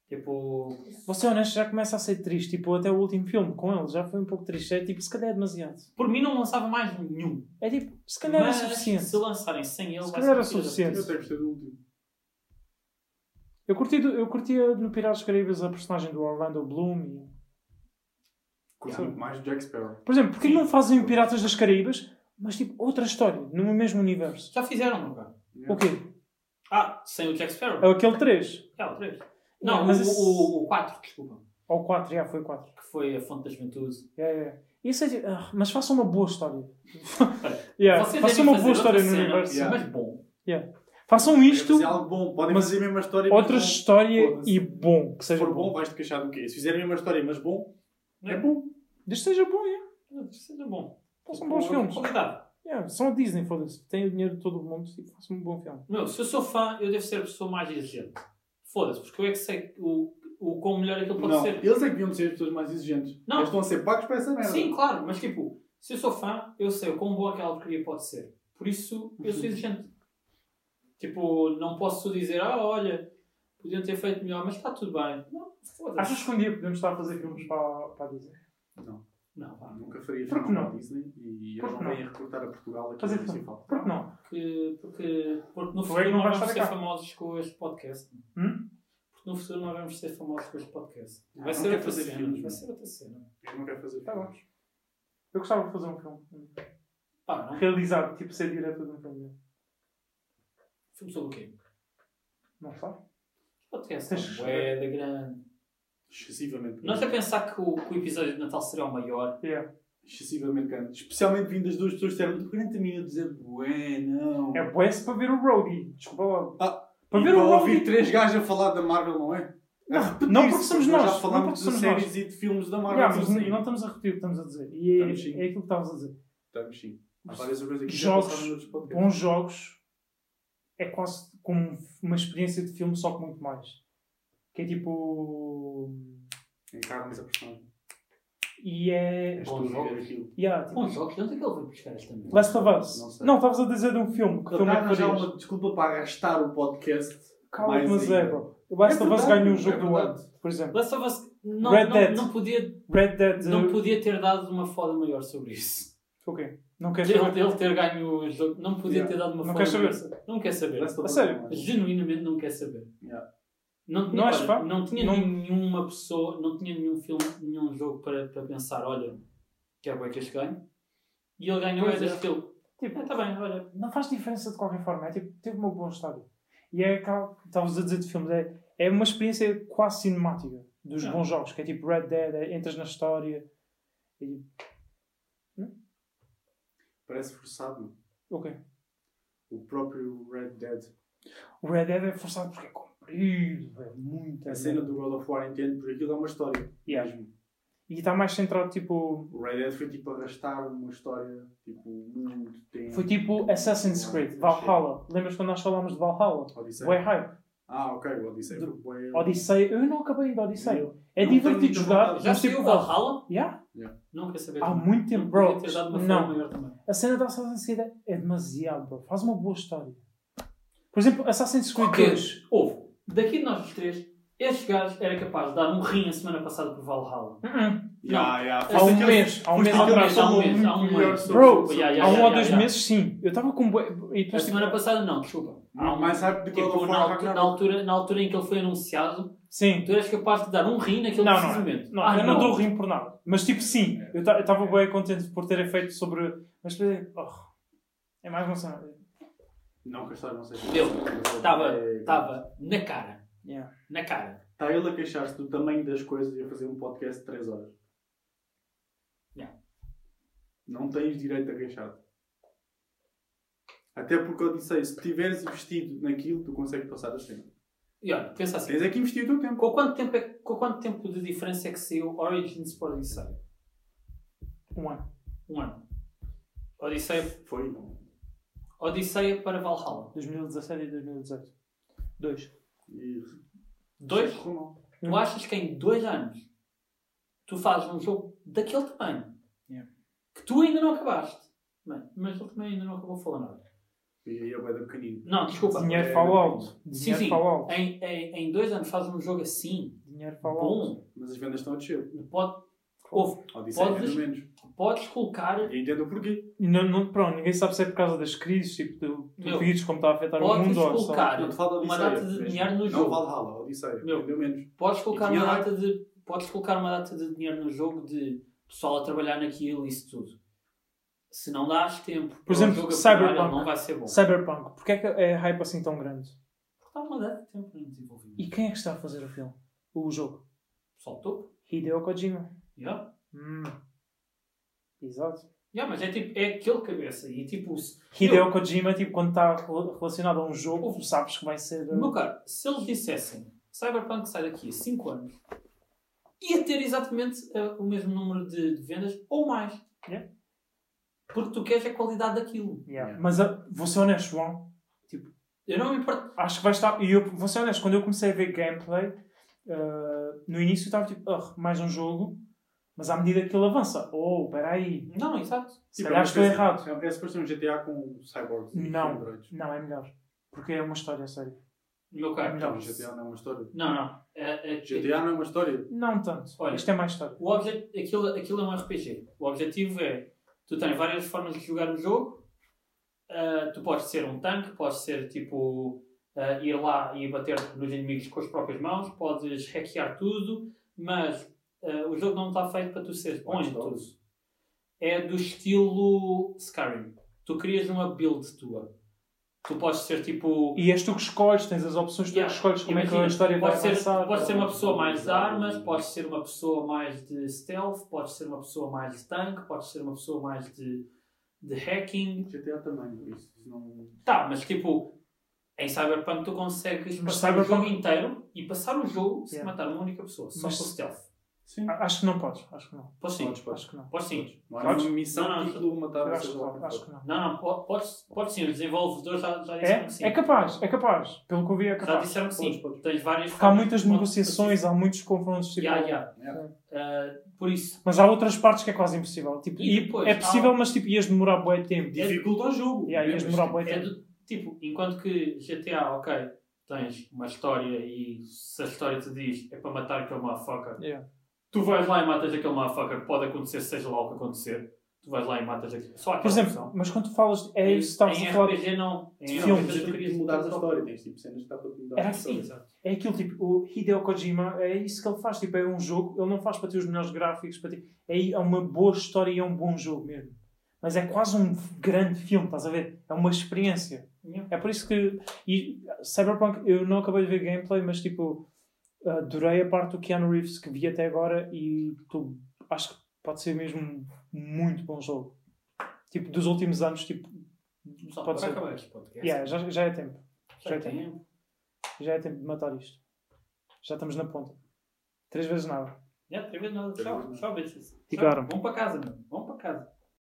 [SPEAKER 3] Tipo,
[SPEAKER 2] Vou ser honesto, já começa a ser triste. Tipo, até o último filme com ele já foi um pouco triste. É tipo, se calhar é demasiado.
[SPEAKER 3] por mim não lançava mais nenhum.
[SPEAKER 2] É tipo, se calhar é
[SPEAKER 3] Mas
[SPEAKER 2] suficiente.
[SPEAKER 3] Se lançarem sem ele,
[SPEAKER 2] Se
[SPEAKER 3] vai
[SPEAKER 2] calhar
[SPEAKER 3] ser possível.
[SPEAKER 2] é
[SPEAKER 1] Eu
[SPEAKER 2] suficiente.
[SPEAKER 1] até gostei do último.
[SPEAKER 2] Eu curti, do- eu curti a- no Piratas Caribas a personagem do Orlando Bloom. E...
[SPEAKER 1] Curti
[SPEAKER 2] Sim.
[SPEAKER 1] muito mais do Jack Sparrow.
[SPEAKER 2] Por exemplo, porquê que não fazem Piratas das Caraíbas, mas tipo, outra história, no mesmo universo?
[SPEAKER 3] Já fizeram, não cara?
[SPEAKER 1] Yeah.
[SPEAKER 2] O quê?
[SPEAKER 3] Ah, sem o Jack Sparrow?
[SPEAKER 2] É Aquele 3?
[SPEAKER 3] É, o 3. Não,
[SPEAKER 2] mas
[SPEAKER 3] o,
[SPEAKER 2] esse-
[SPEAKER 3] o, o 4, desculpa.
[SPEAKER 2] Ou 4, já foi 4.
[SPEAKER 3] Que foi a Fonte da Juventude.
[SPEAKER 2] É, é. Isso é, tipo, ah, mas faça uma boa história.
[SPEAKER 3] Olha,
[SPEAKER 2] yeah.
[SPEAKER 3] vocês
[SPEAKER 2] Faça
[SPEAKER 3] devem fazer
[SPEAKER 2] uma boa
[SPEAKER 3] outra
[SPEAKER 2] história no
[SPEAKER 3] cena,
[SPEAKER 2] universo.
[SPEAKER 1] Yeah.
[SPEAKER 3] Mas bom.
[SPEAKER 2] Façam
[SPEAKER 1] Podem
[SPEAKER 2] isto,
[SPEAKER 1] fazer algo bom. Podem
[SPEAKER 2] mas-
[SPEAKER 1] fazer a mesma história. mas
[SPEAKER 2] outra
[SPEAKER 1] bom.
[SPEAKER 2] história
[SPEAKER 1] Foda-se.
[SPEAKER 2] e bom. Que
[SPEAKER 1] Se
[SPEAKER 2] seja
[SPEAKER 1] for bom,
[SPEAKER 2] bom.
[SPEAKER 1] vais-te queixar do quê? Se fizer a mesma história, mas bom,
[SPEAKER 3] Não é
[SPEAKER 1] é
[SPEAKER 3] bom.
[SPEAKER 1] bom.
[SPEAKER 2] Desde que seja bom, é.
[SPEAKER 3] Seja bom. Tipo,
[SPEAKER 2] Façam bons
[SPEAKER 3] Com
[SPEAKER 2] filmes.
[SPEAKER 3] Qualidade.
[SPEAKER 2] Yeah. São a Disney, foda-se. Tem o dinheiro de todo o mundo. Tipo, façam um bom filme.
[SPEAKER 3] Meu, se eu sou fã, eu devo ser a pessoa mais exigente. Foda-se, porque eu é que sei o, o quão melhor aquilo pode
[SPEAKER 1] Não,
[SPEAKER 3] ser.
[SPEAKER 1] eles é que deviam ser as pessoas mais exigentes.
[SPEAKER 3] Não.
[SPEAKER 1] Eles estão a ser pagos para essa merda.
[SPEAKER 3] Sim, claro, mas tipo, se eu sou fã, eu sei o quão boa aquela porcaria pode ser. Por isso, eu
[SPEAKER 2] Uhum.
[SPEAKER 3] sou exigente. Tipo, não posso dizer, ah, olha, podiam ter feito melhor, mas está tudo bem. Não, foda-se.
[SPEAKER 2] Achas que um dia podemos estar a fazer filmes para, para a Disney?
[SPEAKER 3] Não, vá.
[SPEAKER 1] Nunca faria
[SPEAKER 2] Por que
[SPEAKER 1] filme para
[SPEAKER 2] não?
[SPEAKER 1] a Disney e
[SPEAKER 2] Por
[SPEAKER 1] eles
[SPEAKER 2] que
[SPEAKER 1] não vêm recrutar a Portugal aqui
[SPEAKER 2] Fazer
[SPEAKER 1] no
[SPEAKER 2] filme.
[SPEAKER 1] principal.
[SPEAKER 2] Por que não?
[SPEAKER 3] Porque, porque, porque no
[SPEAKER 2] Tu é que
[SPEAKER 3] futuro
[SPEAKER 2] não
[SPEAKER 3] não
[SPEAKER 2] vais
[SPEAKER 3] vamos
[SPEAKER 2] estar
[SPEAKER 3] ser
[SPEAKER 2] cá.
[SPEAKER 3] famosos com este podcast.
[SPEAKER 2] Hum?
[SPEAKER 3] Porque no futuro não vamos ser famosos com este podcast.
[SPEAKER 1] Ah,
[SPEAKER 3] Vai
[SPEAKER 1] não
[SPEAKER 3] ser
[SPEAKER 1] quer
[SPEAKER 3] outra
[SPEAKER 1] fazer
[SPEAKER 3] cena. vai
[SPEAKER 1] filmes, não.
[SPEAKER 3] ser outra cena.
[SPEAKER 1] Eu não quero fazer
[SPEAKER 2] Tá
[SPEAKER 1] filmes.
[SPEAKER 2] Eu gostava de fazer um filme.
[SPEAKER 3] Pá, não.
[SPEAKER 2] Realizado, tipo ser diretor de um filme.
[SPEAKER 3] Filme sobre o quê?
[SPEAKER 2] Não sabe?
[SPEAKER 3] Podcast.
[SPEAKER 2] Tens Uhum. que
[SPEAKER 3] não É da grande.
[SPEAKER 1] Excessivamente
[SPEAKER 3] Nós
[SPEAKER 1] grande.
[SPEAKER 3] a pensar que o, que o episódio de Natal seria o maior.
[SPEAKER 2] Yeah.
[SPEAKER 1] Excessivamente grande. Especialmente vindo das duas pessoas que disseram 40 minutos é bué, não.
[SPEAKER 2] É bué-se para ver o Roadie. Desculpa lá.
[SPEAKER 1] Ah,
[SPEAKER 2] para
[SPEAKER 1] E
[SPEAKER 2] ver um o
[SPEAKER 1] ouvir
[SPEAKER 2] Roadie.
[SPEAKER 1] três gajos a falar da Marvel, não é?
[SPEAKER 2] Não,
[SPEAKER 1] A repetir-se,
[SPEAKER 2] não porque somos nós,
[SPEAKER 1] Já
[SPEAKER 2] não
[SPEAKER 1] falámos
[SPEAKER 2] porque
[SPEAKER 1] de
[SPEAKER 2] somos
[SPEAKER 1] séries e de filmes da Marvel.
[SPEAKER 2] Yeah, mas
[SPEAKER 1] sim.
[SPEAKER 2] não, não estamos a repetir o que estamos a dizer. E é,
[SPEAKER 1] Estamos sim.
[SPEAKER 2] é aquilo que estavas a dizer.
[SPEAKER 1] Estamos sim. Há várias coisas que já
[SPEAKER 2] Jogos.
[SPEAKER 1] passaram noutros podcasts.
[SPEAKER 2] bons jogos é quase como uma experiência de filme, só que muito mais. Que é tipo.
[SPEAKER 1] Encarnas a personagem.
[SPEAKER 2] E é.
[SPEAKER 1] És
[SPEAKER 3] Bom
[SPEAKER 1] tu
[SPEAKER 3] jogo.
[SPEAKER 1] jogo daquilo.
[SPEAKER 2] Yeah, tipo,
[SPEAKER 3] Bom, jogos, de onde é que ele foi buscar esta merda?
[SPEAKER 2] Last of Us.
[SPEAKER 1] Não sei.
[SPEAKER 2] Não, estavas a dizer de um filme. Que
[SPEAKER 1] Ele
[SPEAKER 2] filme é
[SPEAKER 1] está a
[SPEAKER 2] que
[SPEAKER 1] arranjar
[SPEAKER 2] farias?
[SPEAKER 1] Então, uma desculpa para arrastar o podcast.
[SPEAKER 2] Calma,
[SPEAKER 1] mais
[SPEAKER 2] mas
[SPEAKER 1] ainda.
[SPEAKER 2] é, bro. O Last
[SPEAKER 1] É
[SPEAKER 2] of Us
[SPEAKER 1] verdade,
[SPEAKER 2] ganhou
[SPEAKER 1] é
[SPEAKER 2] o jogo do
[SPEAKER 1] verdade.
[SPEAKER 2] ano, por exemplo.
[SPEAKER 3] Last of Us não,
[SPEAKER 2] Red
[SPEAKER 3] não,
[SPEAKER 2] Dead.
[SPEAKER 3] não, podia,
[SPEAKER 2] Red Dead.
[SPEAKER 3] não
[SPEAKER 2] uh,
[SPEAKER 3] podia ter dado uma foda maior sobre isso.
[SPEAKER 2] Ok. Não queres
[SPEAKER 3] Ele,
[SPEAKER 2] saber?
[SPEAKER 3] ele ter ganho o jogo, não podia
[SPEAKER 1] Yeah.
[SPEAKER 3] ter dado uma
[SPEAKER 2] Não
[SPEAKER 3] foda
[SPEAKER 2] quer
[SPEAKER 3] maior.
[SPEAKER 2] saber?
[SPEAKER 3] Não quer saber.
[SPEAKER 1] Last of
[SPEAKER 2] A
[SPEAKER 1] Us
[SPEAKER 2] sério?
[SPEAKER 1] não é.
[SPEAKER 3] Genuinamente não quer saber.
[SPEAKER 1] Yeah.
[SPEAKER 3] Não,
[SPEAKER 2] Não
[SPEAKER 3] olha,
[SPEAKER 2] és fã?
[SPEAKER 3] não tinha
[SPEAKER 2] Não-
[SPEAKER 3] nenhuma pessoa, não tinha nenhum filme, nenhum jogo para, para pensar, olha, quero bem que este ganhe. E ele ganhou
[SPEAKER 2] Pois
[SPEAKER 3] este
[SPEAKER 2] é.
[SPEAKER 3] filme.
[SPEAKER 2] Tipo,
[SPEAKER 3] Está bem, olha.
[SPEAKER 2] não faz diferença de qualquer forma. É tipo, teve um bom estádio. E é aquela que estavas a dizer de filmes. É, é uma experiência quase cinemática dos
[SPEAKER 3] Não.
[SPEAKER 2] bons jogos. Que é tipo Red Dead, é, entras na história. E,
[SPEAKER 1] Parece forçado. mano.
[SPEAKER 2] ok.
[SPEAKER 1] O próprio Red Dead.
[SPEAKER 2] O Red Dead é forçado porque é comprido, é muito.
[SPEAKER 1] A cena do God of War entende porque aquilo é uma história.
[SPEAKER 2] Yeah.
[SPEAKER 1] Mesmo.
[SPEAKER 2] E está mais centrado, tipo.
[SPEAKER 1] O Red Dead foi tipo arrastar uma história. Tipo, muito tempo.
[SPEAKER 2] Foi tipo Assassin's Creed, Valhalla. Lembras quando nós falámos de Valhalla?
[SPEAKER 1] Odisseia.
[SPEAKER 2] Way High.
[SPEAKER 1] Ah, ok, o Odisseia. foi bué-
[SPEAKER 2] Odisseia. Eu não acabei ainda Odisseia.
[SPEAKER 1] Eu-
[SPEAKER 2] É
[SPEAKER 1] Não
[SPEAKER 2] divertido
[SPEAKER 1] tenho muita
[SPEAKER 2] jogar.
[SPEAKER 1] vontade.
[SPEAKER 3] Já
[SPEAKER 2] mas,
[SPEAKER 3] saiu
[SPEAKER 2] tipo,
[SPEAKER 3] o Valhalla?
[SPEAKER 2] Yeah?
[SPEAKER 3] Não quer saber.
[SPEAKER 2] Há
[SPEAKER 3] também.
[SPEAKER 2] muito tempo,
[SPEAKER 3] Não podia
[SPEAKER 2] bro.
[SPEAKER 3] ter dado uma
[SPEAKER 2] Não.
[SPEAKER 3] foda maior também.
[SPEAKER 2] A cena da Assassin's Creed é demasiado, bro. Faz uma boa história. Por exemplo, Assassin's Creed
[SPEAKER 3] Porque,
[SPEAKER 2] 2.
[SPEAKER 3] Houve. Daqui de nós os três, estes gajos era capaz de dar um rim a semana passada por Valhalla.
[SPEAKER 2] Uh-uh.
[SPEAKER 1] Yeah, yeah.
[SPEAKER 2] Há
[SPEAKER 1] Foste
[SPEAKER 2] um
[SPEAKER 1] aquele-
[SPEAKER 2] mês. Há um
[SPEAKER 1] foste
[SPEAKER 2] mês
[SPEAKER 1] aquele
[SPEAKER 2] atrás.
[SPEAKER 1] que
[SPEAKER 3] há um
[SPEAKER 1] falou
[SPEAKER 3] mês, há um
[SPEAKER 1] muito
[SPEAKER 3] mês.
[SPEAKER 1] melhor sobre-
[SPEAKER 2] Bro,
[SPEAKER 1] sobre-
[SPEAKER 3] yeah, yeah,
[SPEAKER 2] Há um ou
[SPEAKER 3] yeah,
[SPEAKER 2] dois
[SPEAKER 3] yeah.
[SPEAKER 2] meses, sim. Eu estava com. bué- E
[SPEAKER 3] A
[SPEAKER 2] depois, tipo,
[SPEAKER 3] semana passada não, desculpa.
[SPEAKER 1] Há um
[SPEAKER 2] um é
[SPEAKER 1] mais hype do que
[SPEAKER 3] Tipo,
[SPEAKER 1] o
[SPEAKER 3] na, altu-
[SPEAKER 1] Ragnarok.
[SPEAKER 3] na altura, na altura em que ele foi anunciado,
[SPEAKER 2] Sim.
[SPEAKER 3] tu eras capaz de dar um rim naquele
[SPEAKER 2] Não,
[SPEAKER 3] preciso
[SPEAKER 2] não,
[SPEAKER 3] momento.
[SPEAKER 2] Não,
[SPEAKER 3] Ah,
[SPEAKER 2] eu não dou rim por nada. Mas tipo, sim, eu estava bem contente por ter feito sobre. Mas depois, oh, é mais uma cena.
[SPEAKER 1] Não, Castor, não sei.
[SPEAKER 3] Deu. Estava,
[SPEAKER 1] É-
[SPEAKER 3] estava na cara.
[SPEAKER 2] Yeah.
[SPEAKER 3] Na cara.
[SPEAKER 1] Está Tá ele a queixar-se do tamanho das coisas e a fazer um podcast de 3 horas.
[SPEAKER 3] Yeah.
[SPEAKER 1] Não tens direito a queixar-te. Até porque eu disse se tiveres investido naquilo, tu consegues passar a cena.
[SPEAKER 3] E olha, pensa assim.
[SPEAKER 1] Tens é que investir o teu tempo.
[SPEAKER 3] Com quanto tempo, é- com quanto tempo de diferença é que saiu Origins para Odisseia?
[SPEAKER 2] Um ano.
[SPEAKER 3] Um ano. Odisseia,
[SPEAKER 1] Foi, não.
[SPEAKER 3] Odisseia para Valhalla.
[SPEAKER 2] 2017 e 2018. Dois.
[SPEAKER 1] E...
[SPEAKER 3] Dois?
[SPEAKER 1] Não.
[SPEAKER 2] Uhum.
[SPEAKER 3] Tu achas que em dois anos tu fazes um jogo daquele tamanho
[SPEAKER 2] Yeah.
[SPEAKER 3] que tu ainda não acabaste? Mano, mas ele também ainda não acabou falando nada.
[SPEAKER 1] E aí é bué da pequenino.
[SPEAKER 3] Não, desculpa.
[SPEAKER 2] Dinheiro
[SPEAKER 1] é-
[SPEAKER 2] Fallout.
[SPEAKER 3] Sim,
[SPEAKER 2] Dinheiro
[SPEAKER 3] sim.
[SPEAKER 2] Fallout.
[SPEAKER 3] Em, em, em dois anos fazes um jogo assim,
[SPEAKER 2] Dinheiro Fallout.
[SPEAKER 3] bom,
[SPEAKER 1] Mas as vendas estão a descer.
[SPEAKER 3] pode, ouve,
[SPEAKER 1] Odisseia,
[SPEAKER 3] Podes-
[SPEAKER 1] pelo menos.
[SPEAKER 3] podes colocar
[SPEAKER 1] E entendo porquê.
[SPEAKER 2] E Não, não, pronto, ninguém sabe se é por causa das crises, tipo, do,
[SPEAKER 3] Meu,
[SPEAKER 2] do vírus, como está a afetar o
[SPEAKER 3] podes
[SPEAKER 2] mundo. ou um só-
[SPEAKER 3] colocar
[SPEAKER 1] Ah, Não te falta
[SPEAKER 3] uma
[SPEAKER 1] Odisseia.
[SPEAKER 3] data de
[SPEAKER 1] mesmo.
[SPEAKER 3] dinheiro no
[SPEAKER 1] não
[SPEAKER 3] jogo.
[SPEAKER 1] Valhalla, Odisseia.
[SPEAKER 3] Meu.
[SPEAKER 1] Entendeu menos.
[SPEAKER 3] Podes colocar,
[SPEAKER 1] E
[SPEAKER 3] uma
[SPEAKER 1] tinha
[SPEAKER 3] data de, podes colocar uma data de dinheiro no jogo de pessoal a trabalhar naquilo e isso tudo. Se não dás tempo para o
[SPEAKER 2] exemplo,
[SPEAKER 3] jogo acabar,
[SPEAKER 2] Cyberpunk.
[SPEAKER 3] ele não vai ser bom.
[SPEAKER 2] Cyberpunk. Porquê é que é hype assim tão grande?
[SPEAKER 3] Porque dá uma data de tempo no desenvolvimento.
[SPEAKER 2] E quem é que está a fazer o filme? O jogo?
[SPEAKER 3] Pessoal topo.
[SPEAKER 2] Hideo Kojima.
[SPEAKER 3] Yeah.
[SPEAKER 2] Hum. Exato.
[SPEAKER 3] Yeah, mas é tipo, é aquele cabeça. E tipo, se-
[SPEAKER 2] Hideo Kojima, tipo, quando está rela- relacionado a um jogo, tu sabes que vai ser.
[SPEAKER 3] meu
[SPEAKER 2] uh,
[SPEAKER 3] caro, se eles dissessem Cyberpunk sai daqui a 5 anos, ia ter exatamente eh, o mesmo número de, de vendas ou mais.
[SPEAKER 2] Yeah.
[SPEAKER 3] Porque tu queres a qualidade daquilo.
[SPEAKER 2] yeah.
[SPEAKER 1] Yeah.
[SPEAKER 2] Mas uh, vou ser honesto, João.
[SPEAKER 3] Eu não me importo.
[SPEAKER 2] Acho que vai estar. E eu vou ser honesto, quando eu comecei a ver gameplay, uh, no início eu estava tipo, "Ah, mais um jogo, mas à medida que ele avança, oh, peraí,
[SPEAKER 3] Não, exato.
[SPEAKER 2] se
[SPEAKER 1] Tipo, é
[SPEAKER 2] calhar
[SPEAKER 1] uma
[SPEAKER 2] estou
[SPEAKER 1] espécie-
[SPEAKER 2] errado.
[SPEAKER 1] É, é suposto ser um GTA com cyborgs e
[SPEAKER 2] Não.
[SPEAKER 1] androids.
[SPEAKER 2] Não, é melhor. Porque é uma história séria.
[SPEAKER 3] Meu
[SPEAKER 2] É
[SPEAKER 3] caro.
[SPEAKER 2] melhor.
[SPEAKER 1] Não, GTA não é uma história.
[SPEAKER 3] Não, não. É- é-
[SPEAKER 1] GTA não é uma história.
[SPEAKER 2] Não tanto.
[SPEAKER 3] Olha.
[SPEAKER 2] Isto é mais história.
[SPEAKER 3] O obje- aquilo, aquilo é um RPG. O objetivo é: tu tens várias formas de jogar o jogo. Ah, tu podes ser um tanque, podes ser tipo ah, ir lá e bater nos inimigos com as próprias mãos, podes hackear tudo, mas ah, o jogo não está feito para tu seres bom em
[SPEAKER 1] Watch
[SPEAKER 3] tudo.
[SPEAKER 1] Dogs.
[SPEAKER 3] É do estilo Skyrim. Tu crias uma build tua. Tu podes ser tipo.
[SPEAKER 2] E és tu que escolhes, tens as opções, tu
[SPEAKER 3] Yeah.
[SPEAKER 2] que escolhes como é que
[SPEAKER 3] Imagina,
[SPEAKER 2] a história vai
[SPEAKER 3] Pode ser,
[SPEAKER 2] avançar.
[SPEAKER 3] pode ser uma pessoa mais de armas,
[SPEAKER 1] Exato.
[SPEAKER 3] pode ser uma pessoa mais de stealth, pode ser uma pessoa mais de tanque, pode ser uma pessoa mais de, de hacking.
[SPEAKER 1] GTA também, isso, isso não.
[SPEAKER 3] Tá, mas tipo, em Cyberpunk tu consegues
[SPEAKER 2] Mas
[SPEAKER 3] passar
[SPEAKER 2] Cyberpunk-
[SPEAKER 3] o jogo inteiro e passar o jogo sem
[SPEAKER 2] Yeah.
[SPEAKER 3] matar uma única pessoa, só
[SPEAKER 2] Mas-
[SPEAKER 3] com stealth.
[SPEAKER 1] Sim.
[SPEAKER 2] A- Acho que não podes. Acho que não.
[SPEAKER 3] Podes sim.
[SPEAKER 1] Podes, podes.
[SPEAKER 2] Acho que não.
[SPEAKER 3] Podes sim.
[SPEAKER 1] Não é
[SPEAKER 2] Podes?
[SPEAKER 1] uma missão
[SPEAKER 3] Não, não,
[SPEAKER 1] título matar
[SPEAKER 2] Eu acho,
[SPEAKER 1] vocês
[SPEAKER 2] que-
[SPEAKER 1] lá para
[SPEAKER 2] acho
[SPEAKER 1] fora.
[SPEAKER 2] que não.
[SPEAKER 3] Não, não, po- podes, podes sim. Os desenvolvedores já, já disseram que sim.
[SPEAKER 2] É, é capaz, é capaz. Pelo que eu vi, é
[SPEAKER 3] Já
[SPEAKER 2] capaz.
[SPEAKER 3] disseram que sim.
[SPEAKER 1] Podes, podes.
[SPEAKER 3] Tens várias
[SPEAKER 2] Porque há muitas
[SPEAKER 3] Podes-
[SPEAKER 2] negociações, há muitos confrontos. tipo-
[SPEAKER 3] Yeah, yeah.
[SPEAKER 1] Yeah. É.
[SPEAKER 3] Ah, por isso,
[SPEAKER 2] Mas há outras partes que é quase impossível. Tipo,
[SPEAKER 3] E
[SPEAKER 2] e
[SPEAKER 3] depois,
[SPEAKER 2] é possível, mas tipo, ias demorar bué tempo.
[SPEAKER 1] Dificulta o jogo. assim.
[SPEAKER 2] E aí ias
[SPEAKER 1] Mas,
[SPEAKER 2] demorar bué
[SPEAKER 3] é
[SPEAKER 2] tempo.
[SPEAKER 3] do tipo, enquanto que GTA, ok, tens uma história e se a história te diz é para matar aquele motherfucker,
[SPEAKER 2] Yeah.
[SPEAKER 3] tu vais lá e matas aquele motherfucker, pode acontecer, seja lá o que acontecer, tu vais lá e matas aquele. Só aquela
[SPEAKER 2] Por exemplo,
[SPEAKER 3] opção.
[SPEAKER 2] mas quando tu falas. É
[SPEAKER 3] Em-
[SPEAKER 2] isso que estavas
[SPEAKER 3] em
[SPEAKER 2] a falar.
[SPEAKER 3] RPG não. Em
[SPEAKER 1] Não, é
[SPEAKER 2] Filmes.
[SPEAKER 1] mas
[SPEAKER 3] RPG tu
[SPEAKER 1] tens
[SPEAKER 3] querias
[SPEAKER 1] de mudar a
[SPEAKER 3] teu
[SPEAKER 1] história.
[SPEAKER 3] próprio.
[SPEAKER 1] Tens tipo cenas que dá para mudar.
[SPEAKER 2] Era
[SPEAKER 1] a
[SPEAKER 2] assim.
[SPEAKER 1] história.
[SPEAKER 2] É aquilo tipo, o Hideo Kojima, é isso que ele faz. Tipo, é um jogo, ele não faz para ter os melhores gráficos, para ter... é é uma boa história e é um bom jogo mesmo. Mas é quase um grande filme, estás a ver? É uma experiência.
[SPEAKER 3] Yeah.
[SPEAKER 2] É por isso que. E Cyberpunk, eu não acabei de ver gameplay, mas tipo, adorei a parte do Keanu Reeves que vi até agora e tu, acho que pode ser mesmo um muito bom jogo. Tipo, dos últimos anos, tipo.
[SPEAKER 3] Só
[SPEAKER 2] Pode
[SPEAKER 3] para
[SPEAKER 2] ser.
[SPEAKER 3] acabar este podcast.
[SPEAKER 2] Yeah, já, já é tempo.
[SPEAKER 3] Já
[SPEAKER 2] já
[SPEAKER 3] tem. um.
[SPEAKER 2] Já é tempo de matar isto. Já estamos na ponta. Três vezes nada.
[SPEAKER 3] Yeah, três vezes nada. Tchau, tchau, bitches. Tchau.
[SPEAKER 2] Ficaram.
[SPEAKER 3] Vamos para casa, mano. Vamos para casa.